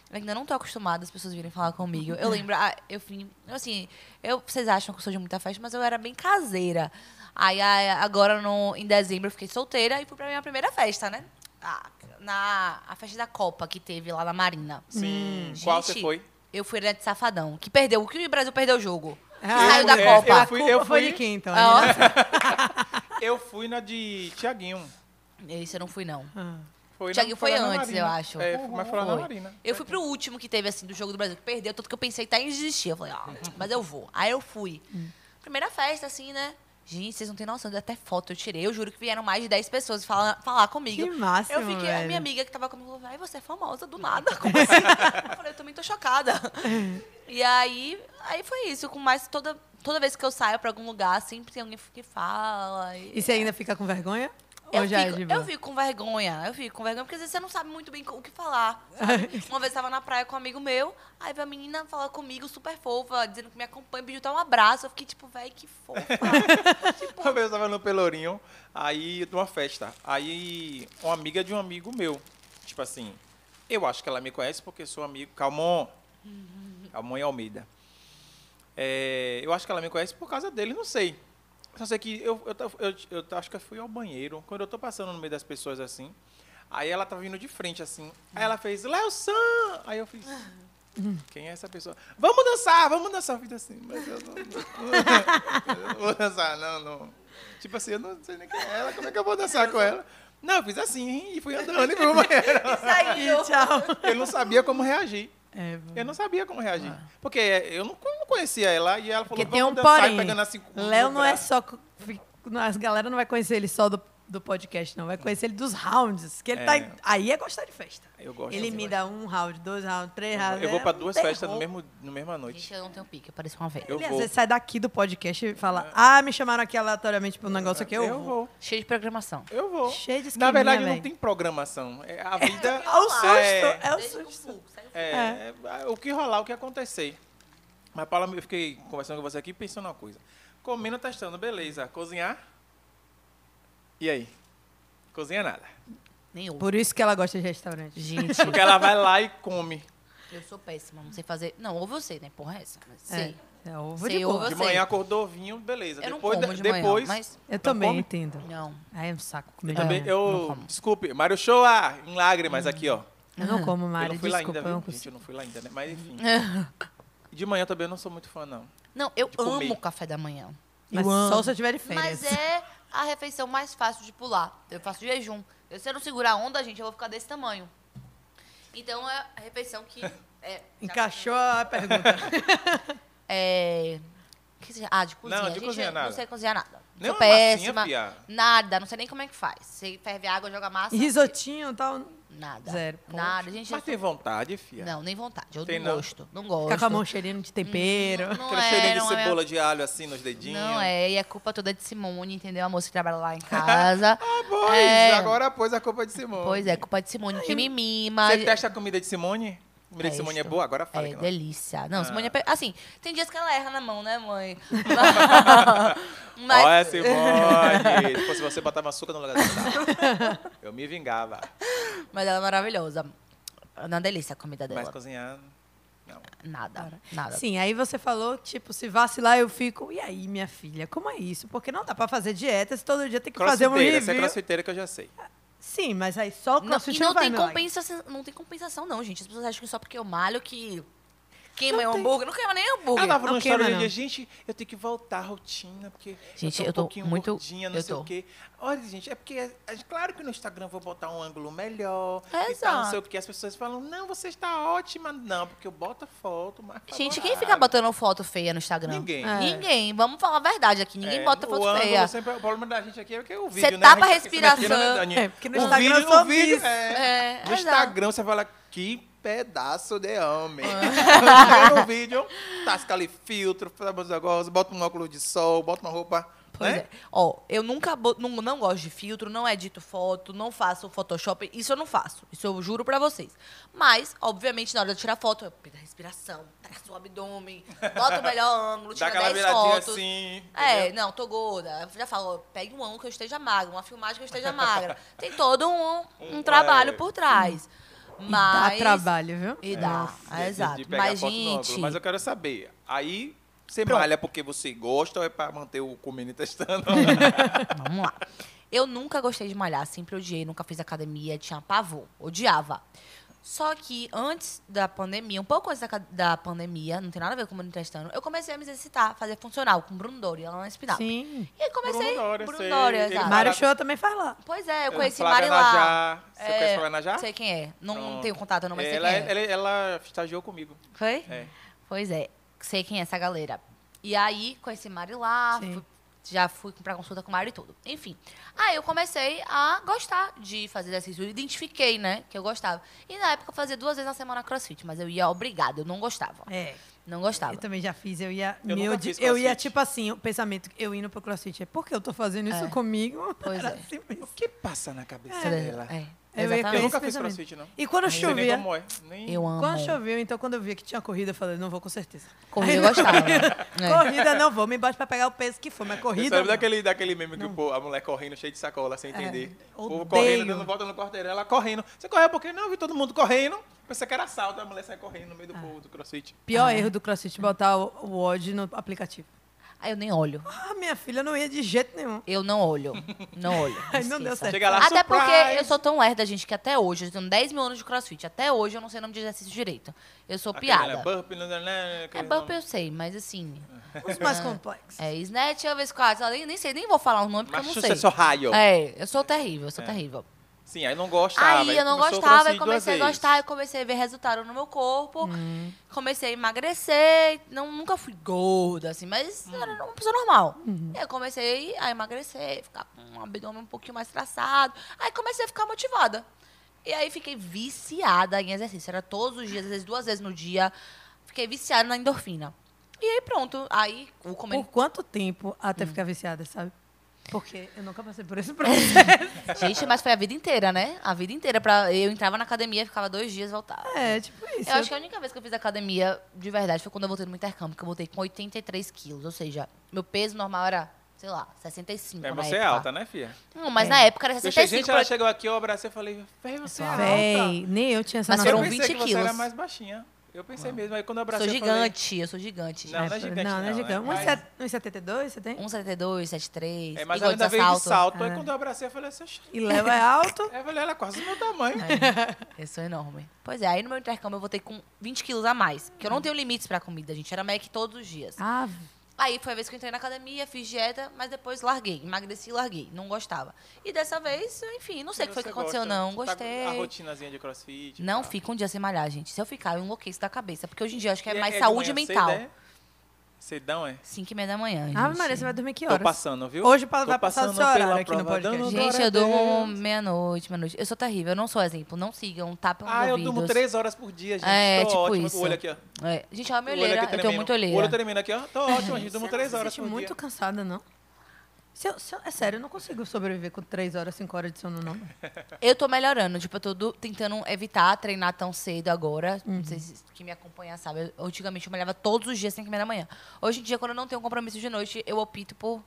[SPEAKER 4] Eu ainda não tô acostumada as pessoas virem falar comigo. Eu lembro, ah, eu vim, assim, eu, vocês acham que eu sou de muita festa, mas eu era bem caseira. Aí a- agora no, em dezembro eu fiquei solteira e fui pra minha primeira festa, né? A, na a festa da Copa que teve lá na Marina.
[SPEAKER 2] Sim. Qual
[SPEAKER 4] Hum, Gente,
[SPEAKER 2] você foi?
[SPEAKER 4] Eu fui na de Safadão, que perdeu, que o Brasil perdeu o jogo. Que
[SPEAKER 3] Ah,
[SPEAKER 4] saiu da
[SPEAKER 2] é, eu-
[SPEAKER 4] Copa.
[SPEAKER 2] eu fui-
[SPEAKER 3] A culpa foi
[SPEAKER 2] fui-
[SPEAKER 3] de quem, então?
[SPEAKER 4] Ah, ó.
[SPEAKER 2] Eu fui na de Tiaguinho.
[SPEAKER 4] Esse eu não fui, não.
[SPEAKER 3] Ah.
[SPEAKER 2] Foi na-
[SPEAKER 4] Tiaguinho foi
[SPEAKER 2] lá na
[SPEAKER 4] antes,
[SPEAKER 2] Marina.
[SPEAKER 4] eu acho.
[SPEAKER 2] É, mas foi lá na
[SPEAKER 4] Foi.
[SPEAKER 2] Marina.
[SPEAKER 4] Eu fui pro último que teve, assim, do Jogo do Brasil, que perdeu, tanto que eu pensei tá, em desistir. Eu falei, ah,
[SPEAKER 3] Uhum.
[SPEAKER 4] mas eu vou. Aí eu fui.
[SPEAKER 3] Hum.
[SPEAKER 4] Primeira festa, assim, né? Gente, vocês não têm noção, até foto eu tirei. Eu juro que vieram mais de 10 pessoas falar, falar comigo.
[SPEAKER 3] Que máximo,
[SPEAKER 4] Eu fiquei, a
[SPEAKER 3] velho.
[SPEAKER 4] minha amiga que tava comigo falou, ai, você é famosa do nada. Como assim? eu falei, eu também tô chocada. E aí, aí foi isso. Com mais toda, toda vez que eu saio pra algum lugar, sempre tem alguém que fala.
[SPEAKER 3] E você ainda fica com vergonha? Ou
[SPEAKER 4] Eu,
[SPEAKER 3] já é
[SPEAKER 4] fico,
[SPEAKER 3] de boa?
[SPEAKER 4] eu fico com vergonha, eu fico com vergonha, porque às vezes você não sabe muito bem co- o que falar. sabe? Uma vez eu tava na praia com um amigo meu, aí veio a menina falar comigo, super fofa, dizendo que me acompanha, pediu até um abraço. Eu fiquei tipo, véi, que fofa.
[SPEAKER 2] Uma vez eu tava no Pelourinho, aí de uma festa. Aí uma amiga de um amigo meu. Tipo assim, eu acho que ela me conhece porque sou amigo. Calmon. Calmon e Almeida. É, eu acho que ela me conhece por causa dele, não sei. Só sei que eu, eu, ta- eu, eu ta- acho que eu fui ao banheiro. Quando eu tô passando no meio das pessoas assim. Aí ela tá vindo de frente assim. Aí ela fez, Léo San! Aí eu fiz. Quem é essa pessoa? Vamos dançar, vamos dançar. Eu fiz assim, mas eu não, não vou dançar, não, não. Tipo assim, eu não sei nem quem é ela, como é que eu vou dançar com ela? Não, eu fiz assim e fui andando e fui pro banheiro.
[SPEAKER 7] Saiu.
[SPEAKER 3] E tchau.
[SPEAKER 2] Eu não sabia como reagir.
[SPEAKER 3] É,
[SPEAKER 2] Eu não sabia como reagir. Porque eu não, eu não conhecia ela e ela falou,
[SPEAKER 3] Ah. Porque tem um
[SPEAKER 2] "Vamos dançar", e
[SPEAKER 3] porém.
[SPEAKER 2] pegando assim com o
[SPEAKER 3] Léo não é
[SPEAKER 2] braço.
[SPEAKER 3] só. co- fi- não, As galera não vai conhecer ele só do, do podcast, não. Vai conhecer ele dos rounds. Que ele
[SPEAKER 2] É.
[SPEAKER 3] tá. em- Aí é gostar de festa.
[SPEAKER 2] Eu gosto.
[SPEAKER 3] ele
[SPEAKER 2] assim,
[SPEAKER 3] me dá um round, dois rounds, três rounds.
[SPEAKER 2] Eu vou
[SPEAKER 3] é
[SPEAKER 2] pra
[SPEAKER 3] um
[SPEAKER 2] duas
[SPEAKER 3] terror.
[SPEAKER 2] festas no mesmo, no mesma noite.
[SPEAKER 4] Gente, eu não tenho pique, eu pareço uma velha.
[SPEAKER 2] Eu
[SPEAKER 3] Ele às
[SPEAKER 2] vou. É.
[SPEAKER 3] vezes sai daqui do podcast e fala: Ah, me chamaram aqui aleatoriamente pro negócio aqui. Eu, vou.
[SPEAKER 4] Cheio de programação.
[SPEAKER 2] Eu vou.
[SPEAKER 3] Cheio de
[SPEAKER 2] Na
[SPEAKER 3] esqueminha,
[SPEAKER 2] verdade, não
[SPEAKER 3] véi.
[SPEAKER 2] tem programação. É, a vida.
[SPEAKER 3] Ao susto,
[SPEAKER 2] É,
[SPEAKER 3] é o
[SPEAKER 7] Desde que o
[SPEAKER 3] susto.
[SPEAKER 7] fogo saiu.
[SPEAKER 2] é, é, é, o que rolar, o que acontecer. Mas, Paula, eu fiquei conversando com você aqui e pensando uma coisa. Comendo, testando, beleza. Cozinhar. E aí? Cozinha nada.
[SPEAKER 4] Nem eu.
[SPEAKER 3] Por isso que ela gosta de restaurante.
[SPEAKER 4] Gente,
[SPEAKER 2] Porque ela vai lá e come.
[SPEAKER 4] eu sou péssima, não sei fazer. Não, ou você, né? Porra, é essa. Mas
[SPEAKER 3] É.
[SPEAKER 4] sei.
[SPEAKER 3] É, ovo
[SPEAKER 4] Sei,
[SPEAKER 3] de
[SPEAKER 4] ovo
[SPEAKER 3] boa.
[SPEAKER 4] Eu
[SPEAKER 2] De
[SPEAKER 4] sei.
[SPEAKER 2] manhã acordou vinho, beleza.
[SPEAKER 4] Eu não
[SPEAKER 2] depois,
[SPEAKER 4] como de manhã,
[SPEAKER 2] depois.
[SPEAKER 4] mas-
[SPEAKER 3] Eu também
[SPEAKER 2] come?
[SPEAKER 3] entendo.
[SPEAKER 4] Não.
[SPEAKER 3] Ai, é um saco comer.
[SPEAKER 2] Eu
[SPEAKER 3] de
[SPEAKER 2] também.
[SPEAKER 3] manhã.
[SPEAKER 4] não
[SPEAKER 2] Eu.
[SPEAKER 4] como. Uhum.
[SPEAKER 2] Desculpe, Mário Shoa, em lágrimas aqui, ó.
[SPEAKER 3] Eu não como,
[SPEAKER 2] eu
[SPEAKER 3] Mari.
[SPEAKER 2] não fui lá
[SPEAKER 3] Desculpa,
[SPEAKER 2] ainda,
[SPEAKER 3] eu não
[SPEAKER 2] viu? Gente,
[SPEAKER 3] consigo.
[SPEAKER 2] eu não fui lá ainda, né? Mas enfim. De manhã também eu não sou muito fã, não.
[SPEAKER 4] Não, eu
[SPEAKER 2] De comer.
[SPEAKER 4] amo o café da manhã.
[SPEAKER 3] Mas só se eu tiver de férias.
[SPEAKER 7] Mas é a refeição mais fácil de pular. Eu faço jejum. Eu, se eu não segurar a onda, gente, eu vou ficar desse tamanho. Então é a refeição que. É,
[SPEAKER 3] Encaixou a pergunta.
[SPEAKER 7] É. que seja- ah, de cozinha.
[SPEAKER 2] Não, de
[SPEAKER 7] Gente,
[SPEAKER 2] cozinha, nada.
[SPEAKER 7] Não sei cozinhar nada.
[SPEAKER 2] Nem
[SPEAKER 7] Sou
[SPEAKER 2] uma massinha,
[SPEAKER 7] péssima.
[SPEAKER 2] fia.
[SPEAKER 7] Nada, não sei nem como é que faz. Você ferve água, joga massa.
[SPEAKER 3] Risotinho então, e tal.
[SPEAKER 7] Nada.
[SPEAKER 3] Zero ponto.
[SPEAKER 7] Nada, gente. eu
[SPEAKER 2] Mas tem vontade, fia.
[SPEAKER 4] Não, nem vontade. Eu
[SPEAKER 2] Tem
[SPEAKER 4] não
[SPEAKER 2] não.
[SPEAKER 4] gosto. Não gosto.
[SPEAKER 3] Ficar com a mão cheirinha de tempero.
[SPEAKER 7] Não,
[SPEAKER 2] Aquele
[SPEAKER 7] é,
[SPEAKER 2] cheirinho de
[SPEAKER 7] não é
[SPEAKER 2] cebola de alho assim nos dedinhos.
[SPEAKER 4] Não é, e a culpa toda é de Simone, entendeu? A moça que trabalha lá em casa.
[SPEAKER 2] Ah, pois,
[SPEAKER 4] É.
[SPEAKER 2] agora pôs a culpa de Simone.
[SPEAKER 4] Pois é, a culpa é de Simone que me mima.
[SPEAKER 2] Você testa a comida de Simone? A comida de
[SPEAKER 4] Testo.
[SPEAKER 2] Simone é boa? Agora fala
[SPEAKER 4] É,
[SPEAKER 2] que não. Ah.
[SPEAKER 4] delícia. Não, Simone é... pe- Assim, tem dias que ela erra na mão, né, mãe?
[SPEAKER 2] Olha, assim, Simone! Pô, se você botava açúcar no lugar da sal, eu me vingava.
[SPEAKER 4] Mas ela é maravilhosa. É uma delícia a comida dela.
[SPEAKER 2] Mas cozinhar, não.
[SPEAKER 4] Nada, nada.
[SPEAKER 3] Sim, aí você falou, tipo, se vacilar eu fico. E aí, minha filha, como é isso? Porque não dá pra fazer dieta se todo dia tem que fazer um
[SPEAKER 2] Crossfiteira, você é
[SPEAKER 3] review.
[SPEAKER 2] crossfiteira que eu já sei.
[SPEAKER 3] Sim, mas aí só o
[SPEAKER 4] Não,
[SPEAKER 3] crossfit
[SPEAKER 4] e
[SPEAKER 3] não, é?
[SPEAKER 4] não
[SPEAKER 3] vai,
[SPEAKER 4] tem,
[SPEAKER 3] meu like.
[SPEAKER 4] compensação, não tem compensação, não, gente. As pessoas acham que só porque eu malho que queima o hambúrguer. Não queima nem
[SPEAKER 2] Ela
[SPEAKER 4] hambúrguer.
[SPEAKER 2] tava falando
[SPEAKER 3] Não
[SPEAKER 2] história
[SPEAKER 3] queima,
[SPEAKER 2] de
[SPEAKER 3] não.
[SPEAKER 2] gente, eu tenho que voltar à rotina, porque
[SPEAKER 4] Gente,
[SPEAKER 2] eu tô um
[SPEAKER 4] eu tô
[SPEAKER 2] pouquinho
[SPEAKER 4] muito-
[SPEAKER 2] gordinha, não
[SPEAKER 4] eu
[SPEAKER 2] sei o
[SPEAKER 4] tô.
[SPEAKER 2] quê. Olha, gente, é porque, é, é claro que no Instagram eu vou botar um ângulo melhor, e tal, não
[SPEAKER 4] Exato.
[SPEAKER 2] sei o que. As pessoas falam, não, você está ótima. Não, porque eu boto a foto, mas tá
[SPEAKER 4] Gente, quem fica botando foto feia no Instagram?
[SPEAKER 2] Ninguém.
[SPEAKER 3] É.
[SPEAKER 4] Ninguém. Vamos falar a verdade aqui. Ninguém
[SPEAKER 2] É,
[SPEAKER 4] bota
[SPEAKER 2] o
[SPEAKER 4] foto
[SPEAKER 2] ângulo
[SPEAKER 4] feia.
[SPEAKER 2] sempre- o problema da gente aqui é que é o vídeo,
[SPEAKER 4] Cê
[SPEAKER 2] né?
[SPEAKER 4] tapa
[SPEAKER 2] gente
[SPEAKER 4] a
[SPEAKER 2] aqui se metendo,
[SPEAKER 4] respiração.
[SPEAKER 2] né, Dani?
[SPEAKER 3] É, porque no
[SPEAKER 2] O
[SPEAKER 3] Instagram
[SPEAKER 2] vídeo-
[SPEAKER 3] só
[SPEAKER 2] o vídeo,
[SPEAKER 3] vi.
[SPEAKER 2] é,
[SPEAKER 4] É,
[SPEAKER 2] No
[SPEAKER 4] exato.
[SPEAKER 2] Instagram você fala, que pedaço de homem.
[SPEAKER 4] Ah.
[SPEAKER 2] Porque no vídeo, tasca ali filtro, faz uns negócios, bota um óculos de sol, bota uma roupa,
[SPEAKER 4] Pois
[SPEAKER 2] né?
[SPEAKER 4] é. Ó, eu nunca bo- não, não gosto de filtro, não edito foto, não faço Photoshop. Isso eu não faço. Isso eu juro pra vocês. Mas, obviamente, na hora de tirar foto, eu pego a respiração, traço o abdômen, boto o melhor ângulo,
[SPEAKER 2] Dá
[SPEAKER 4] tira
[SPEAKER 2] aquela
[SPEAKER 4] 10
[SPEAKER 2] viradinha
[SPEAKER 4] fotos.
[SPEAKER 2] assim.
[SPEAKER 4] É,
[SPEAKER 2] entendeu?
[SPEAKER 4] não, tô gorda. Eu já falo, ó, pegue um ângulo que eu esteja magra, uma filmagem que eu esteja magra. Tem todo um, um
[SPEAKER 2] Um,
[SPEAKER 4] trabalho
[SPEAKER 2] é.
[SPEAKER 4] por trás. Mas.
[SPEAKER 3] Dá trabalho, viu?
[SPEAKER 4] E dá,
[SPEAKER 2] De- de-
[SPEAKER 4] Ah, exato.
[SPEAKER 2] É, de pegar
[SPEAKER 4] mas,
[SPEAKER 2] foto no ângulo.
[SPEAKER 4] gente.
[SPEAKER 2] Mas eu quero saber, aí você malha porque você gosta ou é pra manter o comendo e testando?
[SPEAKER 4] Vamos lá. Eu nunca gostei de malhar, sempre odiei, nunca fiz academia, tinha pavor, odiava. Só que antes da pandemia, um pouco antes da, ca- da pandemia, não tem nada a ver com o Bruno Trestano, eu comecei a me exercitar, fazer funcional com o Bruno Dori, ela na espinal.
[SPEAKER 3] Sim.
[SPEAKER 4] E aí comecei.
[SPEAKER 2] Bruno Doria, sei,
[SPEAKER 4] Doria,
[SPEAKER 2] ele
[SPEAKER 4] exato.
[SPEAKER 2] mara-
[SPEAKER 3] Mário Show também faz lá.
[SPEAKER 4] Pois é, eu conheci
[SPEAKER 2] Flávia
[SPEAKER 4] Marilá.
[SPEAKER 2] Najá. Você conhece Flávia Najá?
[SPEAKER 4] Sei quem é. Não
[SPEAKER 2] Pronto.
[SPEAKER 4] tenho contato, não, mas sei
[SPEAKER 2] ela,
[SPEAKER 4] quem é.
[SPEAKER 2] ela, ela estagiou comigo.
[SPEAKER 4] Foi?
[SPEAKER 2] É.
[SPEAKER 4] Pois é, sei quem é essa galera. E aí, conheci Mari lá,
[SPEAKER 3] Sim.
[SPEAKER 4] fui- já fui pra consulta com o Mari e tudo. Enfim. Aí eu comecei a gostar de fazer exercício. Eu identifiquei, né, que eu gostava. E na época eu fazia duas vezes na semana crossfit, mas eu ia obrigada, eu não gostava.
[SPEAKER 3] É.
[SPEAKER 4] Não gostava.
[SPEAKER 3] Eu também já fiz, eu ia.
[SPEAKER 2] Eu
[SPEAKER 3] meu
[SPEAKER 2] nunca
[SPEAKER 3] di-
[SPEAKER 2] fiz
[SPEAKER 3] eu ia,
[SPEAKER 2] crossfit.
[SPEAKER 3] tipo assim, o pensamento, eu indo pro crossfit, é porque eu tô fazendo isso comigo?
[SPEAKER 4] Pois
[SPEAKER 3] Era
[SPEAKER 4] é.
[SPEAKER 3] assim mesmo.
[SPEAKER 2] O que passa na cabeça
[SPEAKER 4] Você-
[SPEAKER 2] dela?
[SPEAKER 4] é,
[SPEAKER 3] Eu ia com
[SPEAKER 2] Eu
[SPEAKER 4] exatamente.
[SPEAKER 2] nunca
[SPEAKER 3] esse
[SPEAKER 2] fiz
[SPEAKER 3] pensamento.
[SPEAKER 2] crossfit, não.
[SPEAKER 3] E quando
[SPEAKER 2] Não sei nem
[SPEAKER 3] chovia.
[SPEAKER 2] como é. Nem...
[SPEAKER 4] Eu amo.
[SPEAKER 3] Quando choveu, então quando eu via que tinha corrida, eu falei, não vou com certeza.
[SPEAKER 4] Corrida
[SPEAKER 3] Aí
[SPEAKER 4] eu
[SPEAKER 3] não-
[SPEAKER 4] gostava. É.
[SPEAKER 3] Corrida não vou, me bote pra pegar o peso que for, mas
[SPEAKER 2] Você
[SPEAKER 3] corrida.
[SPEAKER 2] sabe
[SPEAKER 3] não.
[SPEAKER 2] daquele, daquele meme que o povo, a mulher correndo cheia de sacola,
[SPEAKER 4] É,
[SPEAKER 2] sem entender. o povo
[SPEAKER 3] odeio.
[SPEAKER 2] correndo, dando volta no quarteirão, ela correndo. Você correu porque não, eu vi todo mundo correndo. Pensei que era assalto, a
[SPEAKER 4] Ah.
[SPEAKER 3] É.
[SPEAKER 2] mulher sai correndo no meio do povo do crossfit.
[SPEAKER 3] Pior erro do crossfit, botar o, o odd no aplicativo.
[SPEAKER 4] Aí eu nem olho.
[SPEAKER 3] Ah, minha filha não ia de jeito nenhum.
[SPEAKER 4] Eu não olho. Não olho.
[SPEAKER 3] Ai, não deu
[SPEAKER 4] Esqueça.
[SPEAKER 3] certo.
[SPEAKER 2] Chega lá,
[SPEAKER 4] Até
[SPEAKER 2] surprise.
[SPEAKER 4] porque eu sou tão lerda, gente, que até hoje, eu tenho 10 mil anos de crossfit, até hoje eu não sei o nome de exercício direito. Eu sou
[SPEAKER 2] Aquele,
[SPEAKER 4] piada.
[SPEAKER 2] né, burpee, né, né, né,
[SPEAKER 4] É
[SPEAKER 2] aquele
[SPEAKER 4] burpee
[SPEAKER 2] nome.
[SPEAKER 4] eu sei, mas assim.
[SPEAKER 3] Os mais complexos.
[SPEAKER 4] É snatch, eu vejo quase. Eu nem, nem sei, nem vou falar o nome porque eu não sei.
[SPEAKER 2] Machuca seu raio.
[SPEAKER 4] É, eu sou terrível, eu sou terrível.
[SPEAKER 2] Sim, aí não gostava.
[SPEAKER 4] Aí eu não
[SPEAKER 2] começou o
[SPEAKER 4] gostava,
[SPEAKER 2] crossfit
[SPEAKER 4] e comecei a
[SPEAKER 2] duas vezes.
[SPEAKER 4] gostar, Hum. e comecei a ver resultado no meu corpo, comecei a emagrecer, não, nunca fui gorda, assim, mas era uma pessoa normal. Eu comecei a emagrecer, ficar com um abdômen um pouquinho mais traçado, aí comecei a ficar motivada. E aí fiquei viciada em exercício, era todos os dias, às vezes duas vezes no dia, fiquei viciada na endorfina. E aí pronto, aí o
[SPEAKER 3] Por
[SPEAKER 4] comentário...
[SPEAKER 3] quanto tempo até ficar viciada, sabe? Hum. Porque eu nunca passei por esse processo.
[SPEAKER 4] Gente, mas foi a vida inteira, né? A vida inteira, pra... eu entrava na academia, ficava dois dias, voltava.
[SPEAKER 3] é, tipo isso.
[SPEAKER 4] Eu acho que a única vez que eu fiz academia de verdade foi quando eu voltei no meu intercâmbio, que eu voltei com 83 quilos. Ou seja, meu peso normal era, sei lá, 65.
[SPEAKER 2] É,
[SPEAKER 4] na
[SPEAKER 2] você é
[SPEAKER 4] época.
[SPEAKER 2] alta, né, filha?
[SPEAKER 4] Não, mas na época era
[SPEAKER 2] Eu cheguei,
[SPEAKER 4] 65.
[SPEAKER 2] gente, ela
[SPEAKER 4] pra-
[SPEAKER 2] chegou aqui, eu abracei e falei, véi, você é alta.
[SPEAKER 3] Véi, nem eu tinha essa
[SPEAKER 4] Mas
[SPEAKER 2] Eu
[SPEAKER 4] foram
[SPEAKER 3] noção.
[SPEAKER 2] pensei
[SPEAKER 4] 20
[SPEAKER 2] que você
[SPEAKER 4] quilos.
[SPEAKER 2] era mais baixinha. Eu pensei mesmo, aí quando eu
[SPEAKER 4] Sou
[SPEAKER 2] abracei eu falei,
[SPEAKER 4] gigante, eu sou gigante. um
[SPEAKER 2] Não,
[SPEAKER 4] gente.
[SPEAKER 2] não é gigante,
[SPEAKER 3] não, não é
[SPEAKER 2] não,
[SPEAKER 3] gigante.
[SPEAKER 2] né? Mas-
[SPEAKER 3] 1,72 você tem?
[SPEAKER 4] 1,72, 73.
[SPEAKER 2] É, mas ela
[SPEAKER 4] bigode
[SPEAKER 2] ainda
[SPEAKER 4] de
[SPEAKER 2] veio de
[SPEAKER 4] assalto.
[SPEAKER 2] salto.
[SPEAKER 3] Ah.
[SPEAKER 2] Aí quando eu abracei, eu falei assim, "Oxe".
[SPEAKER 3] E leva é alto.
[SPEAKER 2] Aí eu falei, ela é quase do meu tamanho.
[SPEAKER 3] É.
[SPEAKER 4] Eu sou enorme. Pois é, aí no meu intercâmbio eu voltei com 20 quilos a mais. Porque eu não tenho limites pra comida, gente. Era Mac todos os dias.
[SPEAKER 3] Ah,
[SPEAKER 4] Aí foi a vez que eu entrei na academia, fiz dieta, mas depois larguei. Emagreci e larguei. Não gostava. E dessa vez, enfim, não sei o que foi que
[SPEAKER 2] Você
[SPEAKER 4] aconteceu,
[SPEAKER 2] gosta,
[SPEAKER 4] não.
[SPEAKER 2] você tá com A
[SPEAKER 4] Gostei.
[SPEAKER 2] rotinazinha de crossfit.
[SPEAKER 4] Não
[SPEAKER 2] tá.
[SPEAKER 4] fica um dia sem malhar, gente. Se eu ficar, eu enlouqueço da cabeça. Porque hoje em dia eu acho que é
[SPEAKER 2] E
[SPEAKER 4] mais
[SPEAKER 2] de
[SPEAKER 4] saúde
[SPEAKER 2] manhã,
[SPEAKER 4] mental.
[SPEAKER 2] Cedo, é? Cedão, é?
[SPEAKER 4] 5 e meia da manhã, gente.
[SPEAKER 3] Ave Maria, você vai dormir que
[SPEAKER 2] Tô
[SPEAKER 3] horas?
[SPEAKER 2] passando, viu?
[SPEAKER 3] Hoje pra-
[SPEAKER 2] Tô
[SPEAKER 3] vai passar do
[SPEAKER 2] passando
[SPEAKER 3] seu horário
[SPEAKER 2] pela
[SPEAKER 3] aqui no
[SPEAKER 2] prova,
[SPEAKER 3] podcast.
[SPEAKER 2] dando
[SPEAKER 4] Gente,
[SPEAKER 2] glória a
[SPEAKER 4] eu durmo
[SPEAKER 2] Deus.
[SPEAKER 4] meia-noite, meia-noite. Eu sou terrível, eu não sou exemplo. Não sigam, tapem
[SPEAKER 2] Ah,
[SPEAKER 4] os
[SPEAKER 2] eu
[SPEAKER 4] ouvidos.
[SPEAKER 2] durmo três horas por dia, gente.
[SPEAKER 4] É,
[SPEAKER 2] Tô
[SPEAKER 4] tipo
[SPEAKER 2] ótima.
[SPEAKER 4] isso.
[SPEAKER 2] O olho aqui, ó. O
[SPEAKER 4] É. Gente, olha a minha
[SPEAKER 2] olho
[SPEAKER 4] olheira.
[SPEAKER 2] aqui tá
[SPEAKER 4] Eu tenho
[SPEAKER 2] tremendo.
[SPEAKER 4] muito
[SPEAKER 2] O olho
[SPEAKER 4] olheira.
[SPEAKER 2] tremendo aqui, ó. Tô ótima, gente. Durmo três horas
[SPEAKER 3] Você
[SPEAKER 2] por
[SPEAKER 3] não se
[SPEAKER 2] dia.
[SPEAKER 3] sente muito cansada, não? Se eu- se eu- é sério, eu não consigo sobreviver com 3 horas, 5 horas de sono, não.
[SPEAKER 4] Eu tô melhorando, tipo, eu tô do- tentando evitar treinar tão cedo agora. Não sei se quem me acompanha sabe. Eu, antigamente eu malhava todos os dias, 5 da manhã. Hoje em dia, quando eu não tenho compromisso de noite, eu opto por,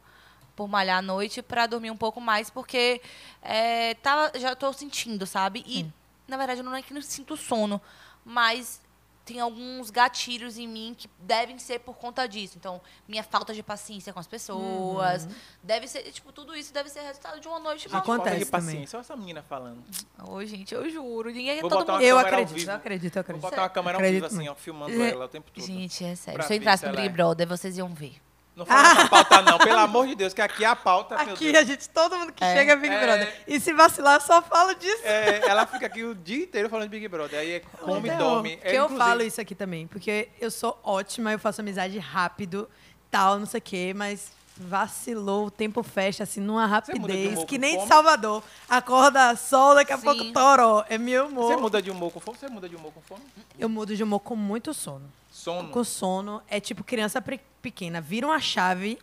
[SPEAKER 4] por malhar à noite pra dormir um pouco mais, porque é, tava, já tô sentindo, sabe? E, na verdade, não é que não sinto sono, mas tem alguns gatilhos em mim que devem ser por conta disso. Então, minha falta de paciência com as pessoas, deve ser, tipo, tudo isso deve ser resultado de uma noite
[SPEAKER 2] Gente,
[SPEAKER 4] mal.
[SPEAKER 3] Acontece
[SPEAKER 2] falta de
[SPEAKER 3] também.
[SPEAKER 2] paciência. Olha essa menina falando.
[SPEAKER 4] Ô, gente, eu juro. Ninguém é
[SPEAKER 2] Vou
[SPEAKER 4] todo
[SPEAKER 2] botar
[SPEAKER 4] mundo.
[SPEAKER 2] uma
[SPEAKER 3] Eu
[SPEAKER 2] câmera ao
[SPEAKER 3] acredito,
[SPEAKER 2] vivo.
[SPEAKER 3] eu acredito, eu acredito.
[SPEAKER 2] Vou botar uma câmera ao
[SPEAKER 3] Acredito
[SPEAKER 2] vivo, assim,
[SPEAKER 3] muito.
[SPEAKER 2] ó, filmando ela o tempo todo.
[SPEAKER 4] Gente, é sério.
[SPEAKER 2] Pra
[SPEAKER 4] Se eu
[SPEAKER 2] ver
[SPEAKER 4] entrasse
[SPEAKER 2] se
[SPEAKER 4] no
[SPEAKER 2] ela é.
[SPEAKER 4] Big Brother, vocês iam ver.
[SPEAKER 2] Não fala essa pauta, não. Pelo amor de Deus, que aqui é a pauta, meu
[SPEAKER 3] Ah. Aqui
[SPEAKER 2] Deus.
[SPEAKER 3] a gente, todo mundo que chega é Big
[SPEAKER 2] É.
[SPEAKER 3] Brother. E se vacilar, eu só falo disso.
[SPEAKER 2] É, ela fica aqui o dia inteiro falando de Big Brother. Aí é come e
[SPEAKER 3] Então,
[SPEAKER 2] dorme.
[SPEAKER 3] Porque
[SPEAKER 2] É,
[SPEAKER 3] eu
[SPEAKER 2] inclusive,
[SPEAKER 3] falo isso aqui também. Porque eu sou ótima, eu faço amizade rápido, tal, não sei o quê, mas vacilou, o tempo fecha, assim, numa
[SPEAKER 2] Você muda de
[SPEAKER 3] rapidez,
[SPEAKER 2] humor
[SPEAKER 3] que
[SPEAKER 2] com
[SPEAKER 3] nem de
[SPEAKER 2] fome?
[SPEAKER 3] Salvador. Acorda sol, daqui a
[SPEAKER 4] Sim.
[SPEAKER 3] pouco toró. É meu
[SPEAKER 2] Você
[SPEAKER 3] humor.
[SPEAKER 2] muda de humor com fome? Você muda de humor com fome?
[SPEAKER 3] Eu mudo de humor com muito sono.
[SPEAKER 2] Sono.
[SPEAKER 3] Com sono. É tipo criança pre- pequena. Vira uma chave.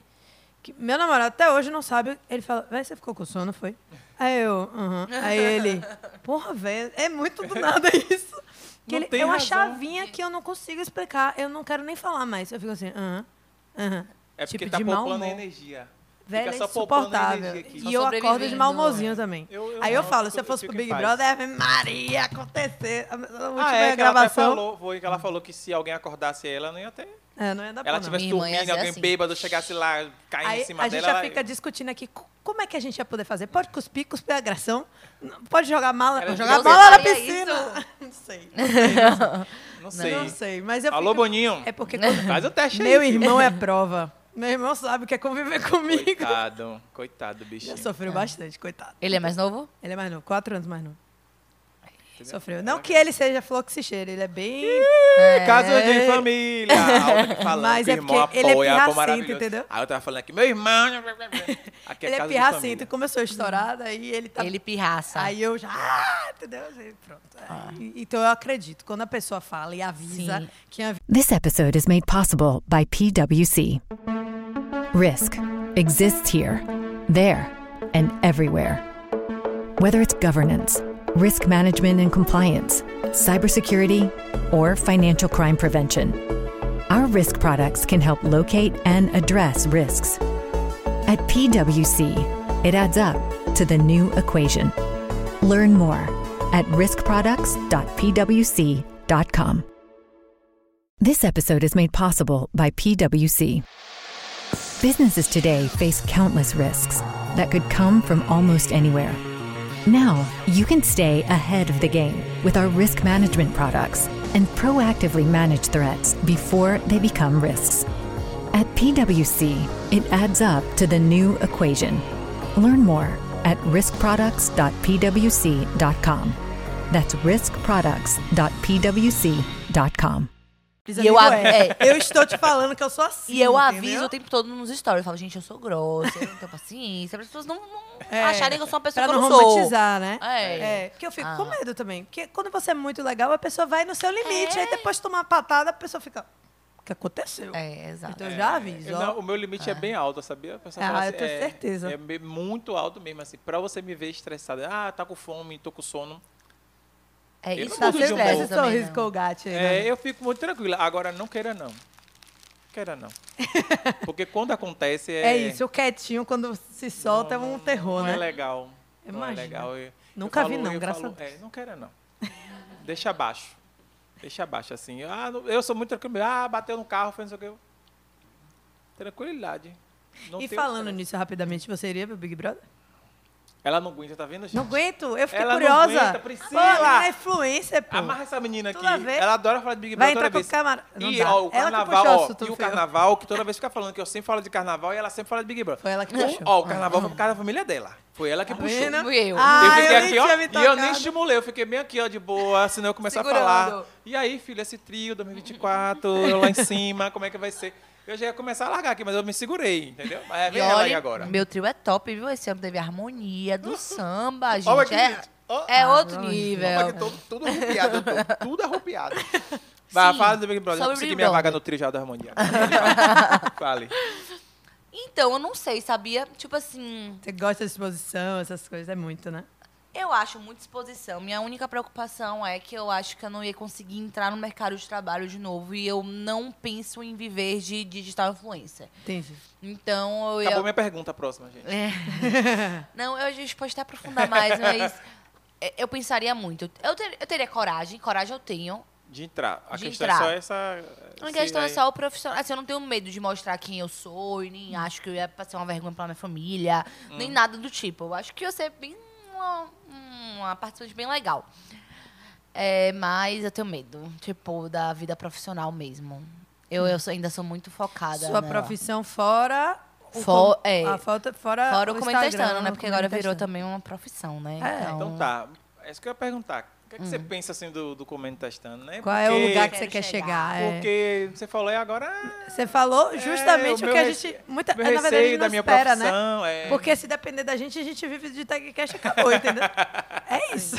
[SPEAKER 3] que meu namorado até hoje não sabe. Ele fala, véi, você ficou com sono, foi? Aí eu, aham. Aí ele, porra, velho, é muito do nada isso. Que
[SPEAKER 2] Não
[SPEAKER 3] ele,
[SPEAKER 2] tem
[SPEAKER 3] é uma
[SPEAKER 2] razão.
[SPEAKER 3] chavinha que eu não consigo explicar. Eu não quero nem falar mais. Eu fico assim, aham, aham.
[SPEAKER 2] É porque
[SPEAKER 3] tipo,
[SPEAKER 2] tá
[SPEAKER 3] de mau
[SPEAKER 2] poupando
[SPEAKER 3] humor.
[SPEAKER 2] energia.
[SPEAKER 3] Velho, é
[SPEAKER 2] fica só poupando
[SPEAKER 3] insuportável.
[SPEAKER 2] energia aqui.
[SPEAKER 3] E
[SPEAKER 4] Só
[SPEAKER 3] eu acordo de
[SPEAKER 4] sobrevivendo,
[SPEAKER 3] mau humorzinho também.
[SPEAKER 2] Eu- eu
[SPEAKER 3] Aí eu
[SPEAKER 2] não,
[SPEAKER 3] falo,
[SPEAKER 2] eu
[SPEAKER 3] se eu
[SPEAKER 2] fico-
[SPEAKER 3] fosse
[SPEAKER 2] eu
[SPEAKER 3] pro
[SPEAKER 2] fico em
[SPEAKER 3] Big
[SPEAKER 2] paz.
[SPEAKER 3] Brother, Ave Maria, acontecer. A a última
[SPEAKER 2] Ah, é, que ela até
[SPEAKER 3] gravação.
[SPEAKER 2] falou, foi que ela falou que se alguém acordasse ela, não ia ter.
[SPEAKER 3] É, não ia dar
[SPEAKER 2] Ela
[SPEAKER 3] pra não.
[SPEAKER 2] tivesse
[SPEAKER 4] Minha irmã ia
[SPEAKER 2] dormindo,
[SPEAKER 4] ser
[SPEAKER 2] alguém
[SPEAKER 4] assim.
[SPEAKER 2] bêbado chegasse lá, caindo
[SPEAKER 3] Aí
[SPEAKER 2] em cima
[SPEAKER 3] a gente
[SPEAKER 2] dela.
[SPEAKER 3] já
[SPEAKER 2] ela-
[SPEAKER 3] fica discutindo aqui co- como é que a gente ia poder fazer. Pode cuspir, cuspir a agressão. Não- Pode jogar mala,
[SPEAKER 2] Era
[SPEAKER 3] jogar
[SPEAKER 2] de
[SPEAKER 3] bola na
[SPEAKER 4] você faria
[SPEAKER 3] piscina. Não sei.
[SPEAKER 2] Não sei.
[SPEAKER 3] Não sei, mas eu
[SPEAKER 2] Alô,
[SPEAKER 3] fico-
[SPEAKER 2] Boninho. Tá
[SPEAKER 3] É porque quando-
[SPEAKER 2] Faz o teste aí.
[SPEAKER 3] meu
[SPEAKER 2] filho.
[SPEAKER 3] irmão é prova. Meu irmão sabe o que é conviver comigo.
[SPEAKER 2] Coitado, coitado, bichinho.
[SPEAKER 3] Já sofreu bastante, coitado.
[SPEAKER 4] Ele é mais novo?
[SPEAKER 3] Ele é mais novo, quatro anos mais novo. Sofreu.
[SPEAKER 2] é
[SPEAKER 3] Não que ele seja flor que se cheira, ele é bem.
[SPEAKER 2] Caso de família. A outra que fala,
[SPEAKER 3] É. Mas
[SPEAKER 2] que
[SPEAKER 3] é
[SPEAKER 2] o irmão
[SPEAKER 3] porque ele é
[SPEAKER 2] apoia, pô,
[SPEAKER 3] pirracento,
[SPEAKER 2] maravilhoso.
[SPEAKER 3] entendeu?
[SPEAKER 2] Aí eu tava falando aqui, meu irmão. Aqui é
[SPEAKER 3] ele é
[SPEAKER 2] casa de
[SPEAKER 3] pirracento.
[SPEAKER 2] família.
[SPEAKER 3] Como eu sou estourada, aí ele tá
[SPEAKER 4] Ele pirraça.
[SPEAKER 3] Aí eu já. Ah, entendeu? Aí pronto. Aí, Então eu acredito. Quando a pessoa fala e avisa
[SPEAKER 4] Ah. Sim.
[SPEAKER 3] que a
[SPEAKER 1] This episode is made possible by PWC. Risk exists here, there, and everywhere. Whether it's governance, risk management and compliance, cybersecurity, or financial crime prevention, our risk products can help locate and address risks. At PWC, it adds up to the new equation. Learn more at riskproducts.pwc.com. This episode is made possible by PWC. Businesses today face countless risks that could come from almost anywhere. Now, you can stay ahead of the game with our risk management products and proactively manage threats before they become risks. At PwC, it adds up to the new equation. Learn more at riskproducts.pwc.com. That's riskproducts.pwc.com.
[SPEAKER 3] E
[SPEAKER 4] eu ab- é.
[SPEAKER 3] eu estou te falando que eu sou assim.
[SPEAKER 4] E eu aviso
[SPEAKER 3] entendeu?
[SPEAKER 4] o tempo todo nos stories. Eu falo, gente, eu sou grossa, eu não tenho paciência. Para as pessoas não, não
[SPEAKER 3] É,
[SPEAKER 4] acharem que eu sou uma pessoa
[SPEAKER 3] Pra
[SPEAKER 4] que eu
[SPEAKER 3] não
[SPEAKER 4] não sou.
[SPEAKER 3] romantizar, né?
[SPEAKER 4] É.
[SPEAKER 3] É, Porque eu fico com medo também. Porque quando você é muito legal, a pessoa vai no seu limite. Aí depois de tomar uma patada, a pessoa fica. O que aconteceu?
[SPEAKER 4] É, exato.
[SPEAKER 3] Então eu já aviso,
[SPEAKER 2] Eu
[SPEAKER 3] ó.
[SPEAKER 2] não, o meu limite é. bem alto, sabia? A pessoa
[SPEAKER 3] Ah,
[SPEAKER 2] fala
[SPEAKER 3] eu tenho
[SPEAKER 2] é-
[SPEAKER 3] certeza.
[SPEAKER 2] É me- muito alto mesmo, assim. Pra você me ver estressada. Ah, tá com fome, tô com sono.
[SPEAKER 4] É
[SPEAKER 2] Eu
[SPEAKER 4] isso
[SPEAKER 2] não
[SPEAKER 4] tá
[SPEAKER 2] mudo de
[SPEAKER 4] se
[SPEAKER 2] humor.
[SPEAKER 4] estressa
[SPEAKER 3] Esse
[SPEAKER 4] também.
[SPEAKER 3] sorriso
[SPEAKER 4] não.
[SPEAKER 3] colgate aí.
[SPEAKER 2] É,
[SPEAKER 3] né?
[SPEAKER 2] eu fico muito tranquila. Agora, não queira não. Queira não. Porque quando acontece... É,
[SPEAKER 3] É isso, o quietinho quando se solta é um terror,
[SPEAKER 2] não
[SPEAKER 3] né?
[SPEAKER 2] é legal. Não é
[SPEAKER 3] Imagina.
[SPEAKER 2] legal. Eu- eu
[SPEAKER 3] Nunca vi,
[SPEAKER 2] falo-
[SPEAKER 3] não,
[SPEAKER 2] eu
[SPEAKER 3] graças
[SPEAKER 2] falo,
[SPEAKER 3] a Deus.
[SPEAKER 2] é, não queira não. Deixa abaixo. Deixa abaixo, assim. Ah, não- eu sou muito tranquilo. Ah, bateu no carro, fez não sei o quê. Tranquilidade. Não
[SPEAKER 3] e
[SPEAKER 2] tenho-
[SPEAKER 3] falando nisso rapidamente, você iria pro Big Brother?
[SPEAKER 2] Ela não aguenta, tá vendo, gente?
[SPEAKER 3] Não aguento, eu fiquei
[SPEAKER 2] Ela não
[SPEAKER 3] curiosa.
[SPEAKER 2] aguenta, Priscila!
[SPEAKER 3] Pô, ela é influencer, pô.
[SPEAKER 2] Amarra essa menina aqui.
[SPEAKER 3] Tudo a ver.
[SPEAKER 2] Ela adora falar de Big
[SPEAKER 3] Vai
[SPEAKER 2] Brother toda
[SPEAKER 3] entrar com
[SPEAKER 2] vez.
[SPEAKER 3] camara- Não
[SPEAKER 2] E
[SPEAKER 3] dá.
[SPEAKER 2] ó, o
[SPEAKER 3] Ela que
[SPEAKER 2] carnaval,
[SPEAKER 3] puxou o
[SPEAKER 2] ó,
[SPEAKER 3] assunto,
[SPEAKER 2] e o
[SPEAKER 3] foi eu.
[SPEAKER 2] carnaval, que toda vez fica falando que eu sempre falo de carnaval e ela sempre fala de Big Brother.
[SPEAKER 3] Foi ela que
[SPEAKER 2] O-
[SPEAKER 3] puxou. Ah. Tá
[SPEAKER 2] Ó, o carnaval foi por causa da família dela. Foi ela que puxou.
[SPEAKER 3] Vendo?
[SPEAKER 4] Fui eu.
[SPEAKER 3] Ah,
[SPEAKER 2] eu fiquei
[SPEAKER 3] eu
[SPEAKER 2] aqui,
[SPEAKER 3] nem
[SPEAKER 2] ó,
[SPEAKER 3] tinha me
[SPEAKER 2] e eu nem
[SPEAKER 3] tocado.
[SPEAKER 2] estimulei, eu fiquei bem aqui, ó, de boa, senão eu começar
[SPEAKER 4] Segurando.
[SPEAKER 2] a falar. E aí, filho, esse trio 2024, eu lá em cima, como é que vai ser? Eu já ia começar a largar aqui, mas eu me segurei, entendeu? Mas é,
[SPEAKER 4] E
[SPEAKER 2] vem ela aí
[SPEAKER 4] olha,
[SPEAKER 2] agora.
[SPEAKER 4] Meu trio é top, viu? Esse ano teve harmonia do samba,
[SPEAKER 2] Ó,
[SPEAKER 4] gente. É,
[SPEAKER 2] aqui, ó.
[SPEAKER 4] é outro
[SPEAKER 3] longe.
[SPEAKER 2] Opa, que
[SPEAKER 4] nível.
[SPEAKER 2] tô tudo arrupiado, eu tô tudo arrupiado. Vai,
[SPEAKER 4] Sim,
[SPEAKER 2] fala do Big Brother. Eu
[SPEAKER 4] sobre
[SPEAKER 2] consegui
[SPEAKER 4] Big
[SPEAKER 2] minha
[SPEAKER 4] Brother.
[SPEAKER 2] vaga no trijal da harmonia. Fale.
[SPEAKER 4] Então, eu não sei, sabia? Tipo assim,
[SPEAKER 3] Você gosta de exposição, essas coisas, é muito, né?
[SPEAKER 4] eu acho muita exposição. Minha única preocupação é que eu acho que eu não ia conseguir entrar no mercado de trabalho de novo. E eu não penso em viver de digital influencer.
[SPEAKER 3] Entendi.
[SPEAKER 4] Então, eu ia...
[SPEAKER 2] Acabou minha pergunta próxima, gente.
[SPEAKER 4] Não, eu já posso até aprofundar mais, mas é, eu pensaria muito. Eu, ter- eu teria coragem, coragem eu tenho.
[SPEAKER 2] De entrar. A
[SPEAKER 4] De
[SPEAKER 2] questão
[SPEAKER 4] entrar.
[SPEAKER 2] é só essa.
[SPEAKER 4] A
[SPEAKER 2] se
[SPEAKER 4] questão é
[SPEAKER 2] aí-
[SPEAKER 4] só o profissional. Assim, eu não tenho medo de mostrar quem eu sou e nem acho que eu ia passar uma vergonha pra minha família,
[SPEAKER 2] Hum.
[SPEAKER 4] nem nada do tipo. Eu acho que eu ia ser bem uma, uma participante bem legal. É, mas eu tenho medo, tipo, da vida profissional mesmo. Eu, eu sou- ainda sou muito focada.
[SPEAKER 3] Sua
[SPEAKER 4] nela.
[SPEAKER 3] profissão fora. o
[SPEAKER 4] For-
[SPEAKER 3] com-
[SPEAKER 4] é.
[SPEAKER 3] a falta, fora,
[SPEAKER 4] Fora o comentário
[SPEAKER 3] Instagram,
[SPEAKER 4] externo, né? Porque agora virou
[SPEAKER 3] também.
[SPEAKER 4] também uma profissão, né?
[SPEAKER 3] É.
[SPEAKER 2] Então tá. É isso que eu ia perguntar. O que, é que
[SPEAKER 4] Hum.
[SPEAKER 2] você pensa assim do, do comendo testando, né?
[SPEAKER 3] Qual é o
[SPEAKER 2] Porque-
[SPEAKER 3] lugar que você
[SPEAKER 4] Quero
[SPEAKER 3] quer
[SPEAKER 4] chegar.
[SPEAKER 3] chegar? é.
[SPEAKER 2] Porque você falou aí agora. ah,
[SPEAKER 3] Você falou justamente
[SPEAKER 2] é,
[SPEAKER 3] o,
[SPEAKER 2] meu
[SPEAKER 3] que a
[SPEAKER 2] rece-
[SPEAKER 3] gente. Muita,
[SPEAKER 2] meu
[SPEAKER 3] é, na verdade, a gente
[SPEAKER 2] receio
[SPEAKER 3] não
[SPEAKER 2] da minha
[SPEAKER 3] espera, né?
[SPEAKER 2] profissão. É...
[SPEAKER 3] Porque se depender da gente, a gente vive de tagcast e acabou, entendeu? É isso.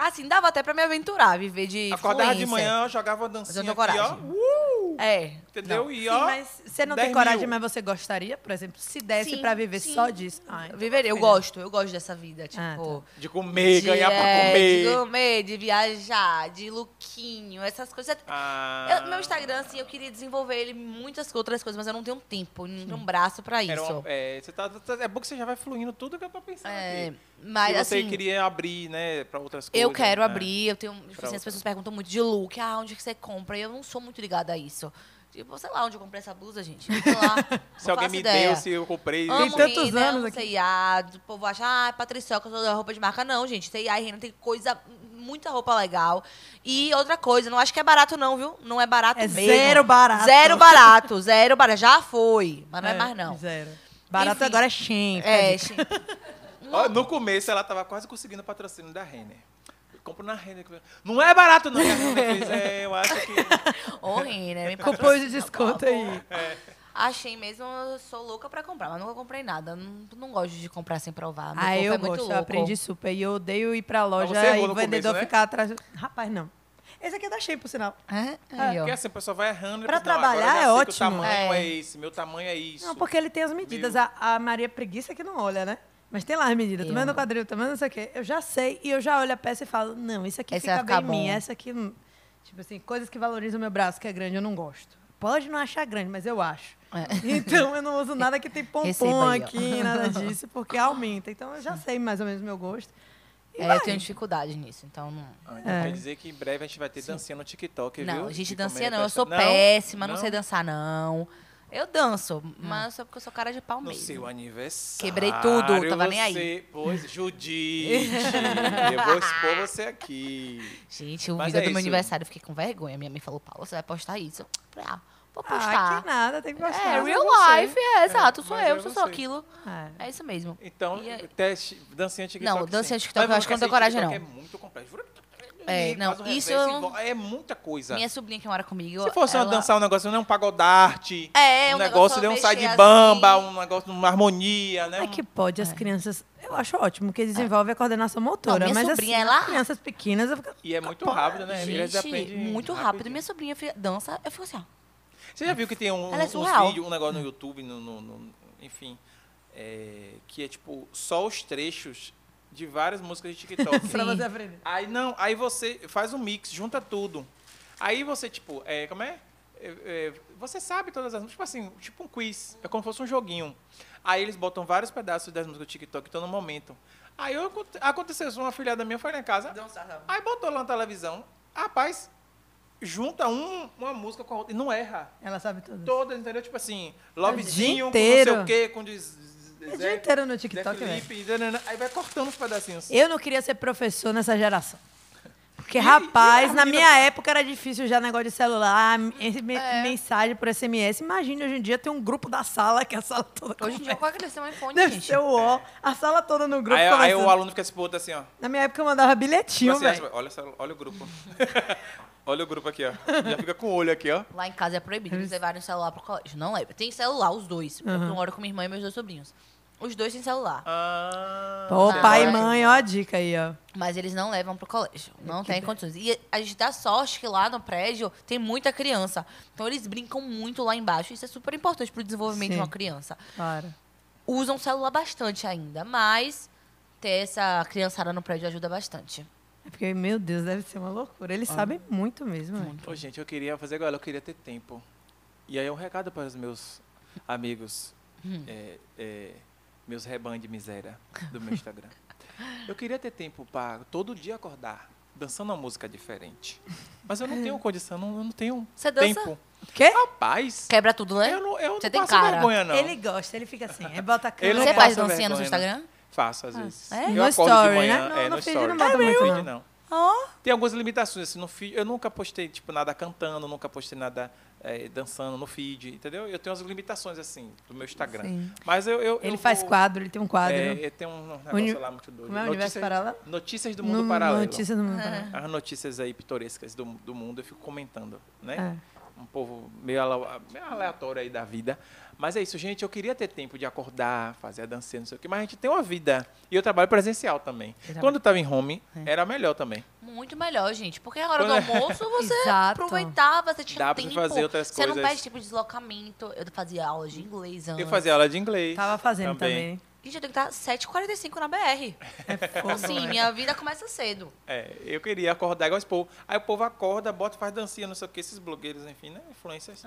[SPEAKER 4] Assim, dava até pra me aventurar, viver de
[SPEAKER 2] Acordava de
[SPEAKER 4] influencer.
[SPEAKER 2] manhã, eu jogava dancinha
[SPEAKER 4] tenho
[SPEAKER 2] aqui, ó.
[SPEAKER 4] coragem.
[SPEAKER 2] Uh,
[SPEAKER 4] É.
[SPEAKER 2] entendeu?
[SPEAKER 4] Não.
[SPEAKER 2] E
[SPEAKER 3] Sim,
[SPEAKER 2] ó.
[SPEAKER 3] mas você não
[SPEAKER 2] 10
[SPEAKER 3] tem coragem,
[SPEAKER 2] mil.
[SPEAKER 3] mas você gostaria, por exemplo, se desse
[SPEAKER 4] Sim,
[SPEAKER 3] pra viver
[SPEAKER 4] sim.
[SPEAKER 3] só disso. Ah, então,
[SPEAKER 4] Viver,
[SPEAKER 3] filha.
[SPEAKER 4] eu
[SPEAKER 2] né?
[SPEAKER 4] gosto, eu gosto dessa
[SPEAKER 3] Ah,
[SPEAKER 4] vida, tipo...
[SPEAKER 3] tá.
[SPEAKER 2] De comer,
[SPEAKER 4] de,
[SPEAKER 2] ganhar pra
[SPEAKER 4] é,
[SPEAKER 2] comer.
[SPEAKER 4] De comer, de viajar, de lookinho, essas coisas.
[SPEAKER 2] Ah,
[SPEAKER 4] Eu- meu Instagram, assim, eu queria desenvolver ele em muitas outras coisas, mas eu não tenho tempo, não tenho um braço pra
[SPEAKER 2] era
[SPEAKER 4] isso.
[SPEAKER 2] uma- é, você tá, tá- é bom que você já vai fluindo tudo que eu tô pensando
[SPEAKER 4] É,
[SPEAKER 2] aqui.
[SPEAKER 4] mas,
[SPEAKER 2] Se você
[SPEAKER 4] assim,
[SPEAKER 2] queria abrir, né, pra outras coisas.
[SPEAKER 4] eu quero
[SPEAKER 2] né?
[SPEAKER 4] abrir, eu tenho... Tipo, assim,
[SPEAKER 2] outra.
[SPEAKER 4] as pessoas perguntam muito de look, ah, onde que você compra? E eu não sou muito ligada a isso. Tipo, sei lá onde eu comprei essa blusa, gente. Sei lá,
[SPEAKER 2] Se
[SPEAKER 4] não
[SPEAKER 2] alguém
[SPEAKER 4] faço
[SPEAKER 2] me
[SPEAKER 4] ideia.
[SPEAKER 2] deu, se eu comprei. então,
[SPEAKER 3] Tem
[SPEAKER 4] Amo
[SPEAKER 3] tantos
[SPEAKER 4] Renner,
[SPEAKER 3] anos
[SPEAKER 4] amo
[SPEAKER 3] aqui.
[SPEAKER 4] C&A, o povo acha, ah, Patricioca, toda roupa de marca. Não, gente, C&A e Renner tem coisa, muita roupa legal. E outra coisa, não acho que é barato não, viu? Não é barato
[SPEAKER 3] É
[SPEAKER 4] mesmo.
[SPEAKER 3] zero barato.
[SPEAKER 4] Zero barato, zero barato. Já foi, mas não é, mais não.
[SPEAKER 3] Zero. Barato
[SPEAKER 4] Enfim.
[SPEAKER 3] agora é Shein.
[SPEAKER 4] É,
[SPEAKER 3] É.
[SPEAKER 4] gente, Então,
[SPEAKER 2] Ó, no começo ela tava quase conseguindo o patrocínio da Renner. Eu compro na Renner. Não é barato, não. E a Renner fez, é, eu acho que.
[SPEAKER 4] ô Renner, me
[SPEAKER 3] Cupom de
[SPEAKER 4] patrocina,
[SPEAKER 3] desconto
[SPEAKER 4] por favor.
[SPEAKER 3] aí.
[SPEAKER 4] Achei mesmo, eu sou louca pra comprar, mas nunca comprei nada. Não, não gosto de comprar sem provar. Meu
[SPEAKER 3] Ah,
[SPEAKER 4] corpo
[SPEAKER 3] eu
[SPEAKER 4] é muito
[SPEAKER 3] gosto, eu
[SPEAKER 4] louco.
[SPEAKER 3] aprendi super. E eu odeio ir pra
[SPEAKER 2] Mas
[SPEAKER 3] loja
[SPEAKER 2] você
[SPEAKER 3] e
[SPEAKER 2] errou
[SPEAKER 3] o
[SPEAKER 2] no
[SPEAKER 3] vendedor
[SPEAKER 2] começo, né?
[SPEAKER 3] ficar atrás. Rapaz, não. Esse aqui é da Shein, por sinal.
[SPEAKER 4] Hã? Aí, ó.
[SPEAKER 2] Porque assim, a pessoa vai errando. e
[SPEAKER 3] Pra
[SPEAKER 2] depois, não, agora eu
[SPEAKER 3] trabalhar
[SPEAKER 2] já sei
[SPEAKER 3] é
[SPEAKER 2] que
[SPEAKER 3] ótimo.
[SPEAKER 2] O tamanho é.
[SPEAKER 4] É.
[SPEAKER 2] esse, meu tamanho é isso.
[SPEAKER 3] Não, porque ele tem as medidas.
[SPEAKER 2] Viu?
[SPEAKER 3] A, a Maria é Preguiça que não olha, né? Mas tem lá as medidas,
[SPEAKER 4] Eu.
[SPEAKER 3] tamanho do quadril, tamanho não sei o quê. Eu já sei e eu já olho a peça e falo, não, isso aqui
[SPEAKER 4] Esse
[SPEAKER 3] fica
[SPEAKER 4] vai ficar
[SPEAKER 3] bem em mim,
[SPEAKER 4] bom.
[SPEAKER 3] essa aqui... não. Tipo assim, coisas que valorizam o meu braço, que é grande, eu não gosto. Pode não achar grande, mas eu acho.
[SPEAKER 4] É.
[SPEAKER 3] Então eu não uso nada que tem pompom
[SPEAKER 4] Receba aí, ó.
[SPEAKER 3] aqui, nada disso, porque aumenta. Então eu já sei mais ou menos o meu gosto. E
[SPEAKER 4] É,
[SPEAKER 3] vai.
[SPEAKER 4] eu tenho dificuldade nisso, então não...
[SPEAKER 2] Ah, então Quer dizer que em breve a gente vai ter dancinha no TikTok, viu?
[SPEAKER 4] Não, gente,
[SPEAKER 2] De
[SPEAKER 4] dancinha
[SPEAKER 2] comer
[SPEAKER 4] não. Eu sou
[SPEAKER 2] testa-
[SPEAKER 4] péssima, não, sei dançar, não. Eu danço, mas só porque eu sou cara de pau
[SPEAKER 2] No
[SPEAKER 4] mesmo.
[SPEAKER 2] seu aniversário.
[SPEAKER 4] Quebrei tudo, tava nem aí.
[SPEAKER 2] você- Pois, Judite. eu vou expor você aqui.
[SPEAKER 4] Gente, o
[SPEAKER 2] Mas
[SPEAKER 4] vídeo
[SPEAKER 2] é
[SPEAKER 4] do meu
[SPEAKER 2] isso.
[SPEAKER 4] aniversário, eu fiquei com vergonha. Minha mãe falou, Paula, você vai postar isso? Eu falei, ah, vou
[SPEAKER 3] Ah,
[SPEAKER 4] postar.
[SPEAKER 3] que nada, tem que mostrar.
[SPEAKER 4] é, real
[SPEAKER 3] você.
[SPEAKER 4] life, é, exato. Sou
[SPEAKER 2] mas é
[SPEAKER 4] eu, sou só
[SPEAKER 2] você.
[SPEAKER 4] aquilo.
[SPEAKER 3] Ah,
[SPEAKER 4] É isso mesmo.
[SPEAKER 2] Então,
[SPEAKER 4] E aí?
[SPEAKER 2] teste, dancinha TikTok.
[SPEAKER 4] Não, dancinha
[SPEAKER 2] sim.
[SPEAKER 4] TikTok eu
[SPEAKER 2] Mas
[SPEAKER 4] acho que eu não tenho
[SPEAKER 2] dancinha
[SPEAKER 4] coragem, não.
[SPEAKER 2] TikTok É muito complexo. Faz
[SPEAKER 4] É, não,
[SPEAKER 2] um
[SPEAKER 4] isso
[SPEAKER 2] reverse,
[SPEAKER 4] eu não-
[SPEAKER 2] envol- É muita coisa.
[SPEAKER 4] Minha sobrinha que mora comigo.
[SPEAKER 2] Se fosse
[SPEAKER 4] ela...
[SPEAKER 2] uma dançar um negócio, não é um pagodarte.
[SPEAKER 4] É,
[SPEAKER 2] um
[SPEAKER 4] um
[SPEAKER 2] negócio
[SPEAKER 4] negócio
[SPEAKER 2] de um
[SPEAKER 4] mexer
[SPEAKER 2] side bamba,
[SPEAKER 4] assim.
[SPEAKER 2] um negócio de uma harmonia, né?
[SPEAKER 3] É que pode as crianças. Eu acho ótimo que desenvolve a coordenação motora.
[SPEAKER 4] É. Não, minha
[SPEAKER 3] mas
[SPEAKER 4] sobrinha,
[SPEAKER 3] assim,
[SPEAKER 4] ela-
[SPEAKER 3] as crianças pequenas. eu fico-
[SPEAKER 2] E é muito rápido, né? Eles
[SPEAKER 4] Gente,
[SPEAKER 2] aprendem
[SPEAKER 4] muito rápido.
[SPEAKER 2] rapidinho.
[SPEAKER 4] Minha sobrinha fi- dança, eu fico assim, ó.
[SPEAKER 2] Você já viu que tem um,
[SPEAKER 4] Ela é
[SPEAKER 2] uns
[SPEAKER 4] surreal.
[SPEAKER 2] vídeos, um negócio no YouTube, no, no- no- enfim, é, que é tipo só os trechos de várias músicas de TikTok.
[SPEAKER 3] Pra você aprender.
[SPEAKER 2] Aí não, aí você faz um mix, junta tudo. Aí você, tipo, é, como é? É, é, você sabe todas as músicas, tipo assim, tipo um quiz. É como se fosse um joguinho. Aí eles botam vários pedaços das músicas do TikTok que estão no momento. Aí eu, aconte- aconteceu isso, uma filhada minha foi lá em casa. Aí botou lá na televisão. Rapaz, junta um- uma música com a outra e não erra.
[SPEAKER 3] Ela sabe tudo.
[SPEAKER 2] Todas, entendeu? Tipo assim,
[SPEAKER 3] dia
[SPEAKER 2] lovezinho, com não sei
[SPEAKER 3] inteiro.
[SPEAKER 2] o quê, com des, des,
[SPEAKER 3] O dia inteiro no TikTok,
[SPEAKER 2] Zé
[SPEAKER 3] velho.
[SPEAKER 2] Felipe, danana. aí vai cortando os pedacinhos.
[SPEAKER 3] Eu não queria ser professor nessa geração. Porque,
[SPEAKER 2] E-
[SPEAKER 3] rapaz,
[SPEAKER 2] e a
[SPEAKER 3] na
[SPEAKER 2] menina- tá-
[SPEAKER 3] minha época era difícil já negócio de celular, me- me- mensagem por SMS. Imagina, hoje em dia tem um grupo da sala, que é a sala toda.
[SPEAKER 4] Hoje em dia, qual é que eles têm um iPhone,
[SPEAKER 3] Deve
[SPEAKER 4] gente?
[SPEAKER 3] ser o ó, a sala toda no grupo.
[SPEAKER 2] Aí, aí
[SPEAKER 3] conversando.
[SPEAKER 2] o aluno fica esse outro assim, ó.
[SPEAKER 3] Na minha época eu mandava bilhetinho,
[SPEAKER 2] Assim,
[SPEAKER 3] um velho.
[SPEAKER 2] olha, essa- olha o grupo. olha o grupo aqui, ó. Já fica com o olho aqui, ó.
[SPEAKER 4] Lá em casa é proibido eles levarem o celular pro colégio. Não leva. Tem celular, os dois. Eu moro com minha irmã e meus dois sobrinhos. Os dois têm celular.
[SPEAKER 2] Ah,
[SPEAKER 3] Ô,
[SPEAKER 2] você
[SPEAKER 3] pai e
[SPEAKER 2] vai-
[SPEAKER 3] mãe, ó a dica aí, ó.
[SPEAKER 4] Mas eles não levam pro colégio. Não tem condições. E a gente dá sorte que lá no prédio tem muita criança. Então eles brincam muito lá embaixo. Isso é super importante pro desenvolvimento
[SPEAKER 3] Sim.
[SPEAKER 4] de uma criança.
[SPEAKER 3] Para.
[SPEAKER 4] Usam celular bastante ainda, mas ter essa criançada no prédio ajuda bastante.
[SPEAKER 3] É Porque, meu Deus, deve ser uma loucura. Eles sabem muito mesmo, velho.
[SPEAKER 2] Ô, gente, eu queria fazer agora, eu queria ter tempo. E aí é um recado para os meus amigos,
[SPEAKER 4] Hum.
[SPEAKER 2] é, é, meus rebanhos de miséria do meu Instagram. eu queria ter tempo para todo dia acordar dançando uma música diferente. Mas eu não tenho condição, não- eu não tenho
[SPEAKER 4] Você dança?
[SPEAKER 2] tempo.
[SPEAKER 3] Quê?
[SPEAKER 2] Rapaz,
[SPEAKER 4] Quebra tudo, né?
[SPEAKER 2] eu não, eu
[SPEAKER 4] Você
[SPEAKER 2] não
[SPEAKER 4] tem
[SPEAKER 2] passo
[SPEAKER 4] cara.
[SPEAKER 2] vergonha, não.
[SPEAKER 3] Ele gosta, ele fica assim. É bota a
[SPEAKER 2] Ele
[SPEAKER 3] câmera.
[SPEAKER 2] não
[SPEAKER 4] Você
[SPEAKER 3] bota-
[SPEAKER 4] faz
[SPEAKER 2] passa
[SPEAKER 4] dancinha no seu
[SPEAKER 2] vergonha, não.
[SPEAKER 4] Instagram?
[SPEAKER 2] Faço, às vezes.
[SPEAKER 4] é?
[SPEAKER 2] Eu
[SPEAKER 3] No
[SPEAKER 2] acordo
[SPEAKER 3] story,
[SPEAKER 2] de manhã,
[SPEAKER 3] né? Não,
[SPEAKER 2] é,
[SPEAKER 3] no
[SPEAKER 2] no,
[SPEAKER 3] feed
[SPEAKER 2] story.
[SPEAKER 3] não bota
[SPEAKER 2] no
[SPEAKER 3] muito,
[SPEAKER 2] feed,
[SPEAKER 3] não.
[SPEAKER 2] não.
[SPEAKER 4] Ó.
[SPEAKER 2] Tem algumas limitações, assim, no feed. Eu nunca postei, tipo, nada cantando, nunca postei nada eh, dançando no feed, entendeu? Eu tenho as limitações, assim, do meu Instagram. Mas eu... eu-
[SPEAKER 3] Ele
[SPEAKER 2] eu
[SPEAKER 3] faz
[SPEAKER 2] vou-
[SPEAKER 3] quadro, ele tem um quadro.
[SPEAKER 2] É, eu tenho um negócio
[SPEAKER 3] Uni-
[SPEAKER 2] lá muito doido.
[SPEAKER 3] Como é o universo
[SPEAKER 2] Notícias-
[SPEAKER 3] paralelo?
[SPEAKER 2] Notícias do mundo
[SPEAKER 3] No-
[SPEAKER 2] paralelo.
[SPEAKER 3] Notícia do mundo paralelo.
[SPEAKER 2] As notícias aí pitorescas do, do mundo, eu fico comentando, né?
[SPEAKER 3] É.
[SPEAKER 2] um povo meio ala- meio aleatório aí da vida. Mas é isso, gente. Eu queria ter tempo de acordar, fazer a dancinha, não sei o quê, mas a gente tem uma vida. E eu trabalho presencial também. Quando eu estava em home,
[SPEAKER 3] É.
[SPEAKER 2] era melhor também.
[SPEAKER 4] Muito melhor, gente. Porque na hora do
[SPEAKER 2] Quando é-
[SPEAKER 4] almoço você
[SPEAKER 3] Exato.
[SPEAKER 4] aproveitava, você tinha
[SPEAKER 2] Dá pra
[SPEAKER 4] tempo.
[SPEAKER 2] fazer outras
[SPEAKER 4] você não
[SPEAKER 2] coisas.
[SPEAKER 4] perde tipo de deslocamento. Eu fazia aula de inglês antes.
[SPEAKER 2] Eu fazia aula de inglês.
[SPEAKER 3] Tava fazendo também.
[SPEAKER 4] Gente, eu tenho que estar 7h45 na BR.
[SPEAKER 3] fogo,
[SPEAKER 4] assim,
[SPEAKER 3] né?
[SPEAKER 4] minha vida começa cedo.
[SPEAKER 2] É, eu queria acordar igual esse povo. Aí o povo acorda, bota, faz dancinha, não sei o que, esses blogueiros, enfim, né? Influencers.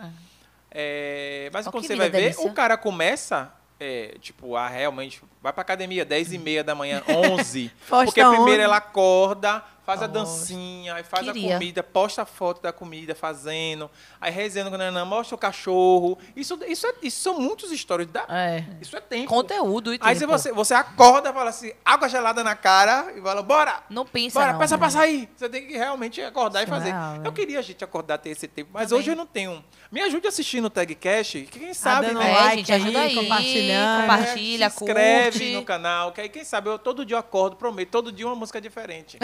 [SPEAKER 2] É, mas
[SPEAKER 4] Ah. Ó,
[SPEAKER 2] quando
[SPEAKER 4] que
[SPEAKER 2] você
[SPEAKER 4] vida
[SPEAKER 2] vai ver,
[SPEAKER 4] delícia.
[SPEAKER 2] o cara começa, é, tipo, a realmente, vai pra academia, 10 e meia da manhã, 11.
[SPEAKER 3] Posta
[SPEAKER 2] porque primeiro
[SPEAKER 3] onde?
[SPEAKER 2] ela acorda, faz a
[SPEAKER 3] Posta.
[SPEAKER 2] dancinha, aí faz
[SPEAKER 4] Queria.
[SPEAKER 2] a comida, posta a foto da comida fazendo, aí resenha com a nanã, mostra o cachorro. Isso, isso, é- isso são muitos histórias. Da,
[SPEAKER 4] É.
[SPEAKER 2] Isso é tempo.
[SPEAKER 4] Conteúdo e
[SPEAKER 2] Aí se
[SPEAKER 4] tempo.
[SPEAKER 2] você, você acorda, fala assim, água gelada na cara e fala, bora!
[SPEAKER 4] Não pensa,
[SPEAKER 2] Bora,
[SPEAKER 4] não. né?
[SPEAKER 2] passa pra sair. Você tem que realmente acordar
[SPEAKER 3] Isso
[SPEAKER 2] e fazer.
[SPEAKER 3] é
[SPEAKER 4] um
[SPEAKER 3] real, né?
[SPEAKER 2] eu queria, gente, acordar, ter esse tempo, mas hoje eu não tenho. Me ajude assistindo o Tag Cash, que quem sabe,
[SPEAKER 3] dando
[SPEAKER 2] né?
[SPEAKER 3] like
[SPEAKER 4] É, gente, ajuda aí.
[SPEAKER 3] compartilhando.
[SPEAKER 4] Compartilha,
[SPEAKER 2] se inscreve
[SPEAKER 4] curte.
[SPEAKER 2] no canal, que aí quem sabe eu todo dia eu acordo, prometo, todo dia uma música diferente.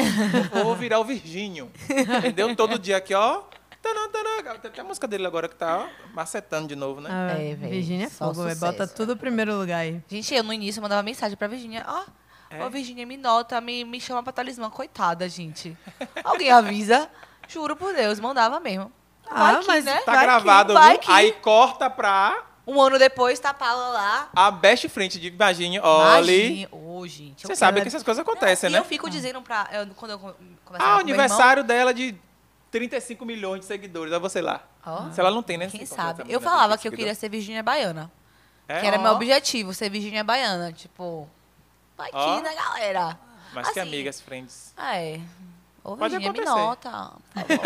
[SPEAKER 2] eu vou virar o Virgínio, entendeu? Todo dia aqui, ó. Tanã, tanã. Tem até a música dele agora que tá ó, macetando de novo, né?
[SPEAKER 3] Ah,
[SPEAKER 4] É, véi,
[SPEAKER 3] Virgínia é
[SPEAKER 4] só
[SPEAKER 3] fogo, velho.
[SPEAKER 4] sucesso.
[SPEAKER 3] Bota tudo em primeiro lugar aí.
[SPEAKER 4] Gente, eu no início mandava mensagem pra Virginia. Ó,
[SPEAKER 2] É?
[SPEAKER 4] ó, Virginia, me nota, me, me chama pra talismã. Coitada, gente. Alguém avisa. Juro por Deus, mandava mesmo.
[SPEAKER 3] Ah,
[SPEAKER 4] Vai que,
[SPEAKER 3] mas
[SPEAKER 4] né?
[SPEAKER 2] Tá
[SPEAKER 4] Vai que,
[SPEAKER 2] gravado,
[SPEAKER 4] vai
[SPEAKER 2] viu?
[SPEAKER 4] que.
[SPEAKER 2] Aí corta pra
[SPEAKER 4] Um ano depois, tá a Paula lá.
[SPEAKER 2] a best frente de Imagine, olhe.
[SPEAKER 4] Imagina- Ô, gente. eu
[SPEAKER 2] Você sabe
[SPEAKER 4] quero-
[SPEAKER 2] que essas coisas acontecem,
[SPEAKER 4] e
[SPEAKER 2] né?
[SPEAKER 4] eu fico dizendo pra. eu- quando eu con- conversava
[SPEAKER 2] Ah, o
[SPEAKER 4] com meu irmão,
[SPEAKER 2] aniversário dela de 35 milhões de seguidores. Aí você lá.
[SPEAKER 4] Ó.
[SPEAKER 2] Se ela não tem, né?
[SPEAKER 4] Quem
[SPEAKER 2] 50
[SPEAKER 4] sabe?
[SPEAKER 2] milhões
[SPEAKER 4] Eu
[SPEAKER 2] de
[SPEAKER 4] falava que eu queria
[SPEAKER 2] seguidores.
[SPEAKER 4] ser Virgínia Baiana.
[SPEAKER 2] É?
[SPEAKER 4] Que era
[SPEAKER 2] Ó.
[SPEAKER 4] meu objetivo, ser Virgínia Baiana. Tipo, vai aqui,
[SPEAKER 2] Ó.
[SPEAKER 4] né, galera?
[SPEAKER 2] Mas que
[SPEAKER 4] Assim,
[SPEAKER 2] amigas, friends.
[SPEAKER 4] É. Ô,
[SPEAKER 2] Pode
[SPEAKER 4] Virgínia, me
[SPEAKER 2] acontecer.
[SPEAKER 4] nota. por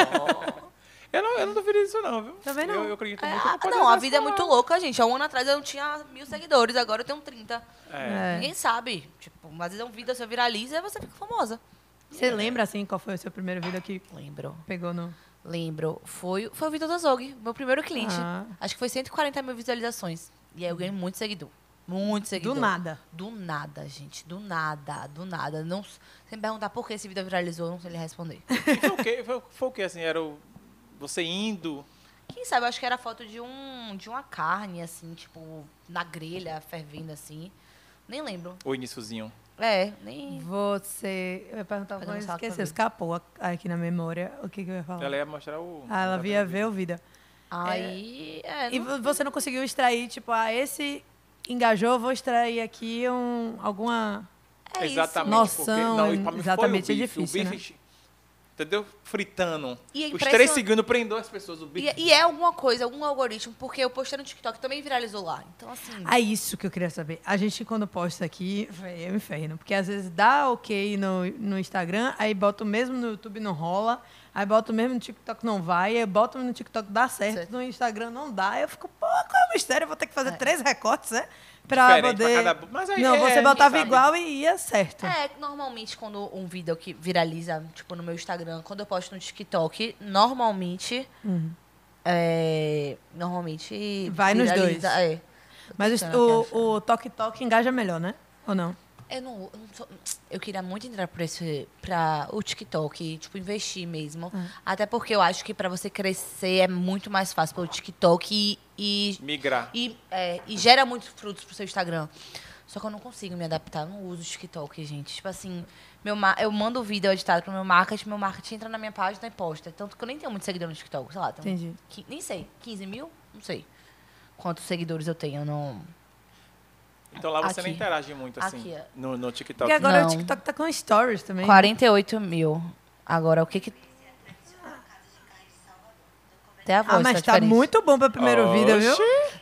[SPEAKER 4] favor.
[SPEAKER 2] Eu Eu não, eu não duvido disso, não, viu?
[SPEAKER 3] Também não.
[SPEAKER 2] Eu, eu acredito
[SPEAKER 4] É,
[SPEAKER 2] muito no
[SPEAKER 4] ah,
[SPEAKER 2] poder
[SPEAKER 4] não, a
[SPEAKER 2] das
[SPEAKER 4] vida é muito
[SPEAKER 2] palavras.
[SPEAKER 4] louca, gente. Há um ano atrás eu tinha mil seguidores, agora eu tenho 30.
[SPEAKER 2] É.
[SPEAKER 4] Ninguém sabe. Tipo, às vezes é um vídeo, você viraliza e você fica famosa.
[SPEAKER 3] Você lembra, assim, qual foi o seu primeiro vídeo que
[SPEAKER 4] Lembro.
[SPEAKER 3] pegou no...
[SPEAKER 4] Lembro. Foi, foi o vídeo do Zog, meu primeiro cliente.
[SPEAKER 3] Ah.
[SPEAKER 4] Acho que foi 140 mil visualizações. E aí eu ganhei muito seguidor. Muito
[SPEAKER 3] Do
[SPEAKER 4] seguidor.
[SPEAKER 3] nada.
[SPEAKER 4] Do nada, gente. Do nada, do nada. Não, se me perguntar por que esse vídeo viralizou, eu não sei lhe responder.
[SPEAKER 2] E Foi o quê? Foi, foi o quê, assim? Era o, você indo...
[SPEAKER 4] Quem sabe, eu acho que era foto de um de uma carne, assim, tipo, na grelha, fervendo assim. Nem lembro.
[SPEAKER 2] O iníciozinho.
[SPEAKER 4] É, nem.
[SPEAKER 3] Você... Eu ia perguntar,
[SPEAKER 4] Fazer um
[SPEAKER 3] mas
[SPEAKER 4] salto pra
[SPEAKER 3] esqueci,
[SPEAKER 4] ver.
[SPEAKER 3] escapou a- aqui na memória o que, que eu ia falar.
[SPEAKER 2] Ela ia mostrar o...
[SPEAKER 3] Ah, ela via ver o vídeo.
[SPEAKER 4] Aí. É,
[SPEAKER 3] E
[SPEAKER 4] não-
[SPEAKER 3] vo- você não conseguiu extrair, tipo, ah, esse engajou, vou extrair aqui um, alguma...
[SPEAKER 4] é isso.
[SPEAKER 2] exatamente.
[SPEAKER 3] Noção,
[SPEAKER 2] porque- não, e pra mim
[SPEAKER 3] exatamente,
[SPEAKER 2] foi o
[SPEAKER 3] é
[SPEAKER 2] bife,
[SPEAKER 3] difícil,
[SPEAKER 2] O bife, entendeu? Fritando.
[SPEAKER 4] né? E é
[SPEAKER 2] Os
[SPEAKER 4] impressionante-
[SPEAKER 2] três segundos prendeu as pessoas. O bife...
[SPEAKER 4] E, e é alguma coisa, algum algoritmo, porque eu postei no TikTok também viralizou lá. Então, assim.
[SPEAKER 3] É isso que eu queria saber. A gente, quando posta aqui, véi, eu me ferro, porque às vezes dá ok no, no Instagram, aí bota o mesmo no YouTube, não rola, aí bota o mesmo no TikTok, não vai, aí bota no TikTok, dá certo,
[SPEAKER 4] Certo.
[SPEAKER 3] no Instagram não dá, eu fico, pô, qual é o mistério? Eu vou ter que fazer três recortes, né? Pra
[SPEAKER 2] Diferente pra
[SPEAKER 3] poder...
[SPEAKER 2] cada- Mas aí
[SPEAKER 3] não,
[SPEAKER 2] é,
[SPEAKER 3] você
[SPEAKER 2] ninguém
[SPEAKER 3] botava
[SPEAKER 2] sabe.
[SPEAKER 3] igual e ia certo.
[SPEAKER 4] É, normalmente quando um vídeo que viraliza, tipo, no meu Instagram, quando eu posto no TikTok, normalmente. É, normalmente.
[SPEAKER 3] Uhum. Vai nos
[SPEAKER 4] viraliza,
[SPEAKER 3] dois.
[SPEAKER 4] É.
[SPEAKER 3] Mas
[SPEAKER 4] Tentando
[SPEAKER 3] o,
[SPEAKER 4] aqui achar.
[SPEAKER 3] o Tok Tok engaja melhor, né? Ou não?
[SPEAKER 4] Eu não, eu não sou- eu queria muito entrar por esse, pra o TikTok, tipo, investir mesmo. Até porque eu acho que pra você crescer é muito mais fácil pelo TikTok e, e,
[SPEAKER 2] Migrar.
[SPEAKER 4] e, é, e gera muitos frutos pro seu Instagram. Só que eu não consigo me adaptar, eu não uso o TikTok, gente. Tipo assim, meu ma- eu mando o vídeo editado pro meu marketing, meu marketing entra na minha página e posta. Tanto que eu nem tenho muito seguidor no TikTok, sei lá. tem um-
[SPEAKER 3] Entendi.
[SPEAKER 4] qui- nem sei, 15 mil? Não sei. Quantos seguidores eu tenho, eu não...
[SPEAKER 2] Então lá você não
[SPEAKER 4] Aqui.
[SPEAKER 2] interage muito, assim,
[SPEAKER 4] Aqui,
[SPEAKER 2] no, no TikTok.
[SPEAKER 3] Porque agora o
[SPEAKER 4] Não.
[SPEAKER 3] TikTok tá com stories também.
[SPEAKER 4] 48 mil. Agora, o que que... Até a voz
[SPEAKER 3] Ah, mas tá
[SPEAKER 4] diferente.
[SPEAKER 3] muito bom pra primeiro vídeo, viu?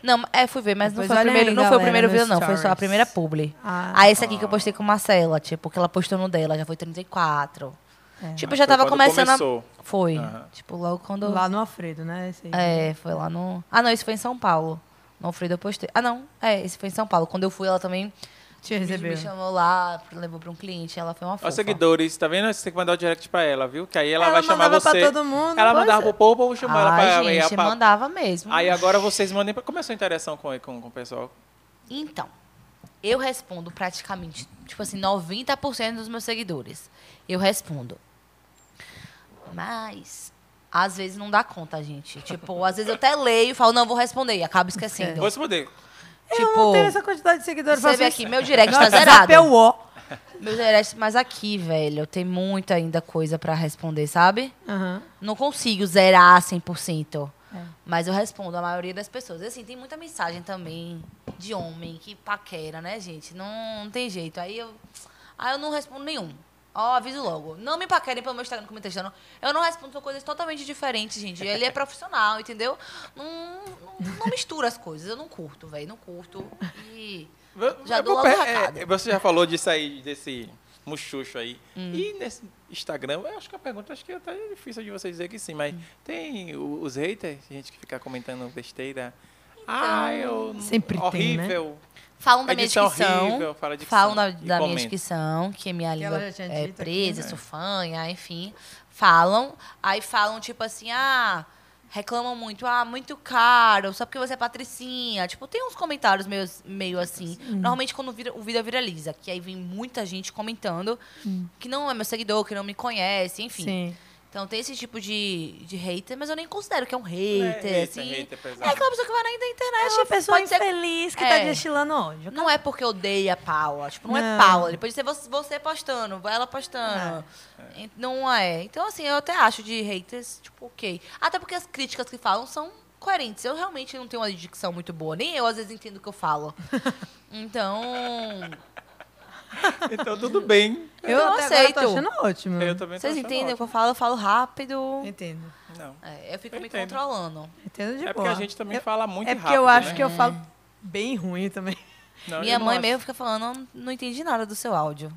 [SPEAKER 4] Não, é, fui ver, mas não
[SPEAKER 3] Depois
[SPEAKER 4] foi, o
[SPEAKER 3] olha
[SPEAKER 4] primeiro,
[SPEAKER 3] aí,
[SPEAKER 4] não foi o
[SPEAKER 3] galera,
[SPEAKER 4] primeiro
[SPEAKER 3] nos
[SPEAKER 4] vídeo, não. Foi só a
[SPEAKER 3] stories.
[SPEAKER 4] primeira publi.
[SPEAKER 3] Ah.
[SPEAKER 4] Ah, esse aqui que eu postei com Marcela, tipo, que ela postou no dela, já foi 34.
[SPEAKER 3] É.
[SPEAKER 4] Tipo, eu já
[SPEAKER 2] Mas foi
[SPEAKER 4] tava
[SPEAKER 2] quando
[SPEAKER 4] começando
[SPEAKER 2] começou.
[SPEAKER 4] a... Foi.
[SPEAKER 2] Aham.
[SPEAKER 4] Tipo, logo quando...
[SPEAKER 3] Lá no Alfredo, né? Esse aí.
[SPEAKER 4] É, foi lá no... Ah, não, esse foi em São Paulo. No Alfredo eu postei. Ah, não. É, esse foi em São Paulo. Quando eu fui, ela também
[SPEAKER 3] Te recebeu.
[SPEAKER 4] me chamou lá, levou pra um cliente. Ela foi uma fofa.
[SPEAKER 2] Os seguidores, tá vendo? Você tem que mandar o direct pra ela, viu? Que aí ela,
[SPEAKER 3] Ela
[SPEAKER 2] vai chamar
[SPEAKER 3] mandava pra
[SPEAKER 2] você.
[SPEAKER 3] todo mundo,
[SPEAKER 2] ela
[SPEAKER 3] pois
[SPEAKER 2] mandava
[SPEAKER 3] é.
[SPEAKER 2] pro povo, o povo chamou ela pra...
[SPEAKER 4] Ai,
[SPEAKER 2] ia
[SPEAKER 4] gente,
[SPEAKER 2] pra-
[SPEAKER 4] mandava mesmo.
[SPEAKER 2] Aí agora vocês mandem pra... Como é a sua interação com, com, com o pessoal?
[SPEAKER 4] Então, eu respondo praticamente, tipo assim, 90% dos meus seguidores. Eu respondo. Mas, às vezes não dá conta, gente. Tipo, às vezes eu até leio e falo, não, vou responder, e acabo esquecendo.
[SPEAKER 2] Vou responder.
[SPEAKER 3] Eu não tenho essa quantidade de seguidores.
[SPEAKER 4] Tipo, você
[SPEAKER 3] faço
[SPEAKER 4] vê
[SPEAKER 3] isso.
[SPEAKER 4] aqui, meu direct
[SPEAKER 3] Não,
[SPEAKER 4] tá
[SPEAKER 3] WhatsApp
[SPEAKER 4] zerado.
[SPEAKER 3] é o ó.
[SPEAKER 4] Meu direct, mas aqui, velho, tem muita ainda coisa pra responder, sabe?
[SPEAKER 3] Aham.
[SPEAKER 4] Não consigo zerar 100%. Mas eu respondo a maioria das pessoas. E, assim, tem muita mensagem também de homem que paquera, né, gente? Não, não tem jeito. Aí eu, aí eu não respondo nenhum. Ó, aviso logo. Não me paquerem pelo meu Instagram que me testando. Eu não respondo, são coisas totalmente diferentes, gente. Ele é profissional, entendeu? Não, não, não mistura as coisas. Eu não curto, velho. Não curto. E. Já
[SPEAKER 2] Eu vou
[SPEAKER 4] dou logo o
[SPEAKER 2] per-
[SPEAKER 4] recado.
[SPEAKER 2] é, Você já falou disso aí, desse muxuxo aí. E nesse Instagram, eu acho que a pergunta acho que é até difícil de vocês dizer que sim, mas tem o- os haters, gente que fica comentando besteira. ah, eu...
[SPEAKER 3] Sempre tem, né?
[SPEAKER 2] horrível.
[SPEAKER 4] Falam da
[SPEAKER 2] Edição
[SPEAKER 4] minha dicção.
[SPEAKER 2] é horrível, fala dicção
[SPEAKER 4] falam da,
[SPEAKER 2] e
[SPEAKER 4] da minha
[SPEAKER 2] comenta.
[SPEAKER 4] dicção, que minha língua
[SPEAKER 3] ela já tinha
[SPEAKER 4] é
[SPEAKER 3] dito aqui,
[SPEAKER 4] presa,
[SPEAKER 3] né?
[SPEAKER 4] sufanha, enfim. Falam. Aí falam, tipo assim, ah, reclamam muito, ah, muito caro, só porque você é patricinha. Tipo, tem uns comentários meio, meio assim. Normalmente quando vira- o vídeo viraliza, que aí vem muita gente comentando que não é meu seguidor, que não me conhece, enfim.
[SPEAKER 3] Sim.
[SPEAKER 4] Então tem esse tipo de, de hater, mas eu nem considero que é um hater,
[SPEAKER 2] hater,
[SPEAKER 4] assim.
[SPEAKER 2] hater pesado.
[SPEAKER 4] é aquela pessoa que vai na internet.
[SPEAKER 3] É uma pessoa
[SPEAKER 4] pode ser-
[SPEAKER 3] infeliz que tá
[SPEAKER 4] É.
[SPEAKER 3] destilando ódio.
[SPEAKER 4] não é porque odeia a Paula. Tipo, não,
[SPEAKER 3] Não. é.
[SPEAKER 4] é Paula. Ele pode ser você, você postando, ela postando. E Não é. Então, assim, eu até acho de haters, tipo, ok. Até porque as críticas que falam são coerentes. Eu realmente não tenho uma dicção muito boa. Nem eu, às vezes, entendo o que eu falo. Então.
[SPEAKER 2] Então tudo bem.
[SPEAKER 3] Eu,
[SPEAKER 4] Eu
[SPEAKER 3] até
[SPEAKER 4] aceito.
[SPEAKER 3] agora tô achando ótimo.
[SPEAKER 2] Eu também tô
[SPEAKER 4] vocês
[SPEAKER 2] achando
[SPEAKER 4] entendem o que
[SPEAKER 2] ótimo.
[SPEAKER 4] eu falo? Eu falo rápido.
[SPEAKER 3] Entendo.
[SPEAKER 2] Não.
[SPEAKER 4] É, eu fico
[SPEAKER 2] Eu
[SPEAKER 4] me
[SPEAKER 2] entendo.
[SPEAKER 4] controlando.
[SPEAKER 3] Entendo de
[SPEAKER 2] É
[SPEAKER 3] boa.
[SPEAKER 2] porque a gente também
[SPEAKER 3] Eu-
[SPEAKER 2] fala muito
[SPEAKER 3] É
[SPEAKER 2] rápido.
[SPEAKER 3] porque eu acho
[SPEAKER 2] né?
[SPEAKER 3] que eu falo bem ruim também.
[SPEAKER 2] Não,
[SPEAKER 4] Minha
[SPEAKER 2] eu não
[SPEAKER 4] mãe
[SPEAKER 2] acho.
[SPEAKER 4] mesmo fica falando, não, não entendi nada do seu áudio.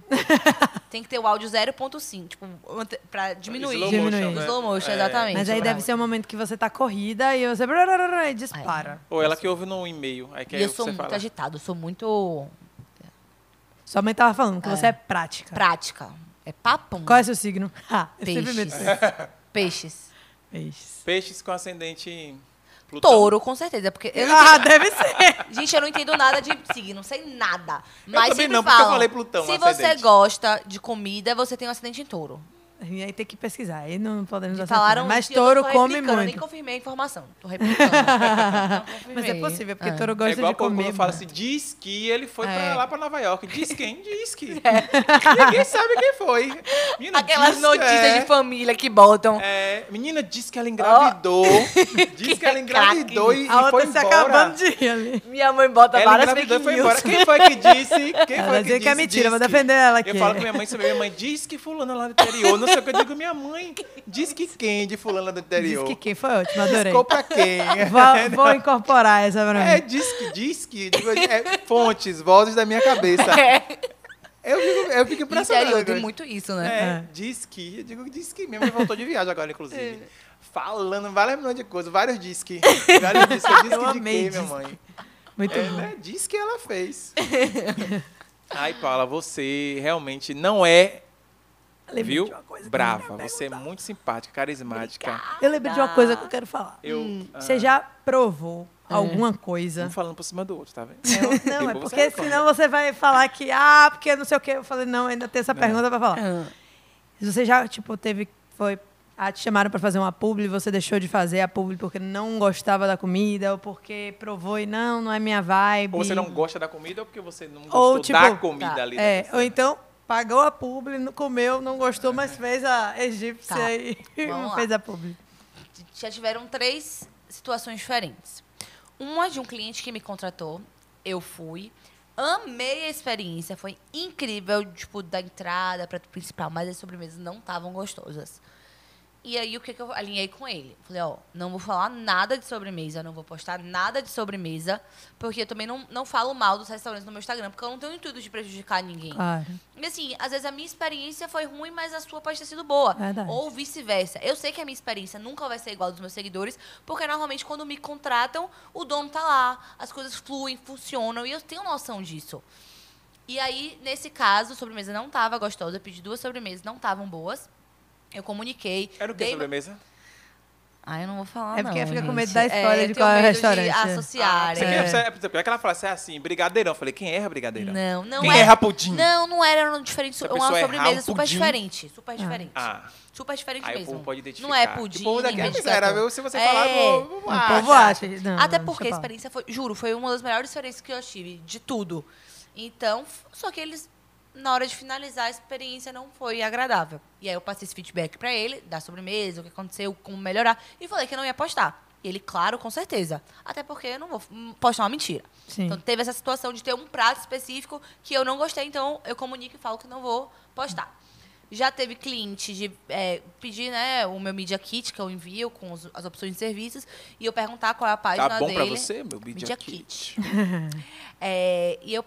[SPEAKER 4] Tem que ter o áudio 0.5, tipo, ante- pra diminuir.
[SPEAKER 2] Slow
[SPEAKER 3] motion,
[SPEAKER 4] Diminuir.
[SPEAKER 2] né?
[SPEAKER 4] Slow motion,
[SPEAKER 2] É.
[SPEAKER 4] exatamente.
[SPEAKER 3] Mas aí
[SPEAKER 4] pra-
[SPEAKER 3] deve ser um momento que você tá corrida e você brararara e dispara.
[SPEAKER 2] Ou ela que ouve no e-mail. Aí que
[SPEAKER 4] E
[SPEAKER 2] aí
[SPEAKER 4] eu sou
[SPEAKER 2] você
[SPEAKER 4] muito
[SPEAKER 2] fala.
[SPEAKER 4] agitada, eu sou muito É.
[SPEAKER 3] Sua mãe tava falando que você é prática.
[SPEAKER 4] prática. É papo.
[SPEAKER 3] Qual é seu signo? Ah, eu sempre meto
[SPEAKER 4] Peixes. É.
[SPEAKER 3] isso.
[SPEAKER 4] Peixes.
[SPEAKER 3] Peixes.
[SPEAKER 2] Peixes com ascendente em Plutão.
[SPEAKER 4] Touro, com certeza. Porque eu não
[SPEAKER 3] Ah, deve ser.
[SPEAKER 4] entendo- gente, eu não entendo nada de signo, não sei nada. Mas
[SPEAKER 2] também
[SPEAKER 4] sempre
[SPEAKER 2] não, porque eu
[SPEAKER 4] falam,
[SPEAKER 2] falei Plutão,
[SPEAKER 4] Se você
[SPEAKER 2] ascendente.
[SPEAKER 4] gosta de comida, você tem um acidente em touro.
[SPEAKER 3] E aí tem que pesquisar, aí não podemos
[SPEAKER 4] Me
[SPEAKER 3] aceitar.
[SPEAKER 4] falaram
[SPEAKER 3] Mas
[SPEAKER 4] isso e eu não
[SPEAKER 3] touro
[SPEAKER 4] tô
[SPEAKER 3] come
[SPEAKER 4] replicando, eu Nem
[SPEAKER 3] muito.
[SPEAKER 4] confirmei a informação. Tô replicando. Não confirmei.
[SPEAKER 3] Mas é possível, porque
[SPEAKER 4] É.
[SPEAKER 3] touro
[SPEAKER 2] É
[SPEAKER 3] gosta
[SPEAKER 2] igual
[SPEAKER 3] de
[SPEAKER 2] quando
[SPEAKER 3] comer. né?
[SPEAKER 2] quando fala
[SPEAKER 3] muito.
[SPEAKER 2] assim, diz que ele foi
[SPEAKER 4] É.
[SPEAKER 2] pra lá pra Nova York. Diz quem? Diz que.
[SPEAKER 3] É.
[SPEAKER 2] Ninguém sabe quem foi. Menina,
[SPEAKER 4] Aquelas
[SPEAKER 2] diz-
[SPEAKER 4] notícias
[SPEAKER 2] é,
[SPEAKER 4] de família que botam.
[SPEAKER 2] é, menina diz que ela engravidou. diz que ela engravidou e, e
[SPEAKER 3] a outra
[SPEAKER 2] foi
[SPEAKER 3] se
[SPEAKER 2] embora.
[SPEAKER 3] acabando de rir ali.
[SPEAKER 4] Minha mãe bota
[SPEAKER 2] Ela
[SPEAKER 4] várias
[SPEAKER 2] engravidou
[SPEAKER 4] fake
[SPEAKER 2] e foi
[SPEAKER 4] news.
[SPEAKER 2] embora. Quem foi que disse? Quem
[SPEAKER 3] Ela
[SPEAKER 2] foi que
[SPEAKER 3] dizia
[SPEAKER 2] disse?
[SPEAKER 3] que é mentira,
[SPEAKER 2] Diz
[SPEAKER 3] vou
[SPEAKER 2] que.
[SPEAKER 3] defender ela
[SPEAKER 2] Eu
[SPEAKER 3] aqui.
[SPEAKER 2] falo com minha mãe sobre minha mãe, diz que fulano lá do interior. Não sei o que eu digo, minha mãe. Diz que quem de fulano lá do
[SPEAKER 3] Diz
[SPEAKER 2] interior.
[SPEAKER 3] que quem foi ótimo, adorei.
[SPEAKER 2] Ficou pra quem?
[SPEAKER 3] Vou, vou incorporar essa pra mim.
[SPEAKER 2] É, diz que, diz que. digo, é, fontes, vozes da minha cabeça.
[SPEAKER 3] É.
[SPEAKER 2] Eu fico, eu fico impressionado.
[SPEAKER 4] Interior, tem
[SPEAKER 2] né?
[SPEAKER 4] muito isso, né?
[SPEAKER 2] É, diz que. Eu digo diz que. Minha mãe voltou de viagem agora, inclusive.
[SPEAKER 3] É.
[SPEAKER 2] Falando várias milhões de coisas, vários diz que. Vários diz que. Diz
[SPEAKER 3] Eu
[SPEAKER 2] que de quê,
[SPEAKER 3] amei
[SPEAKER 2] minha
[SPEAKER 3] diz
[SPEAKER 2] mãe?
[SPEAKER 3] Muito
[SPEAKER 2] É,
[SPEAKER 3] bom.
[SPEAKER 2] né? Diz que ela fez. Ai, Paula, você realmente não é,
[SPEAKER 3] Lembrei
[SPEAKER 2] viu?
[SPEAKER 3] de uma coisa que
[SPEAKER 2] Brava. Você é muito simpática, carismática.
[SPEAKER 3] Eu lembrei de uma coisa que eu quero falar.
[SPEAKER 2] Eu. ah,
[SPEAKER 3] Você já provou alguma coisa?
[SPEAKER 2] Um falando por cima do outro, tá vendo?
[SPEAKER 3] Não,
[SPEAKER 2] Depois
[SPEAKER 3] é
[SPEAKER 2] você
[SPEAKER 3] porque
[SPEAKER 2] responde.
[SPEAKER 3] senão você vai falar que, ah, porque não sei o quê. Eu falei, não, ainda
[SPEAKER 2] É.
[SPEAKER 3] tem essa pergunta pra falar. Você já, tipo, teve. Foi. Ah, te chamaram pra fazer uma publi, você deixou de fazer a publi porque não gostava da comida, ou porque provou e não, não é minha vibe.
[SPEAKER 2] Ou você não gosta da comida ou porque você não gostou
[SPEAKER 3] Ou, tipo,
[SPEAKER 2] da comida
[SPEAKER 4] tá,
[SPEAKER 2] ali. da
[SPEAKER 3] É,
[SPEAKER 2] pessoa?
[SPEAKER 3] ou então pagou a publi, não comeu, não gostou, mas fez a egípcia
[SPEAKER 4] Tá.
[SPEAKER 3] e
[SPEAKER 4] Vamos lá.
[SPEAKER 3] fez a publi.
[SPEAKER 4] já tiveram três situações diferentes. Uma de um cliente que me contratou, eu fui, amei a experiência, foi incrível, tipo, da entrada para o principal, mas as sobremesas não estavam gostosas. E aí, o que, que eu alinhei com ele? Falei, ó, não vou falar nada de sobremesa, não vou postar nada de sobremesa, porque eu também não, não falo mal dos restaurantes no meu Instagram, porque eu não tenho intuito de prejudicar ninguém.
[SPEAKER 3] Claro.
[SPEAKER 4] E assim, às vezes a minha experiência foi ruim, mas a sua pode ter sido boa.
[SPEAKER 3] Verdade.
[SPEAKER 4] Ou vice-versa. Eu sei que a minha experiência nunca vai ser igual a dos meus seguidores, porque normalmente quando me contratam, o dono tá lá, as coisas fluem, funcionam, e eu tenho noção disso. E aí, nesse caso, a sobremesa não tava gostosa, eu pedi duas sobremesas, não estavam boas. Eu comuniquei.
[SPEAKER 2] Era o que
[SPEAKER 4] dei-
[SPEAKER 2] sobremesa?
[SPEAKER 4] Ah, eu não vou falar.
[SPEAKER 3] É porque
[SPEAKER 4] não,
[SPEAKER 3] fica com
[SPEAKER 4] gente.
[SPEAKER 3] medo da história
[SPEAKER 4] eu
[SPEAKER 3] de
[SPEAKER 4] tenho
[SPEAKER 3] qual é o
[SPEAKER 4] medo
[SPEAKER 3] restaurante.
[SPEAKER 4] De associar.
[SPEAKER 2] Você quer, você, é porque ela falasse assim, brigadeirão. Eu falei, quem erra brigadeirão?
[SPEAKER 4] Não, não
[SPEAKER 2] Quem
[SPEAKER 4] é.
[SPEAKER 2] erra pudim?
[SPEAKER 4] Não, não era um diferente,
[SPEAKER 2] Se a
[SPEAKER 4] uma
[SPEAKER 2] pessoa errar
[SPEAKER 4] sobremesa
[SPEAKER 2] um
[SPEAKER 4] super
[SPEAKER 2] pudim-
[SPEAKER 4] diferente. Super diferente.
[SPEAKER 2] Ah,
[SPEAKER 4] Super diferente
[SPEAKER 2] aí o
[SPEAKER 4] mesmo.
[SPEAKER 2] povo pode identificar.
[SPEAKER 4] Não é pudim.
[SPEAKER 2] O povo daqui é
[SPEAKER 4] nem
[SPEAKER 2] miserável.
[SPEAKER 4] biscoito.
[SPEAKER 2] Se você
[SPEAKER 4] É.
[SPEAKER 2] falar, eu vou- eu vou
[SPEAKER 3] O
[SPEAKER 2] achar.
[SPEAKER 3] povo acha. não,
[SPEAKER 4] Até
[SPEAKER 3] não,
[SPEAKER 4] porque a
[SPEAKER 3] deixa eu falar.
[SPEAKER 4] experiência foi, juro, foi uma das melhores experiências que eu tive, de tudo. Então, f- só que eles, na hora de finalizar, a experiência não foi agradável. E aí eu passei esse feedback pra ele, da sobremesa, o que aconteceu, como melhorar, e falei que eu não ia postar. E ele, claro, com certeza. Até porque eu não vou hum, postar uma mentira.
[SPEAKER 3] Sim.
[SPEAKER 4] Então teve essa situação de ter um prato específico que eu não gostei, então eu comunico e falo que não vou postar. Já teve cliente de é, pedir né, o meu Media Kit, que eu envio com os- as opções de serviços, e eu perguntar qual é a página
[SPEAKER 2] Tá bom
[SPEAKER 4] dele.
[SPEAKER 2] pra você, meu media,
[SPEAKER 4] Media
[SPEAKER 2] kit?
[SPEAKER 4] É, e eu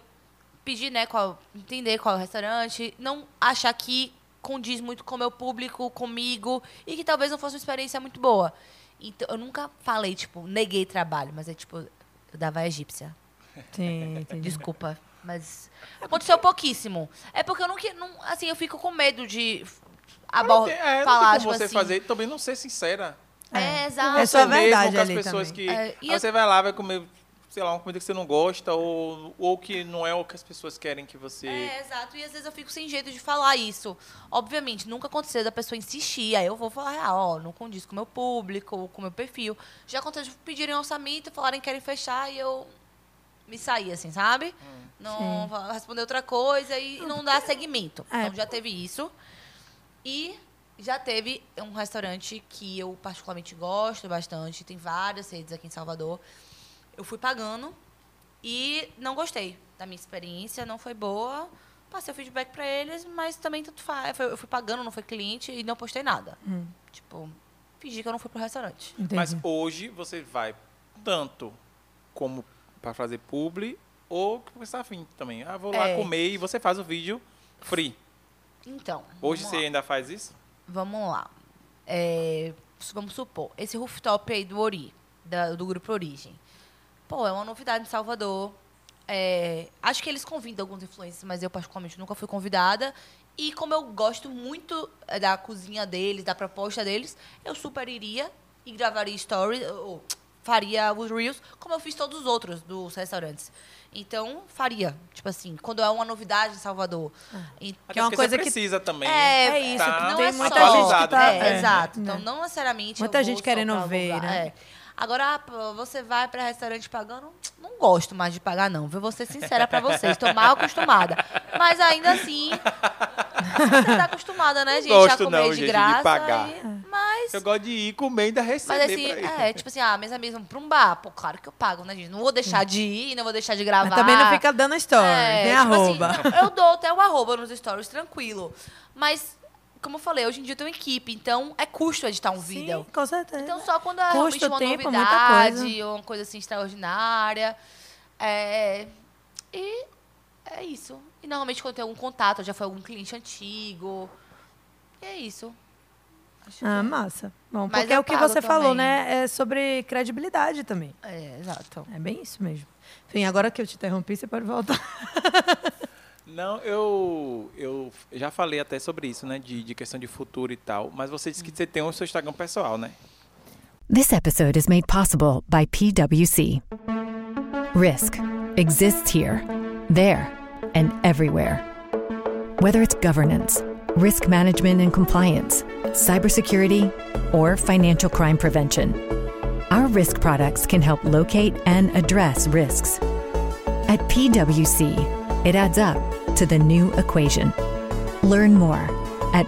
[SPEAKER 4] pedi, né, qual, entender qual é o restaurante, não achar que condiz muito com o meu público, comigo, e que talvez não fosse uma experiência muito boa. Então, eu nunca falei, tipo, neguei trabalho, mas é tipo, eu dava a egípcia.
[SPEAKER 3] Sim, entendi.
[SPEAKER 4] Desculpa, mas aconteceu pouquíssimo. É porque eu não, que- não assim, eu fico com medo de abordar,
[SPEAKER 2] É, não
[SPEAKER 4] Tá falar,
[SPEAKER 2] tem
[SPEAKER 4] tipo
[SPEAKER 2] como você
[SPEAKER 4] assim.
[SPEAKER 2] fazer. Também não ser sincera.
[SPEAKER 4] É, exato.
[SPEAKER 3] É só a
[SPEAKER 2] Você mesmo
[SPEAKER 3] verdade
[SPEAKER 2] com as
[SPEAKER 3] ali
[SPEAKER 2] pessoas
[SPEAKER 3] também.
[SPEAKER 2] que...
[SPEAKER 4] É, e
[SPEAKER 2] aí
[SPEAKER 4] eu-
[SPEAKER 2] você vai lá, vai comer, sei lá, uma comida que você não gosta ou, ou que não é o que as pessoas querem que você...
[SPEAKER 4] É, exato. E às vezes eu fico sem jeito de falar isso. Obviamente, nunca aconteceu da pessoa insistir. Aí eu vou falar, ah, ó, não condiz com o meu público, com o meu perfil. Já aconteceu de pedirem orçamento, falarem que querem fechar e eu me saí, assim, sabe? Não vou responder outra coisa e não dá seguimento.
[SPEAKER 3] É.
[SPEAKER 4] Então já teve isso. E já teve um restaurante que eu particularmente gosto bastante, tem várias redes aqui em Salvador. Eu fui pagando e não gostei da minha experiência, não foi boa. Passei o feedback pra eles, mas também tanto faz. Foi- Eu fui pagando, não foi cliente e não postei nada. Tipo, fingi que eu não fui pro restaurante.
[SPEAKER 3] Entendi.
[SPEAKER 2] Mas hoje você vai tanto como para fazer publi ou que você está afim também. Ah, vou lá
[SPEAKER 4] É.
[SPEAKER 2] comer e você faz o vídeo free.
[SPEAKER 4] Então.
[SPEAKER 2] Hoje
[SPEAKER 4] vamos
[SPEAKER 2] você
[SPEAKER 4] lá.
[SPEAKER 2] ainda faz isso?
[SPEAKER 4] Vamos lá. É, su- vamos supor, esse rooftop aí do Ori, da- do grupo Origem. Pô, é uma novidade em Salvador. É, acho que eles convidam alguns influencers, mas eu particularmente nunca fui convidada. E como eu gosto muito é, da cozinha deles, da proposta deles, eu super iria e gravaria stories, ou faria os reels, como eu fiz todos os outros dos restaurantes. Então, faria. Tipo assim, quando é uma novidade em Salvador. Então, E-
[SPEAKER 2] Até
[SPEAKER 3] Que é uma
[SPEAKER 2] porque
[SPEAKER 3] coisa
[SPEAKER 2] você
[SPEAKER 3] que-
[SPEAKER 2] precisa também.
[SPEAKER 4] é,
[SPEAKER 3] É isso,
[SPEAKER 4] tá
[SPEAKER 2] que
[SPEAKER 4] não
[SPEAKER 2] tem
[SPEAKER 4] é
[SPEAKER 2] muita
[SPEAKER 4] só,
[SPEAKER 2] gente que tá-
[SPEAKER 4] É,
[SPEAKER 2] é.
[SPEAKER 4] Exato.
[SPEAKER 3] Né.
[SPEAKER 4] Então, não necessariamente. eu
[SPEAKER 3] Muita
[SPEAKER 4] vou
[SPEAKER 3] gente querendo
[SPEAKER 4] soltar o
[SPEAKER 3] ver,
[SPEAKER 4] lugar,
[SPEAKER 3] né?
[SPEAKER 4] é. Agora, ah, pô, você vai pra restaurante pagando. Não gosto mais de pagar, não. Vou ser sincera pra vocês. Tô mal acostumada. Mas ainda assim. Você tá acostumada, né, gente? a
[SPEAKER 2] gosto
[SPEAKER 4] comer
[SPEAKER 2] não,
[SPEAKER 4] de
[SPEAKER 2] gente, de
[SPEAKER 4] graça.
[SPEAKER 2] pagar.
[SPEAKER 3] É.
[SPEAKER 4] e- Mas.
[SPEAKER 2] Eu gosto de ir comer e ainda receber
[SPEAKER 4] Mas assim,
[SPEAKER 2] pra ir.
[SPEAKER 4] é, tipo assim, ah, minhas amigas, pra um bar, pô, claro que eu pago, né, gente? Não vou deixar de ir, não vou deixar de gravar.
[SPEAKER 3] Mas também não fica dando story,
[SPEAKER 4] É,
[SPEAKER 3] nem
[SPEAKER 4] tipo
[SPEAKER 3] arroba.
[SPEAKER 4] assim, eu dou até o arroba nos stories, tranquilo. Mas, como eu falei, hoje em dia eu tenho equipe, então é custo editar um vídeo.
[SPEAKER 3] com certeza.
[SPEAKER 4] Então só quando é
[SPEAKER 3] Custo,
[SPEAKER 4] realmente uma
[SPEAKER 3] tempo, muita
[SPEAKER 4] novidade, ou uma coisa assim extraordinária. É, E é isso. E normalmente quando tem algum contato, já foi algum cliente antigo. E é isso. Acho que
[SPEAKER 3] Ah, massa. Bom,
[SPEAKER 4] Mas
[SPEAKER 3] porque
[SPEAKER 4] eu
[SPEAKER 3] é o que
[SPEAKER 4] pago
[SPEAKER 3] você falou,
[SPEAKER 4] também.
[SPEAKER 3] né? É sobre credibilidade também.
[SPEAKER 4] é, exato.
[SPEAKER 3] É bem isso mesmo. Enfim, agora que eu te interrompi, você pode voltar.
[SPEAKER 2] Não, eu, eu já falei até sobre isso, né? De, de questão de futuro e tal. Mas você disse que você tem o seu Instagram pessoal, né?
[SPEAKER 1] This episode is made possible by PWC. Risk exists here, there, and everywhere. Whether it's governance, risk management and compliance, cybersecurity, or financial crime prevention, our risk products can help locate and address risks. At PWC, it adds up to the new equation. Learn more at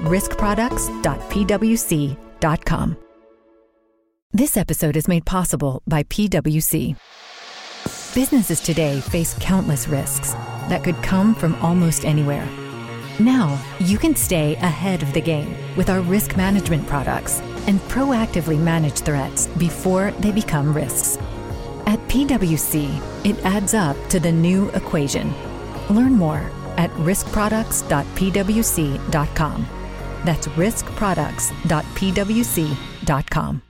[SPEAKER 1] riskproducts.pwc.com. This episode is made possible by PWC. Businesses today face countless risks that could come from almost anywhere. Now, you can stay ahead of the game with our risk management products and proactively manage threats before they become risks. At PWC, it adds up to the new equation. Learn more at riskproducts.pwc.com. That's riskproducts.pwc.com.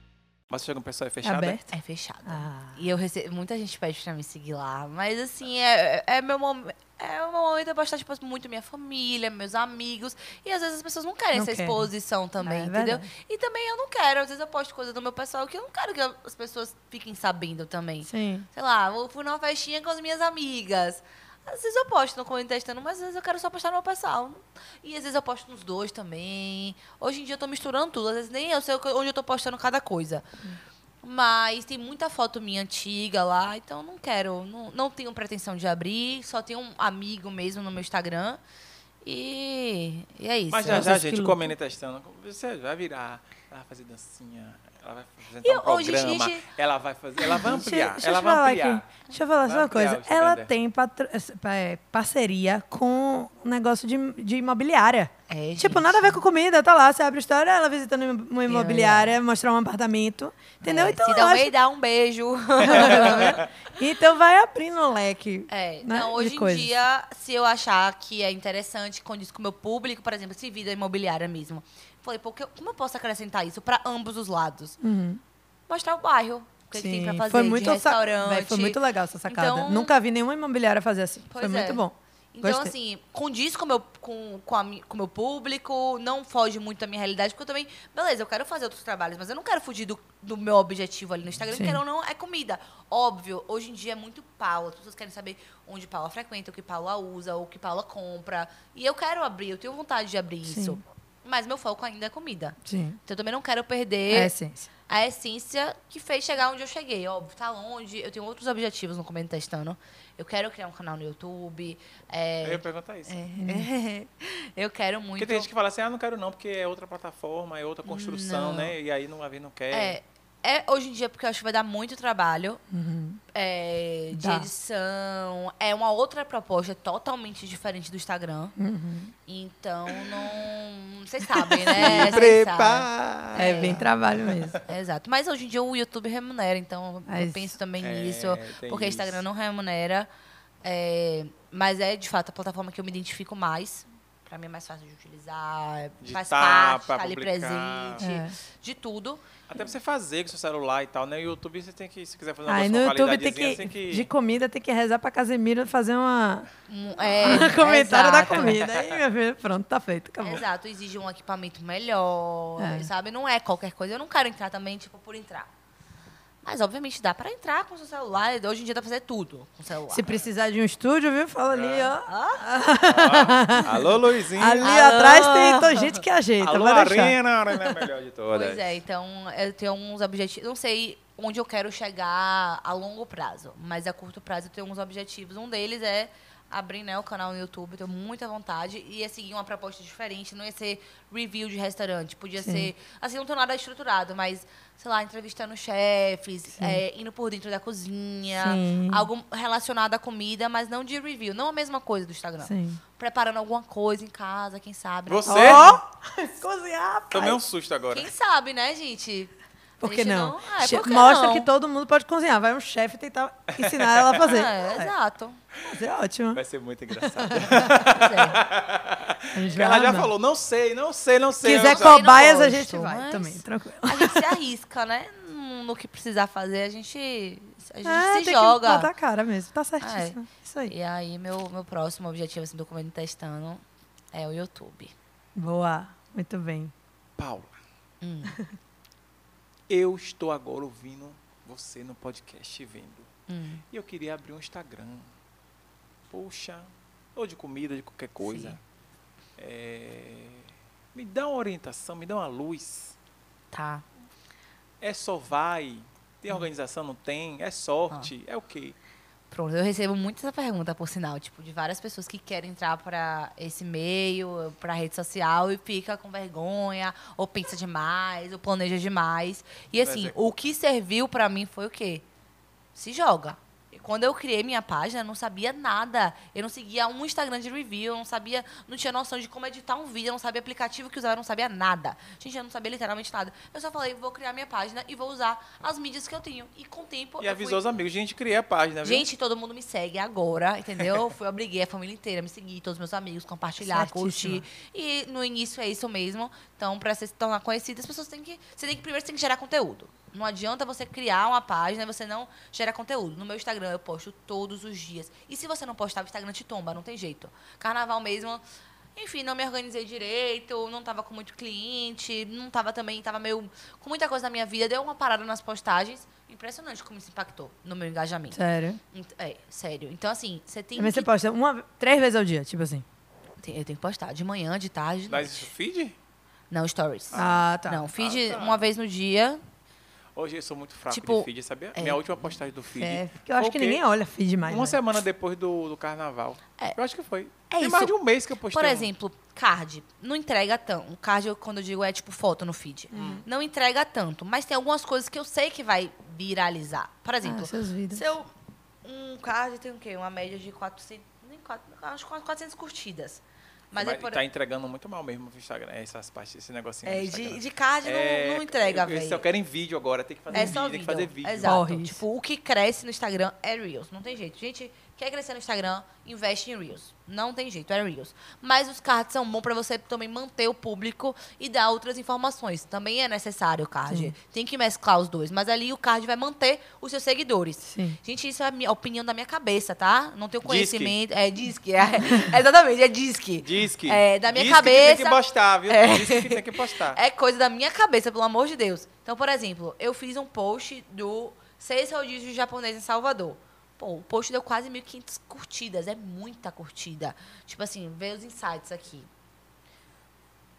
[SPEAKER 2] Mas o Instagram pessoal é fechado?
[SPEAKER 3] Aberto.
[SPEAKER 4] É fechada.
[SPEAKER 3] Ah.
[SPEAKER 4] E eu recebo. Muita gente pede pra me seguir lá. Mas assim, é, é meu momento. É um momento eu postar, tipo, muito minha família, meus amigos. E às vezes as pessoas não querem
[SPEAKER 3] Não
[SPEAKER 4] essa
[SPEAKER 3] querem.
[SPEAKER 4] exposição também,
[SPEAKER 3] É
[SPEAKER 4] entendeu?
[SPEAKER 3] verdade.
[SPEAKER 4] E também eu não quero. Às vezes eu posto coisa do meu pessoal que eu não quero que as pessoas fiquem sabendo também.
[SPEAKER 3] Sim.
[SPEAKER 4] Sei lá, eu fui numa festinha com as minhas amigas. Às vezes eu posto no contestando, mas às vezes eu quero só postar no meu pessoal. E às vezes eu posto nos dois também. Hoje em dia eu tô misturando tudo, às vezes nem eu sei o que- onde eu tô postando cada coisa. Mas tem muita foto minha antiga lá, então eu não quero, não, não tenho pretensão de abrir, só tenho um amigo mesmo no meu Instagram. E, e é isso.
[SPEAKER 2] Mas já, já,
[SPEAKER 3] Vocês que
[SPEAKER 2] gente,
[SPEAKER 3] lutam.
[SPEAKER 2] comendo e testando. Você vai virar, ela vai fazer dancinha, ela vai apresentar
[SPEAKER 4] E
[SPEAKER 2] um
[SPEAKER 4] hoje,
[SPEAKER 2] programa,
[SPEAKER 4] gente-
[SPEAKER 2] ela vai fazer, ela vai ampliar,
[SPEAKER 3] Deixa, deixa
[SPEAKER 2] ela
[SPEAKER 3] eu
[SPEAKER 2] vai
[SPEAKER 3] falar
[SPEAKER 2] ampliar.
[SPEAKER 3] aqui. Deixa eu falar
[SPEAKER 2] Vai
[SPEAKER 3] só uma
[SPEAKER 2] ampliar
[SPEAKER 3] coisa.
[SPEAKER 2] o
[SPEAKER 3] Ela
[SPEAKER 2] Instagram.
[SPEAKER 3] tem patro- essa- pa- é, parceria com um negócio de, de imobiliária.
[SPEAKER 4] É,
[SPEAKER 3] tipo,
[SPEAKER 4] gente.
[SPEAKER 3] nada a ver com comida, tá lá, você abre a história, ela visitando im- uma imobiliária, mostrar um apartamento. Entendeu?
[SPEAKER 4] É,
[SPEAKER 3] então,
[SPEAKER 4] se
[SPEAKER 3] eu
[SPEAKER 4] dá um
[SPEAKER 3] acho-
[SPEAKER 4] beijo, dá um beijo.
[SPEAKER 3] então vai abrindo o leque.
[SPEAKER 4] É,
[SPEAKER 3] né,
[SPEAKER 4] então
[SPEAKER 3] de
[SPEAKER 4] hoje em
[SPEAKER 3] coisas.
[SPEAKER 4] dia, se eu achar que é interessante, condiz com o meu público, por exemplo, se vida imobiliária mesmo. Falei, pô, que eu- como eu posso acrescentar isso para ambos os lados? Mostrar o bairro, o que, que tem
[SPEAKER 3] Uhum. Sim,
[SPEAKER 4] pra fazer,
[SPEAKER 3] foi muito
[SPEAKER 4] de
[SPEAKER 3] sa-
[SPEAKER 4] restaurante.
[SPEAKER 3] Véi, Foi muito legal essa sacada.
[SPEAKER 4] Então-
[SPEAKER 3] Nunca vi nenhuma imobiliária fazer assim.
[SPEAKER 4] Pois
[SPEAKER 3] foi
[SPEAKER 4] é.
[SPEAKER 3] muito bom.
[SPEAKER 4] Então,
[SPEAKER 3] Gostei.
[SPEAKER 4] assim, condiz com o meu, com, com, a mi- com o meu público, não foge muito da minha realidade, porque eu também, beleza, eu quero fazer outros trabalhos, mas eu não quero fugir do, do meu objetivo ali no Instagram,
[SPEAKER 3] Sim.
[SPEAKER 4] quero ou não, é comida. Óbvio, hoje em dia é muito Paula, as pessoas querem saber onde Paula frequenta, o que Paula usa, o que Paula compra. E eu quero abrir, eu tenho vontade de abrir
[SPEAKER 3] Sim.
[SPEAKER 4] isso. Mas meu foco ainda é comida.
[SPEAKER 3] Sim.
[SPEAKER 4] Então eu também não quero perder
[SPEAKER 3] É essência.
[SPEAKER 4] a essência que fez chegar onde eu cheguei. Óbvio, tá longe, eu tenho outros objetivos no Comendo e Testando. Eu quero criar um canal no YouTube.
[SPEAKER 2] Eu ia
[SPEAKER 4] é,
[SPEAKER 2] perguntar isso.
[SPEAKER 4] eu quero muito.
[SPEAKER 2] Porque tem gente que fala assim, ah, não quero não, porque é outra plataforma, é outra construção, né? E aí não vai ver, não quer.
[SPEAKER 4] é, é, hoje em dia, porque eu acho que vai dar muito trabalho
[SPEAKER 2] Uhum.
[SPEAKER 4] é, de
[SPEAKER 3] Dá.
[SPEAKER 4] edição. É uma outra proposta totalmente diferente do Instagram. Então, não. Vocês sabem, né? Vocês sabem.
[SPEAKER 2] Prepara!
[SPEAKER 3] É bem trabalho mesmo.
[SPEAKER 4] Exato. Mas hoje em dia o YouTube remunera, então
[SPEAKER 3] Ah,
[SPEAKER 4] eu
[SPEAKER 3] isso.
[SPEAKER 4] penso também
[SPEAKER 2] É,
[SPEAKER 4] nisso.
[SPEAKER 2] tem
[SPEAKER 4] Porque o Instagram
[SPEAKER 2] isso.
[SPEAKER 4] não remunera. É, mas é, de fato, a plataforma que eu me identifico mais. Pra mim é mais fácil de utilizar, é
[SPEAKER 2] De
[SPEAKER 4] faz
[SPEAKER 2] tá,
[SPEAKER 4] parte,
[SPEAKER 2] pra
[SPEAKER 4] tá ali
[SPEAKER 2] publicar.
[SPEAKER 4] presente,
[SPEAKER 3] É.
[SPEAKER 4] de tudo.
[SPEAKER 2] Até pra você fazer com seu celular e tal, né? E o YouTube você tem que, se quiser fazer uma
[SPEAKER 3] Aí
[SPEAKER 2] coisa
[SPEAKER 3] no
[SPEAKER 2] com
[SPEAKER 3] YouTube tem
[SPEAKER 2] qualidadezinha,
[SPEAKER 3] que,
[SPEAKER 2] você tem que.
[SPEAKER 3] De comida tem que rezar pra Casemiro fazer uma.
[SPEAKER 4] Um- é,
[SPEAKER 3] comentário da
[SPEAKER 4] exato.
[SPEAKER 3] comida. Aí, meu filho, pronto, tá feito, acabou.
[SPEAKER 4] Exato, exige um equipamento melhor,
[SPEAKER 3] É.
[SPEAKER 4] sabe? Não é qualquer coisa. Eu não quero entrar também, tipo, por entrar. Mas, obviamente, dá pra entrar com o seu celular. Hoje em dia dá pra fazer tudo com o celular.
[SPEAKER 3] Se precisar de um estúdio, viu? Fala ali,
[SPEAKER 4] Ah.
[SPEAKER 3] ó.
[SPEAKER 2] Ó, Alô, Luizinho.
[SPEAKER 3] Ali
[SPEAKER 4] Alô.
[SPEAKER 3] atrás tem, tem gente que ajeita.
[SPEAKER 2] Alô,
[SPEAKER 3] vai deixar.
[SPEAKER 2] Arena, Arena é a melhor de todas.
[SPEAKER 4] Pois é, então eu tenho alguns objetivos. Não sei onde eu quero chegar a longo prazo, mas a curto prazo eu tenho alguns objetivos. Um deles é abrir né, o canal no YouTube, tenho muita vontade, e ia seguir uma proposta diferente, não ia ser review de restaurante, podia ser, assim, não tenho nada estruturado, mas, sei lá, entrevistando chefes, é, indo por dentro da cozinha,
[SPEAKER 3] Sim.
[SPEAKER 4] algo relacionado à comida, mas não de review, não a mesma coisa do Instagram.
[SPEAKER 3] Sim.
[SPEAKER 4] Preparando alguma coisa em casa, quem sabe. né?
[SPEAKER 2] Você?
[SPEAKER 3] Ó! Cozinhar,
[SPEAKER 2] Tomei
[SPEAKER 3] pai.
[SPEAKER 2] um susto agora.
[SPEAKER 4] Quem sabe, né, gente?
[SPEAKER 3] Por que
[SPEAKER 4] Gente,
[SPEAKER 3] não?
[SPEAKER 4] Ah,
[SPEAKER 3] Che-
[SPEAKER 4] por que
[SPEAKER 3] Mostra
[SPEAKER 4] não?
[SPEAKER 3] que tá todo mundo pode cozinhar. Vai um chefe tentar ensinar ela a fazer.
[SPEAKER 4] É, exato.
[SPEAKER 3] É ótimo.
[SPEAKER 2] Vai ser muito engraçado.
[SPEAKER 4] é.
[SPEAKER 3] A gente vai
[SPEAKER 2] Ela já
[SPEAKER 3] amar.
[SPEAKER 2] falou, não sei, não sei, não
[SPEAKER 3] Se
[SPEAKER 2] sei.
[SPEAKER 3] quiser
[SPEAKER 2] eu só-
[SPEAKER 4] sei, não
[SPEAKER 3] cobaias, a
[SPEAKER 4] gosto,
[SPEAKER 3] gente vai
[SPEAKER 4] mas-
[SPEAKER 3] também, tranquilo.
[SPEAKER 4] A gente se arrisca, né? No no que precisar fazer, a gente, a gente
[SPEAKER 3] É,
[SPEAKER 4] se
[SPEAKER 3] tem que
[SPEAKER 4] joga. É.
[SPEAKER 3] botar a cara mesmo. Tá certíssimo. Isso aí.
[SPEAKER 4] E aí, meu, meu próximo objetivo, assim, do Comendo e Testando é o YouTube.
[SPEAKER 3] Boa. Muito bem.
[SPEAKER 2] Paula,
[SPEAKER 4] Hum,
[SPEAKER 2] eu estou agora ouvindo você no podcast e vendo.
[SPEAKER 4] hum,
[SPEAKER 2] E eu queria abrir um Instagram. Poxa, ou de comida, de qualquer coisa. É, Me dá uma orientação, me dá uma luz.
[SPEAKER 4] Tá.
[SPEAKER 2] É só vai. Tem organização, não tem? É sorte. É o quê?
[SPEAKER 4] Pronto, eu recebo muito essa pergunta, por sinal, tipo, de várias pessoas que querem entrar para esse meio, para rede social e fica com vergonha, ou pensa demais, ou planeja demais. E
[SPEAKER 2] Não
[SPEAKER 4] assim,
[SPEAKER 2] executa.
[SPEAKER 4] o que serviu para mim foi o quê? Se joga. E Quando eu criei minha página, eu não sabia nada. Eu não seguia um Instagram de review, eu não sabia, não tinha noção de como editar um vídeo, eu não sabia aplicativo que usava, eu não sabia nada. Gente, eu não sabia literalmente nada. Eu só falei, vou criar minha página e vou usar as mídias que eu tenho. E com o tempo.
[SPEAKER 2] E
[SPEAKER 4] eu
[SPEAKER 2] avisou
[SPEAKER 4] fui-
[SPEAKER 2] os amigos. Gente, criei a página, viu?
[SPEAKER 4] Gente, todo mundo me segue agora, entendeu? Fui, obriguei a família inteira a me seguir, todos meus amigos, compartilhar,
[SPEAKER 3] Certíssima.
[SPEAKER 4] curtir. E no início é isso mesmo. Então, pra você se tornar conhecida, as pessoas têm que. Você tem que primeiro você tem que gerar conteúdo. Não adianta você criar uma página e você não gerar conteúdo. No meu Instagram eu posto todos os dias. E se você não postar, o Instagram te tomba, não tem jeito. Carnaval mesmo. Enfim, não me organizei direito, não tava com muito cliente, não tava também, tava meio com muita coisa na minha vida, deu uma parada nas postagens. Impressionante como isso impactou no meu engajamento.
[SPEAKER 3] Sério.
[SPEAKER 4] Ent- É, sério. Então, assim, você tem
[SPEAKER 3] Mas
[SPEAKER 4] que...
[SPEAKER 3] você posta uma, três vezes ao dia, tipo assim.
[SPEAKER 4] Tem- Eu tenho que postar de manhã, de tarde.
[SPEAKER 2] Mas isso feed?
[SPEAKER 4] Não, stories.
[SPEAKER 3] Ah, tá.
[SPEAKER 4] Não, feed
[SPEAKER 2] Ah, tá.
[SPEAKER 4] uma vez no dia.
[SPEAKER 2] Hoje eu sou muito fraco
[SPEAKER 4] Tipo,
[SPEAKER 2] de feed, sabia?
[SPEAKER 4] é.
[SPEAKER 2] Minha última postagem do feed.
[SPEAKER 3] É, porque eu acho
[SPEAKER 2] foi o
[SPEAKER 3] que
[SPEAKER 2] quê?
[SPEAKER 3] ninguém olha feed mais.
[SPEAKER 2] Uma
[SPEAKER 3] né?
[SPEAKER 2] semana depois do, do carnaval.
[SPEAKER 4] É.
[SPEAKER 2] Eu acho que foi.
[SPEAKER 4] É
[SPEAKER 2] Tem
[SPEAKER 4] isso.
[SPEAKER 2] mais de um mês que eu postei.
[SPEAKER 4] Por
[SPEAKER 2] um.
[SPEAKER 4] exemplo, card. Não entrega tanto. Card, eu- quando eu digo, é tipo foto no feed.
[SPEAKER 3] Hum.
[SPEAKER 4] Hum. Não entrega tanto. Mas tem algumas coisas que eu sei que vai viralizar. Por exemplo,
[SPEAKER 3] Ah, seus vídeos.
[SPEAKER 4] se eu... Um card tem o quê? Uma média de 400... Nem 400 acho que quase 400 curtidas. Mas,
[SPEAKER 2] Mas,
[SPEAKER 4] é por...
[SPEAKER 2] tá entregando muito mal mesmo no Instagram. Essas partes, esse negocinho. do
[SPEAKER 4] é, de,
[SPEAKER 2] Instagram. É,
[SPEAKER 4] de card não- não, entrega,
[SPEAKER 2] eu, eu
[SPEAKER 4] velho.
[SPEAKER 2] só quero em vídeo agora. Tem que fazer
[SPEAKER 4] É
[SPEAKER 2] vídeo,
[SPEAKER 4] só
[SPEAKER 2] tem
[SPEAKER 4] vídeo.
[SPEAKER 2] que fazer vídeo.
[SPEAKER 4] Exato.
[SPEAKER 3] Corre.
[SPEAKER 4] Tipo, o que cresce no Instagram é Reels. Não tem jeito. Gente, quer crescer no Instagram, investe em Reels. Não tem jeito, é Reels. Mas os cards são bons pra você também manter o público e dar outras informações. Também é necessário o card. Tem que mesclar os dois. Mas ali o card vai manter os seus seguidores.
[SPEAKER 3] Sim.
[SPEAKER 4] Gente, isso é a minha- a opinião da minha cabeça, tá? Não tenho
[SPEAKER 2] Disque.
[SPEAKER 4] conhecimento. É disque. É, exatamente, é disque.
[SPEAKER 2] Diz que.
[SPEAKER 4] É, da minha
[SPEAKER 2] diz
[SPEAKER 4] cabeça.
[SPEAKER 2] Que tem que postar, viu?
[SPEAKER 4] É.
[SPEAKER 2] Diz que tem que postar.
[SPEAKER 4] É coisa da minha cabeça, pelo amor de Deus. Então, por exemplo, eu fiz um post do seis rodízios de japonês em Salvador. Pô, o post deu quase 1.500 curtidas. É muita curtida. Tipo assim, vê os insights aqui.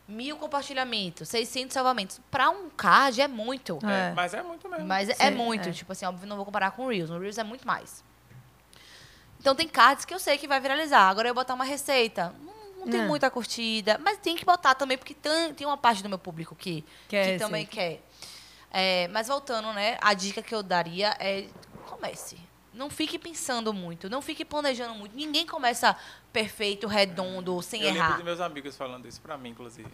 [SPEAKER 4] Mil compartilhamentos, 600 salvamentos. Pra um card é muito.
[SPEAKER 2] É,
[SPEAKER 3] É.
[SPEAKER 2] Mas é muito mesmo.
[SPEAKER 4] Mas é-
[SPEAKER 3] Sei,
[SPEAKER 4] é muito.
[SPEAKER 3] é.
[SPEAKER 4] Tipo assim, óbvio, não vou comparar com o Reels. No Reels é muito mais. Então tem cards que eu sei que vai viralizar. Agora eu botar uma receita. Não, não tem
[SPEAKER 3] Não.
[SPEAKER 4] muita curtida. Mas tem que botar também, porque tem, tem uma parte do meu público que,
[SPEAKER 3] Quer
[SPEAKER 4] que
[SPEAKER 3] receita.
[SPEAKER 4] também quer. É, mas voltando, né? A dica que eu daria é comece. Não fique pensando muito, não fique planejando muito. Ninguém começa perfeito, redondo, sem
[SPEAKER 2] eu lembro
[SPEAKER 4] errar.
[SPEAKER 2] dos meus amigos falando isso pra mim, inclusive.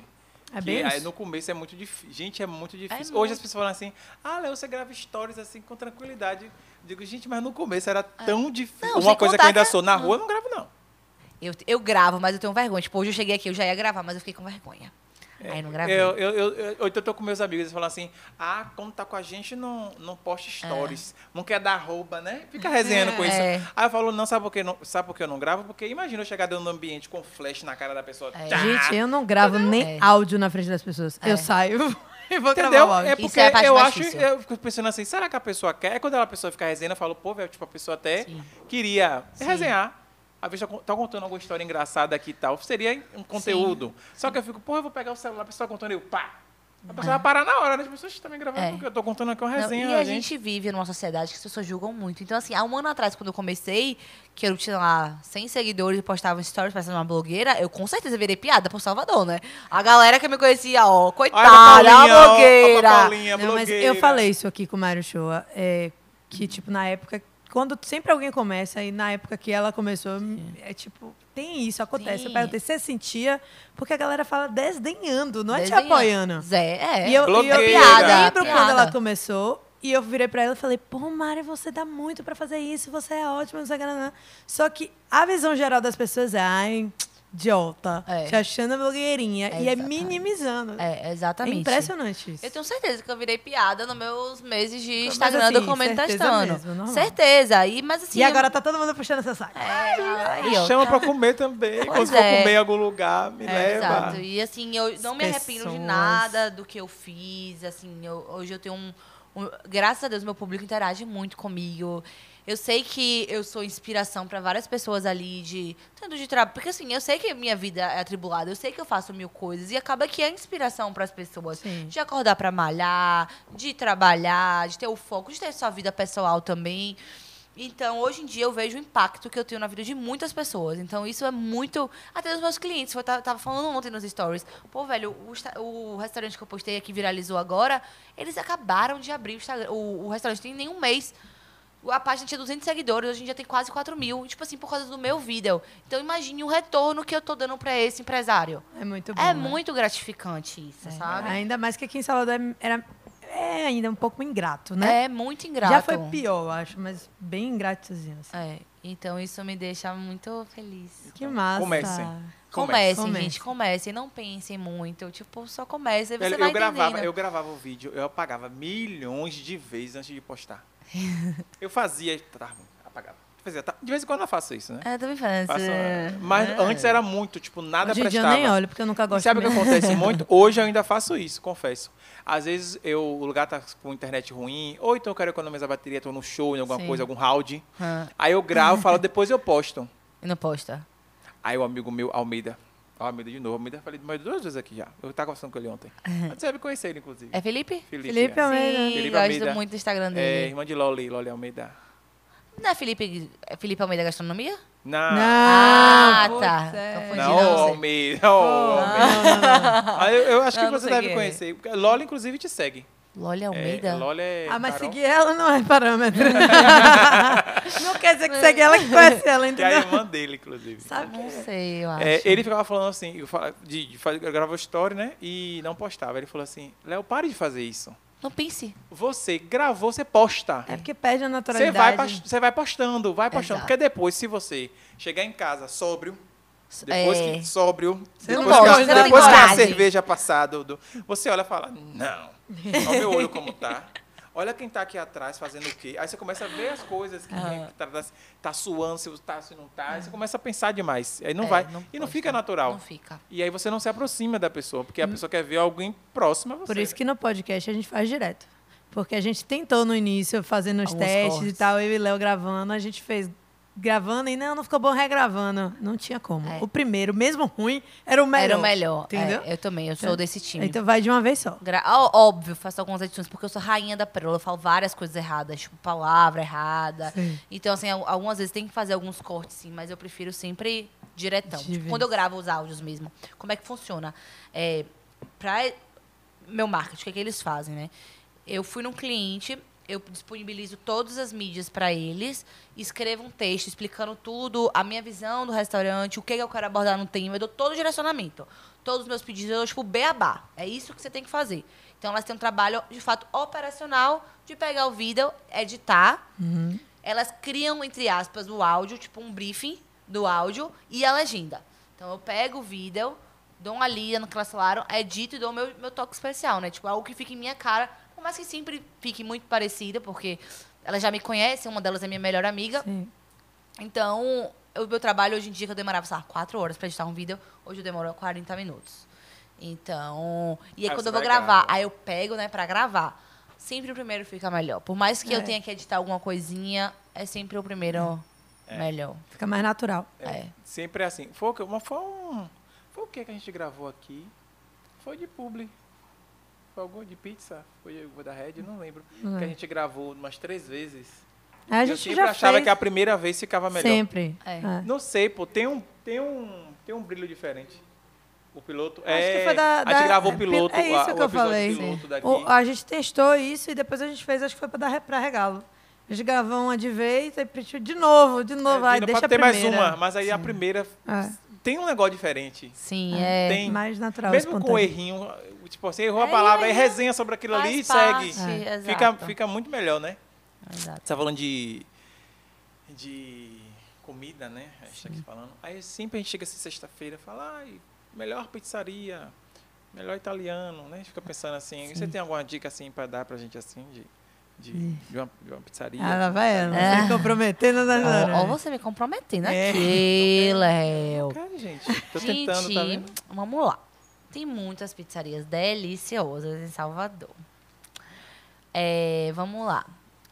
[SPEAKER 3] É
[SPEAKER 2] Que
[SPEAKER 3] bem
[SPEAKER 2] aí
[SPEAKER 3] isso.
[SPEAKER 2] no começo é muito difícil. Gente, é muito difícil. Hoje
[SPEAKER 4] muito.
[SPEAKER 2] as pessoas falam assim, ah, Léo, você grava stories assim com tranquilidade. Digo, gente, mas no começo era tão difícil.
[SPEAKER 4] É. Não,
[SPEAKER 2] Uma
[SPEAKER 4] sem
[SPEAKER 2] coisa que
[SPEAKER 4] contar
[SPEAKER 2] eu ainda
[SPEAKER 4] que- é-
[SPEAKER 2] sou na rua, eu não gravo, não.
[SPEAKER 4] Eu, eu gravo, mas eu tenho vergonha. Tipo, hoje eu cheguei aqui, eu já ia gravar, mas eu fiquei com vergonha. Aí eu não gravei.
[SPEAKER 2] É, Eu, eu, eu, eu, ou então eu tô com meus amigos, eles falam assim, ah, como tá com a gente, não, não posta stories. Não quer dar rouba, né? Fica resenhando com isso.
[SPEAKER 4] É.
[SPEAKER 2] Aí eu falo, não, sabe por, que não, sabe por que eu não gravo? Porque imagina eu chegar dentro de um ambiente com flash na cara da pessoa. Tchá!
[SPEAKER 3] Gente, eu não gravo nem
[SPEAKER 4] É.
[SPEAKER 3] áudio na frente das pessoas.
[SPEAKER 4] É.
[SPEAKER 3] Eu saio e vou gravar
[SPEAKER 2] Entendeu?
[SPEAKER 3] o
[SPEAKER 2] É
[SPEAKER 3] áudio.
[SPEAKER 2] porque
[SPEAKER 4] Isso é a parte
[SPEAKER 2] eu
[SPEAKER 4] mais
[SPEAKER 2] acho,
[SPEAKER 4] difícil.
[SPEAKER 2] eu fico pensando assim, será que a pessoa quer? Aí Quando a pessoa fica resenhando, eu falo, pô, velho, tipo, a pessoa até queria resenhar. A pessoa con- tá contando alguma história engraçada aqui e tal. Seria um conteúdo. Só que eu fico, pô, eu vou pegar o celular, a pessoa tá contando, eu, pá. A pessoa vai parar na hora, né? As pessoas também gravando,
[SPEAKER 4] É.
[SPEAKER 2] porque eu tô contando aqui uma
[SPEAKER 4] Não,
[SPEAKER 2] resenha, né,
[SPEAKER 4] e a
[SPEAKER 2] gente.
[SPEAKER 4] gente vive numa sociedade que as pessoas julgam muito. Então, assim, há um ano atrás, quando eu comecei, que eu tinha lá 100 seguidores e postava stories parecendo uma blogueira, eu com certeza virei piada por Salvador, né? A galera que me conhecia, ó, coitada,
[SPEAKER 2] Olha
[SPEAKER 4] a
[SPEAKER 2] a Paulinha, ó,
[SPEAKER 4] blogueira.
[SPEAKER 2] olha a Paulinha,
[SPEAKER 3] Não, mas eu
[SPEAKER 2] blogueira.
[SPEAKER 3] falei isso aqui com o Mário Shoa, é, que, tipo, na época, quando sempre alguém começa, e na época que ela começou, é tipo, tem isso, acontece.
[SPEAKER 4] Sim.
[SPEAKER 3] Eu perguntei, você sentia? Porque a galera fala desdenhando, não é te
[SPEAKER 4] Desenhando.
[SPEAKER 3] apoiando.
[SPEAKER 4] Zé, é.
[SPEAKER 3] E eu, e eu
[SPEAKER 2] Blogueira.
[SPEAKER 3] lembro
[SPEAKER 4] Piada.
[SPEAKER 3] quando ela começou. E eu virei pra ela e falei, pô, Mari, você dá muito pra fazer isso, você é ótima, não sei o que. não, não. Só que a visão geral das pessoas é, ai, idiota,
[SPEAKER 4] É.
[SPEAKER 3] te achando blogueirinha.
[SPEAKER 4] É,
[SPEAKER 3] e é
[SPEAKER 4] exatamente.
[SPEAKER 3] minimizando. É,
[SPEAKER 4] É, exatamente.
[SPEAKER 3] impressionante isso.
[SPEAKER 4] Eu tenho certeza que eu virei piada nos meus meses de
[SPEAKER 3] Mas,
[SPEAKER 4] Instagram
[SPEAKER 3] assim,
[SPEAKER 4] do Comendo
[SPEAKER 3] certeza
[SPEAKER 4] Testando.
[SPEAKER 3] mesmo, normal.
[SPEAKER 4] certeza. E, mas assim.
[SPEAKER 3] e agora tá todo mundo puxando essa saia.
[SPEAKER 4] Aí, ó,
[SPEAKER 2] Chama pra comer também. Quando
[SPEAKER 4] Pois
[SPEAKER 2] for
[SPEAKER 4] é.
[SPEAKER 2] comer em algum lugar, me
[SPEAKER 4] É,
[SPEAKER 2] leva.
[SPEAKER 4] Exato. E assim, eu não me arrependo de
[SPEAKER 3] pessoas.
[SPEAKER 4] nada do que eu fiz. Assim, eu- hoje eu tenho um, um- Graças a Deus, meu público interage muito comigo. Eu sei que eu sou inspiração para várias pessoas ali de tanto de trabalho, porque assim, eu sei que minha vida é atribulada, eu sei que eu faço mil coisas e acaba que é inspiração para as pessoas
[SPEAKER 3] Sim.
[SPEAKER 4] de acordar para malhar, de trabalhar, de ter o foco, de ter sua vida pessoal também. Então, hoje em dia, eu vejo o impacto que eu tenho na vida de muitas pessoas. Então, isso é muito. Até dos meus clientes. Eu tava tava falando ontem nos stories. Pô, velho, o, insta- o restaurante que eu postei aqui viralizou agora. Eles acabaram de abrir o, Instagram- o, o restaurante, tem nem um mês. A página tinha 200 seguidores, hoje em dia tem quase 4 mil. Tipo assim, por causa do meu vídeo. Então, imagine o retorno que eu tô dando para esse empresário.
[SPEAKER 3] É muito bom.
[SPEAKER 4] É
[SPEAKER 3] né? É.
[SPEAKER 4] muito gratificante isso, sabe?
[SPEAKER 3] Ainda mais que aqui em Salvador é- era, é ainda um pouco ingrato, né?
[SPEAKER 4] É muito ingrato.
[SPEAKER 3] Já foi pior, eu acho, mas bem ingratozinho. assim.
[SPEAKER 4] É, então isso me deixa muito feliz.
[SPEAKER 3] Que massa.
[SPEAKER 2] comecem.
[SPEAKER 4] Comecem,
[SPEAKER 3] Comece.
[SPEAKER 4] gente, comecem. Não pensem muito. Tipo, só comecem. Você
[SPEAKER 2] Velho,
[SPEAKER 4] vai
[SPEAKER 2] eu, gravava,
[SPEAKER 4] entendendo.
[SPEAKER 2] eu gravava o vídeo, eu apagava milhões de vezes antes de postar. eu fazia, tá, tá ruim, apagava. Fazia, tá. de vez em quando eu faço isso, né?
[SPEAKER 4] É, também falando.
[SPEAKER 2] Faço, é.
[SPEAKER 4] assim,
[SPEAKER 2] mas antes era muito, tipo, nada
[SPEAKER 3] é. Hoje em dia eu
[SPEAKER 2] prestava.
[SPEAKER 3] nem olho, porque eu nunca
[SPEAKER 2] E
[SPEAKER 3] gosto
[SPEAKER 2] sabe o que
[SPEAKER 3] mesmo.
[SPEAKER 2] acontece muito? Hoje eu ainda faço isso, confesso. Às vezes eu, o lugar tá com internet ruim, ou então eu quero economizar bateria, tô num show, em alguma
[SPEAKER 4] Sim.
[SPEAKER 2] coisa, algum round.
[SPEAKER 4] Hã,
[SPEAKER 2] Aí eu gravo, falo, depois eu posto.
[SPEAKER 4] E não posta.
[SPEAKER 2] Aí o amigo meu, Almeida, ó, Almeida de novo, Almeida, falei mais duas vezes aqui já. Eu tava conversando com ele ontem. Você deve conhecer ele, inclusive.
[SPEAKER 4] É Felipe?
[SPEAKER 3] Felipe
[SPEAKER 2] é.
[SPEAKER 3] Almeida.
[SPEAKER 4] Sim,
[SPEAKER 2] Felipe
[SPEAKER 4] gosto
[SPEAKER 2] Almeida.
[SPEAKER 4] muito do Instagram
[SPEAKER 2] É,
[SPEAKER 4] dele.
[SPEAKER 2] irmã de Loli, Loli Almeida.
[SPEAKER 4] Não é Felipe, é Felipe Almeida Gastronomia?
[SPEAKER 2] Não, não,
[SPEAKER 3] Ah,
[SPEAKER 4] tá.
[SPEAKER 3] putz, é.
[SPEAKER 4] Confundi,
[SPEAKER 2] não
[SPEAKER 4] sei.
[SPEAKER 2] Almeida. ô, Almeida. Ah, eu, eu acho que
[SPEAKER 4] Não, não
[SPEAKER 2] você
[SPEAKER 4] sei
[SPEAKER 2] deve
[SPEAKER 4] quem é.
[SPEAKER 2] conhecer. porque Loli, inclusive, te segue.
[SPEAKER 4] Loli
[SPEAKER 2] É,
[SPEAKER 4] Almeida?
[SPEAKER 2] Loli é
[SPEAKER 3] Ah, mas
[SPEAKER 2] Carol.
[SPEAKER 3] seguir ela não é parâmetro. não quer dizer que segue ela que conhece ela,
[SPEAKER 2] Que é a
[SPEAKER 3] entendeu?
[SPEAKER 2] irmã dele, inclusive.
[SPEAKER 3] Sabe?
[SPEAKER 4] Não sei, eu acho.
[SPEAKER 2] É, ele ficava falando assim, eu, fala- de, de, fazer- eu gravava story, né? E não postava. Ele falou assim, Léo, pare de fazer isso.
[SPEAKER 4] Não pense.
[SPEAKER 2] Você gravou, você posta.
[SPEAKER 3] É porque perde a
[SPEAKER 2] Você
[SPEAKER 3] naturalidade. né?
[SPEAKER 2] vai, pas- você vai postando, vai postando.
[SPEAKER 4] Exato.
[SPEAKER 2] Porque depois, se você chegar em casa sóbrio, depois
[SPEAKER 4] É.
[SPEAKER 2] que sóbrio,
[SPEAKER 3] Você não
[SPEAKER 2] depois, que,
[SPEAKER 3] posta,
[SPEAKER 2] a,
[SPEAKER 3] você não
[SPEAKER 2] depois que a
[SPEAKER 4] interage.
[SPEAKER 2] cerveja passar, do, do- você olha e fala, não, olha o meu olho como tá. Olha quem tá aqui atrás fazendo o quê. Aí você começa a ver as coisas que quem tá, atrás tá suando, se tá, se não tá. Aí você começa a pensar demais. Aí não
[SPEAKER 4] É,
[SPEAKER 2] vai.
[SPEAKER 4] não
[SPEAKER 2] e não
[SPEAKER 4] posta.
[SPEAKER 2] fica natural.
[SPEAKER 4] Não fica.
[SPEAKER 2] E aí você não se aproxima da pessoa, porque a pessoa quer ver alguém próximo a você.
[SPEAKER 3] Hum. Por isso que no podcast a gente faz direto. Porque a gente tentou no início, fazendo os
[SPEAKER 4] Alguns
[SPEAKER 3] testes
[SPEAKER 4] cortes.
[SPEAKER 3] e tal, eu e Léo gravando, a gente fez gravando e não, não ficou bom regravando. Não tinha como.
[SPEAKER 4] É.
[SPEAKER 3] O primeiro, mesmo ruim, era o melhor.
[SPEAKER 4] Era o melhor.
[SPEAKER 3] Entendeu?
[SPEAKER 4] É, eu também, eu sou desse time.
[SPEAKER 3] Então vai de uma vez só.
[SPEAKER 4] Gra- ó- Óbvio, faço algumas edições, porque eu sou rainha da pérola. Eu falo várias coisas erradas, tipo, palavra errada. Então, assim, al- algumas vezes tem que fazer alguns cortes, sim, mas eu prefiro sempre diretão.
[SPEAKER 3] De
[SPEAKER 4] Tipo,
[SPEAKER 3] vez.
[SPEAKER 4] quando eu gravo os áudios mesmo, como é que funciona? É, pra meu marketing, o que, é que eles fazem, né? Eu fui num cliente, eu disponibilizo todas as mídias para eles, escrevo um texto explicando tudo, a minha visão do restaurante, o que, que eu quero abordar no tema, eu dou todo o direcionamento. Todos os meus pedidos eu dou, tipo, beabá. É isso que você tem que fazer. Então, elas têm um trabalho, de fato, operacional de pegar o vídeo, editar. Elas criam, entre aspas, o áudio, tipo um briefing do áudio e a legenda. Então, eu pego o vídeo, dou uma lida no que elas falaram, edito e dou o meu, meu toque especial, né? Tipo, algo que fique em minha cara, por mais que sempre fique muito parecida, porque elas já me conhecem, uma delas é minha melhor amiga.
[SPEAKER 3] Sim.
[SPEAKER 4] Então, o meu trabalho hoje em dia, que eu demorava, sei lá, 4 horas pra editar um vídeo, hoje eu demoro 40 minutos. Então. E aí,
[SPEAKER 2] Ah,
[SPEAKER 4] quando
[SPEAKER 2] você
[SPEAKER 4] eu vou
[SPEAKER 2] vai
[SPEAKER 4] gravar,
[SPEAKER 2] gravar.
[SPEAKER 4] aí eu pego, né, pra gravar. Sempre o primeiro fica melhor. Por mais que eu tenha que editar alguma coisinha, é sempre o primeiro melhor.
[SPEAKER 3] Fica mais natural.
[SPEAKER 4] É.
[SPEAKER 2] Sempre é assim. Foi o que, mas foi um, foi o que que a gente gravou aqui? Foi de publi. Foi algum de pizza? Foi o da Red? Não lembro. Que a gente gravou umas três vezes.
[SPEAKER 3] A
[SPEAKER 2] eu
[SPEAKER 3] gente
[SPEAKER 2] sempre
[SPEAKER 3] já
[SPEAKER 2] achava
[SPEAKER 3] fez
[SPEAKER 2] que a primeira vez ficava melhor.
[SPEAKER 3] sempre.
[SPEAKER 4] É.
[SPEAKER 2] Não sei, pô. Tem um, tem um, tem um brilho diferente. O piloto.
[SPEAKER 3] Acho
[SPEAKER 2] é,
[SPEAKER 3] que foi da,
[SPEAKER 2] a
[SPEAKER 3] da-
[SPEAKER 2] gente gravou o piloto.
[SPEAKER 3] É isso
[SPEAKER 2] a- o
[SPEAKER 3] que eu
[SPEAKER 2] episódio
[SPEAKER 3] falei.
[SPEAKER 2] piloto daqui.
[SPEAKER 3] O- a gente testou isso e depois a gente fez, acho que foi pra dar re- pra regalo. A gente gravou uma de vez, aí pediu de novo, de novo.
[SPEAKER 2] É,
[SPEAKER 3] aí
[SPEAKER 2] ainda
[SPEAKER 3] deixa
[SPEAKER 2] pode
[SPEAKER 3] a
[SPEAKER 2] ter mais
[SPEAKER 3] primeira.
[SPEAKER 2] uma, mas aí a primeira
[SPEAKER 3] É.
[SPEAKER 2] tem um negócio diferente.
[SPEAKER 4] Sim, é.
[SPEAKER 2] tem.
[SPEAKER 3] Mais natural.
[SPEAKER 2] Mesmo com o
[SPEAKER 3] espontâneo.
[SPEAKER 2] errinho, tipo assim, errou a
[SPEAKER 4] É,
[SPEAKER 2] palavra, aí
[SPEAKER 4] errinho
[SPEAKER 2] resenha sobre aquilo ali e
[SPEAKER 4] Faz parte,
[SPEAKER 2] segue.
[SPEAKER 4] exato.
[SPEAKER 2] Fica, fica muito melhor, né?
[SPEAKER 4] Exato.
[SPEAKER 2] Você tá falando de. de comida, né? A gente tá aqui falando. Aí sempre a gente chega assim sexta-feira e fala, ai, melhor pizzaria, melhor italiano, né? A gente fica pensando assim. Você tem alguma dica assim pra dar pra gente assim de, de, de uma, de uma pizzaria?
[SPEAKER 3] Ah, lá vai ela. Se comprometendo nas
[SPEAKER 4] É. Ó, ó
[SPEAKER 3] horas.
[SPEAKER 4] você me comprometendo
[SPEAKER 3] né? É.
[SPEAKER 4] aqui, Léo.
[SPEAKER 2] Cara, gente, tô tentando, tá vendo?
[SPEAKER 4] vamos lá. Tem muitas pizzarias deliciosas em Salvador. É, vamos lá.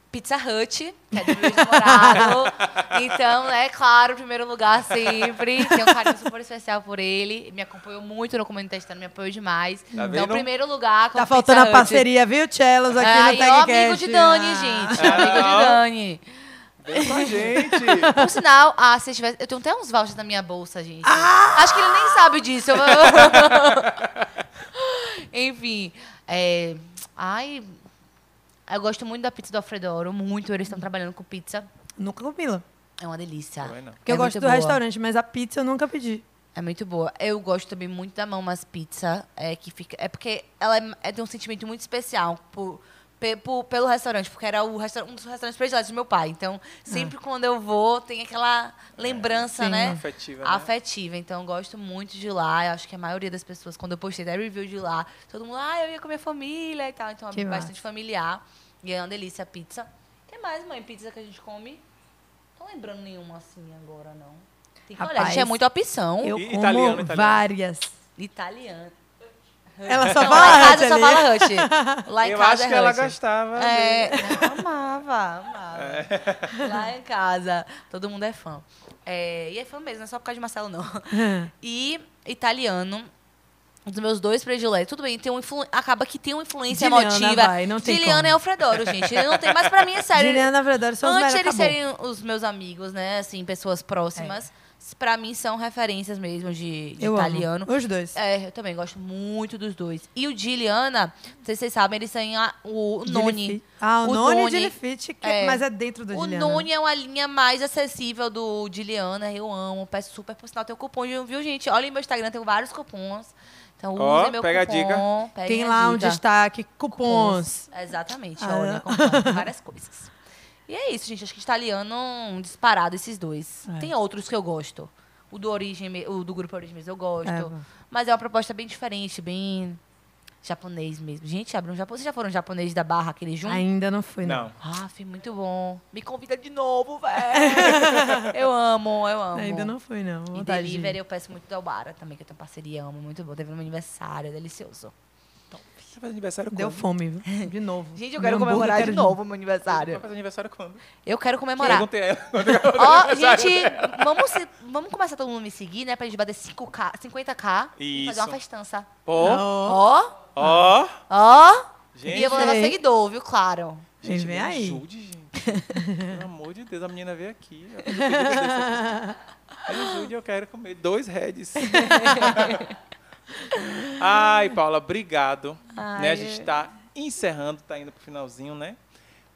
[SPEAKER 4] Pizza Hut, que é do meu namorado. Então, é claro, primeiro lugar sempre. Tenho um carinho super especial por ele. Me acompanhou muito no Comando Testando, me apoiou demais. então,
[SPEAKER 2] vendo?
[SPEAKER 4] primeiro lugar com
[SPEAKER 3] Tá
[SPEAKER 4] Pizza
[SPEAKER 3] faltando a
[SPEAKER 4] Hut.
[SPEAKER 3] parceria, viu, Cellos, aqui
[SPEAKER 4] Ai,
[SPEAKER 3] no
[SPEAKER 4] ó,
[SPEAKER 3] Tagcast.
[SPEAKER 4] amigo de Dani,
[SPEAKER 3] Ah.
[SPEAKER 4] gente. Amigo de
[SPEAKER 2] Ah.
[SPEAKER 4] Dani.
[SPEAKER 2] Vem com a gente!
[SPEAKER 4] Por sinal, ah, se eu tivesse. Eu tenho até uns vouchers na minha bolsa, gente.
[SPEAKER 3] Ah!
[SPEAKER 4] Acho que ele nem sabe disso. Eu- Enfim. é, Ai. Eu gosto muito da pizza do Alfredoro, muito. Eles estão trabalhando com pizza.
[SPEAKER 3] Nunca comi lá.
[SPEAKER 4] É uma delícia.
[SPEAKER 2] Não é não.
[SPEAKER 3] Porque eu
[SPEAKER 4] É
[SPEAKER 3] gosto
[SPEAKER 4] muito
[SPEAKER 3] do
[SPEAKER 4] boa.
[SPEAKER 3] restaurante, mas a pizza eu nunca pedi.
[SPEAKER 4] É muito boa. Eu gosto também muito da Mamas Pizza, é, que fica. É porque ela é, é- tem um sentimento muito especial por- pe- por- pelo restaurante, porque era o resta- um dos restaurantes prediletos do meu pai. Então, sempre quando eu vou, tem aquela lembrança,
[SPEAKER 3] Ah. É, Sim.
[SPEAKER 4] né?
[SPEAKER 2] Afetiva, né?
[SPEAKER 4] Afetiva. Então, eu gosto muito de lá. Eu acho que a maioria das pessoas, quando eu postei até review de lá, todo mundo, ah, eu ia com minha família e tal. Então,
[SPEAKER 3] Que
[SPEAKER 4] é bastante
[SPEAKER 3] massa.
[SPEAKER 4] familiar. E é uma delícia a pizza. O que mais, mãe, pizza que a gente come? Não tô lembrando nenhuma assim agora, não. Tem que olhar,
[SPEAKER 3] Rapaz,
[SPEAKER 4] gente, é muita opção.
[SPEAKER 3] Eu
[SPEAKER 2] E-
[SPEAKER 3] como
[SPEAKER 2] italiano, italiano.
[SPEAKER 3] várias.
[SPEAKER 4] Italiano.
[SPEAKER 3] Ela só
[SPEAKER 4] Não, lá em
[SPEAKER 3] fala
[SPEAKER 4] casa
[SPEAKER 3] Hut
[SPEAKER 4] só
[SPEAKER 3] Ah, ali.
[SPEAKER 4] fala Hut. Lá em
[SPEAKER 2] eu
[SPEAKER 4] casa
[SPEAKER 2] acho
[SPEAKER 4] é
[SPEAKER 2] que ela
[SPEAKER 4] Hut.
[SPEAKER 2] gastava.
[SPEAKER 4] É, amava, amava.
[SPEAKER 2] É.
[SPEAKER 4] Lá em casa, todo mundo é fã. É, e é fã mesmo, não é só por causa de Marcelo, não. E italiano, um dos meus dois prediletos. Tudo bem, tem um influ... acaba que tem uma influência
[SPEAKER 3] Juliana,
[SPEAKER 4] emotiva.
[SPEAKER 3] vai, não tem
[SPEAKER 4] Juliana
[SPEAKER 3] como.
[SPEAKER 4] é Alfredoro, gente. Ele não tem, mas pra mim é sério.
[SPEAKER 3] Juliana, na verdade, são os
[SPEAKER 4] Antes
[SPEAKER 3] melhores.
[SPEAKER 4] eles
[SPEAKER 3] acabou.
[SPEAKER 4] serem os meus amigos, né? Assim, pessoas próximas. Pra mim são referências mesmo de, de
[SPEAKER 3] É. Eu amo.
[SPEAKER 4] italiano.
[SPEAKER 3] Os dois.
[SPEAKER 4] É, eu também gosto muito dos dois. E o Giliana, não sei se vocês sabem, eles têm a- o Noni.
[SPEAKER 3] Gilifit. Ah, o, Noni e
[SPEAKER 4] Noni-
[SPEAKER 3] Gilifit, que-
[SPEAKER 4] é.
[SPEAKER 3] mas é dentro do
[SPEAKER 4] O
[SPEAKER 3] Giliana.
[SPEAKER 4] Noni é uma linha mais acessível do Giliana, eu amo. Peço super, por sinal, tem um cupom, viu, gente? Olhem meu Instagram, tem vários cupons. Então,
[SPEAKER 2] Ó,
[SPEAKER 4] usem meu
[SPEAKER 2] pega a
[SPEAKER 4] cupom.
[SPEAKER 2] dica.
[SPEAKER 4] peguem
[SPEAKER 3] Tem
[SPEAKER 4] a
[SPEAKER 3] lá um
[SPEAKER 4] dica.
[SPEAKER 3] destaque, cupons.
[SPEAKER 4] Exatamente,
[SPEAKER 3] Ah.
[SPEAKER 4] olha, comprando várias coisas. E é isso, gente. Acho que italiano um disparado esses dois.
[SPEAKER 3] É.
[SPEAKER 4] Tem outros que eu gosto. O do origem, me- o do grupo Origem mesmo eu gosto.
[SPEAKER 3] É, bom.
[SPEAKER 4] mas é uma proposta bem diferente, bem japonês mesmo. Gente, abre um japonês. Vocês já foram japonês da barra, aquele junto?
[SPEAKER 3] Ainda não fui, não.
[SPEAKER 2] Não.
[SPEAKER 4] Ah, foi muito bom. Me convida de novo, velho. eu amo, eu amo.
[SPEAKER 3] Ainda não fui, não.
[SPEAKER 4] E
[SPEAKER 3] Vontade de ir.
[SPEAKER 4] delivery eu peço muito da Obara também, que eu tenho parceria, amo muito bom. Teve no meu aniversário, é delicioso.
[SPEAKER 2] Você faz aniversário quando?
[SPEAKER 3] Deu fome, viu? De novo.
[SPEAKER 4] Gente,
[SPEAKER 3] Meu
[SPEAKER 4] eu quero
[SPEAKER 3] hambúrguer,
[SPEAKER 4] comemorar de
[SPEAKER 3] quero
[SPEAKER 4] novo o meu
[SPEAKER 2] Vai
[SPEAKER 3] É.
[SPEAKER 4] aniversário.
[SPEAKER 2] fazer aniversário quando?
[SPEAKER 4] Eu quero comemorar.
[SPEAKER 2] Perguntei a ela.
[SPEAKER 4] Ó, gente, vamos, se- vamos começar todo mundo a me seguir, né? Pra gente bater 5K, 50K e fazer
[SPEAKER 2] Isso.
[SPEAKER 4] uma festança.
[SPEAKER 2] Ó,
[SPEAKER 4] Ó,
[SPEAKER 2] ó.
[SPEAKER 4] ó.
[SPEAKER 2] Gente,
[SPEAKER 4] E eu vou levar
[SPEAKER 3] Gente.
[SPEAKER 4] seguidor, viu? Claro.
[SPEAKER 2] gente,
[SPEAKER 3] Gente, vem
[SPEAKER 2] me
[SPEAKER 3] aí.
[SPEAKER 2] ajude, gente. Pelo amor de Deus, a menina veio aqui. ela fez o pedido desse aqui. Me ajude, eu quero comer dois heads.
[SPEAKER 4] é.
[SPEAKER 2] tá Ai, Paula, obrigado. né, a gente está encerrando, está indo para o tá finalzinho, né?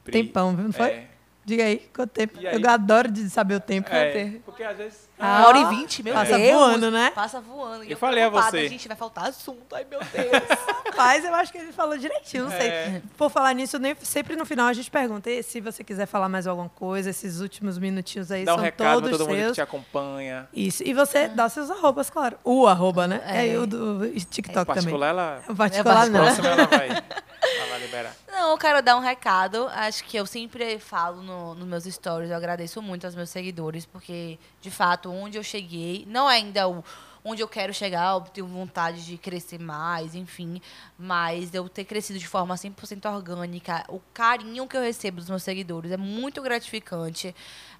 [SPEAKER 2] sempre.
[SPEAKER 3] Tempão, viu? Não foi?
[SPEAKER 2] É.
[SPEAKER 3] Diga aí, quanto tempo?
[SPEAKER 2] E aí?
[SPEAKER 3] Eu adoro de saber o tempo.
[SPEAKER 2] É,
[SPEAKER 3] Quanto tempo?
[SPEAKER 2] porque às vezes.
[SPEAKER 3] Ah,
[SPEAKER 4] Uma hora e vinte, meu
[SPEAKER 3] passa
[SPEAKER 4] Deus.
[SPEAKER 3] voando, né?
[SPEAKER 4] Passa voando. E
[SPEAKER 2] Eu falei a
[SPEAKER 4] preocupada,
[SPEAKER 2] você.
[SPEAKER 4] Gente, vai faltar assunto. Ai, meu Deus.
[SPEAKER 3] Rapaz, eu acho que ele falou direitinho, não sei.
[SPEAKER 2] É.
[SPEAKER 3] Por falar nisso, nem, sempre no final a gente pergunta e se você quiser falar mais alguma coisa, esses últimos minutinhos aí
[SPEAKER 2] Dá um
[SPEAKER 3] são
[SPEAKER 2] recado pra
[SPEAKER 3] todos
[SPEAKER 2] todo mundo que
[SPEAKER 3] seus.
[SPEAKER 2] te acompanha.
[SPEAKER 3] Isso. E você dá seus arrobas, claro. O arroba, né? É,
[SPEAKER 4] É.
[SPEAKER 3] o do TikTok também.
[SPEAKER 2] particular, ela.
[SPEAKER 3] O particular, né? não.
[SPEAKER 2] Próxima ela vai. Ela vai liberar.
[SPEAKER 4] Não, eu quero dar um recado. Acho que eu sempre falo no- nos meus stories. Eu agradeço muito aos meus seguidores, porque, de fato, onde eu cheguei, não é ainda o, onde eu quero chegar, eu tenho vontade de crescer mais, enfim. Mas eu ter crescido de forma 100% orgânica, o carinho que eu recebo dos meus seguidores é muito gratificante.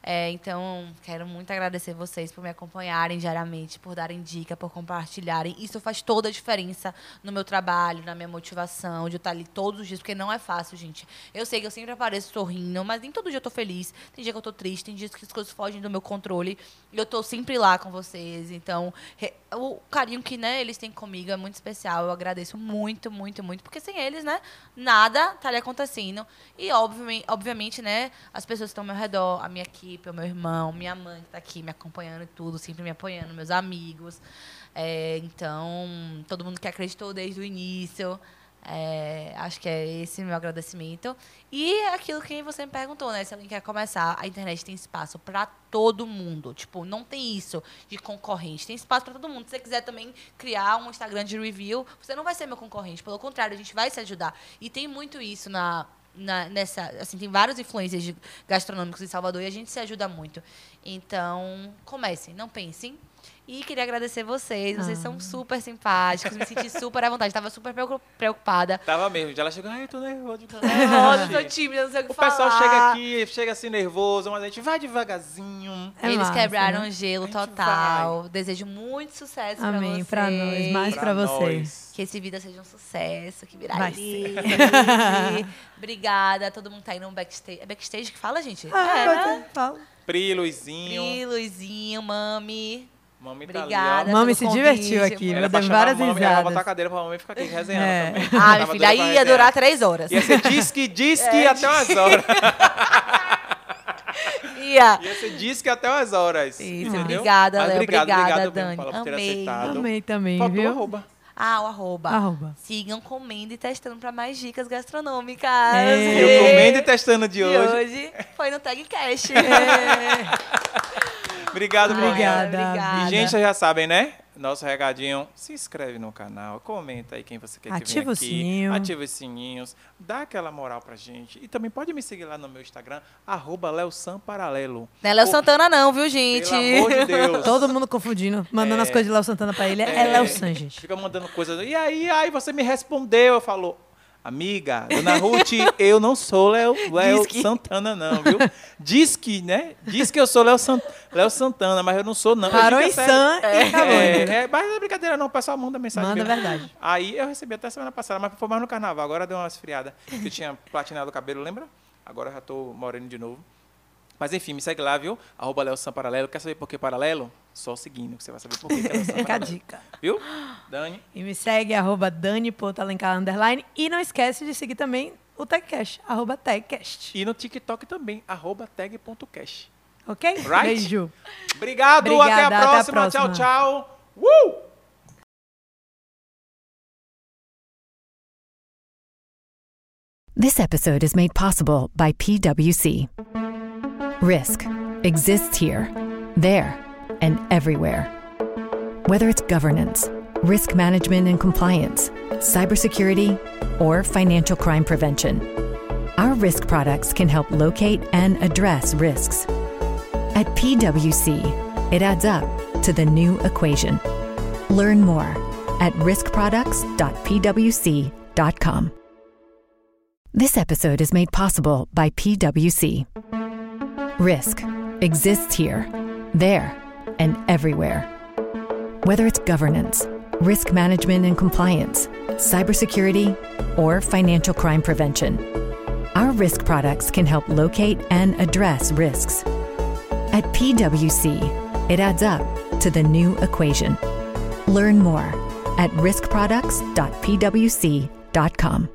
[SPEAKER 4] É, então, quero muito agradecer vocês por me acompanharem diariamente, por darem dica, por compartilharem. Isso faz toda a diferença no meu trabalho, na minha motivação, de eu estar ali todos os dias, porque não é fácil, gente. Eu sei que eu sempre apareço sorrindo, mas nem todo dia eu tô feliz. Tem dia que eu tô triste, tem dias que as coisas fogem do meu controle. E eu tô sempre lá com vocês. Então, re- o carinho que né, eles têm comigo é muito especial. Eu agradeço muito, muito, muito, porque sem eles, né, nada estaria acontecendo. E, obviamente, obviamente, né, as pessoas que estão ao meu redor, a minha equipe, o meu irmão, minha mãe que tá aqui me acompanhando e tudo, sempre me apoiando, meus amigos. É, então, todo mundo que acreditou desde o início. é, acho que é esse meu agradecimento. E é aquilo que você me perguntou, né? Se alguém quer começar, a internet tem espaço para todo mundo. Tipo, não tem isso de concorrente. Tem espaço para todo mundo. Se você quiser também criar um Instagram de review, você não vai ser meu concorrente. Pelo contrário, a gente vai se ajudar. E tem muito isso na, na- nessa. Assim, tem vários influencers de- gastronômicos em Salvador e a gente se ajuda muito. Então, comecem, não pensem. E queria agradecer vocês, vocês
[SPEAKER 3] Ah.
[SPEAKER 4] são super simpáticos, me senti super à vontade, tava super preocu- preocupada.
[SPEAKER 2] Tava mesmo. Ela chegou, ai, tô nervosa. Tô
[SPEAKER 4] Nossa,
[SPEAKER 2] nervosa.
[SPEAKER 4] tô tímida, não sei o que
[SPEAKER 2] O pessoal
[SPEAKER 4] falar.
[SPEAKER 2] chega aqui, chega assim nervoso, mas a gente vai devagarzinho.
[SPEAKER 3] É
[SPEAKER 4] Eles
[SPEAKER 3] massa,
[SPEAKER 4] quebraram
[SPEAKER 3] né?
[SPEAKER 4] o gelo
[SPEAKER 2] A gente
[SPEAKER 4] total. Desejo muito sucesso pra vocês.
[SPEAKER 3] Amém, pra nós, mais pra vocês.
[SPEAKER 2] nós.
[SPEAKER 4] Que esse vida seja um sucesso, que
[SPEAKER 3] Vai
[SPEAKER 4] viralize. Obrigada, todo mundo tá aí no backstage. É backstage que fala, gente? é, né?
[SPEAKER 3] Ah, fala.
[SPEAKER 2] Pri, Luizinho.
[SPEAKER 4] Pri, Luizinho, Mami.
[SPEAKER 2] Mami
[SPEAKER 4] Obrigada.
[SPEAKER 2] tá ali, ó.
[SPEAKER 3] Mami
[SPEAKER 4] pelo
[SPEAKER 3] se divertiu
[SPEAKER 4] convite,
[SPEAKER 3] aqui,
[SPEAKER 4] mano.
[SPEAKER 2] Era
[SPEAKER 3] meu
[SPEAKER 2] pra
[SPEAKER 3] Deus,
[SPEAKER 2] chamar a
[SPEAKER 3] várias
[SPEAKER 2] mami, ela botar a
[SPEAKER 3] risadas.
[SPEAKER 2] cadeira pra mamãe ficar aqui resenhando
[SPEAKER 3] É.
[SPEAKER 2] também.
[SPEAKER 4] Ah, minha
[SPEAKER 2] Tava
[SPEAKER 4] filha,
[SPEAKER 2] doida pra
[SPEAKER 4] aí ia
[SPEAKER 2] resenhar.
[SPEAKER 4] durar É, três horas.
[SPEAKER 2] Ia ser diz que diz que até umas horas.
[SPEAKER 4] Ia.
[SPEAKER 2] Ia ser diz que até umas horas.
[SPEAKER 4] Isso,
[SPEAKER 2] entendeu?
[SPEAKER 4] obrigada,
[SPEAKER 2] Mas
[SPEAKER 4] Léo,
[SPEAKER 2] Obrigado,
[SPEAKER 4] obrigada,
[SPEAKER 2] obrigado
[SPEAKER 4] Dani.
[SPEAKER 2] mesmo, Paula, por ter
[SPEAKER 4] Amei.
[SPEAKER 2] aceitado.
[SPEAKER 3] Amei também,
[SPEAKER 2] Faltou
[SPEAKER 3] viu?
[SPEAKER 2] arroba.
[SPEAKER 4] Ah, o arroba.
[SPEAKER 3] Arroba.
[SPEAKER 4] Sigam comendo e testando para mais dicas gastronômicas.
[SPEAKER 3] É.
[SPEAKER 2] E o comendo e testando de
[SPEAKER 4] E
[SPEAKER 2] hoje.
[SPEAKER 4] hoje foi no TagCast. É,
[SPEAKER 2] Obrigado, Paulinha.
[SPEAKER 3] Obrigada.
[SPEAKER 2] E, gente, vocês já sabem, né? Nosso recadinho, se inscreve no canal, comenta aí quem você quer que venha
[SPEAKER 3] Ativa o
[SPEAKER 2] aqui.
[SPEAKER 3] sininho.
[SPEAKER 2] Ativa os sininhos, dá aquela moral pra gente. E também pode me seguir lá no meu Instagram, arroba leosamparalelo.
[SPEAKER 4] Não é Léo
[SPEAKER 2] Pô,
[SPEAKER 4] Santana, não, viu, gente?
[SPEAKER 2] Pelo amor de Deus.
[SPEAKER 3] Todo mundo confundindo, mandando as coisas de Léo Santana pra ele. É, Léo San, gente.
[SPEAKER 2] Fica mandando coisa. E aí, aí você me respondeu, eu falo, amiga, Dona Ruth, eu não sou Léo, Léo
[SPEAKER 4] Diz que-
[SPEAKER 2] Santana, não, viu? Diz que, né? Diz que eu sou Léo, Sant... Léo Santana, mas eu não sou, não. Eu
[SPEAKER 3] Parou
[SPEAKER 2] digo,
[SPEAKER 3] em
[SPEAKER 2] é sério.
[SPEAKER 3] San e acabou.
[SPEAKER 2] É,
[SPEAKER 3] entendeu?
[SPEAKER 2] é, mas não é brincadeira, não. O pessoal manda mensagem.
[SPEAKER 3] Manda
[SPEAKER 2] mesmo.
[SPEAKER 3] verdade.
[SPEAKER 2] Aí eu recebi até semana passada, mas foi mais no carnaval. Agora deu uma esfriada. Eu tinha platinado o cabelo, lembra? Agora eu já tô moreno de novo. Mas enfim, me segue lá, viu? Arroba Léo Sam Paralelo. Quer saber por que paralelo? Só seguindo, que você vai saber por que que é Léo Sam
[SPEAKER 3] Fica a
[SPEAKER 2] Paralelo.
[SPEAKER 3] dica.
[SPEAKER 2] Viu? Dani.
[SPEAKER 3] E me segue, arroba dani.alencar, underline. E não esquece de seguir também o TechCast, arroba TechCast.
[SPEAKER 2] E no TikTok também, arroba tag.cash.
[SPEAKER 3] Ok?
[SPEAKER 2] Right?
[SPEAKER 3] Beijo.
[SPEAKER 2] Obrigado, até, a
[SPEAKER 3] Obrigada, até a
[SPEAKER 2] próxima. Tchau,
[SPEAKER 3] próxima.
[SPEAKER 2] tchau. Uh!
[SPEAKER 1] This episode is made possible by PWC. Risk exists here, there, and everywhere. Whether it's governance, risk management and compliance, cybersecurity, or financial crime prevention, our risk products can help locate and address risks. At PWC, it adds up to the new equation. Learn more at riskproducts.pwc.com. This episode is made possible by PWC. Risk exists here, there, and everywhere. Whether it's governance, risk management and compliance, cybersecurity, or financial crime prevention, our risk products can help locate and address risks. At PWC, it adds up to the new equation. Learn more at riskproducts.pwc.com.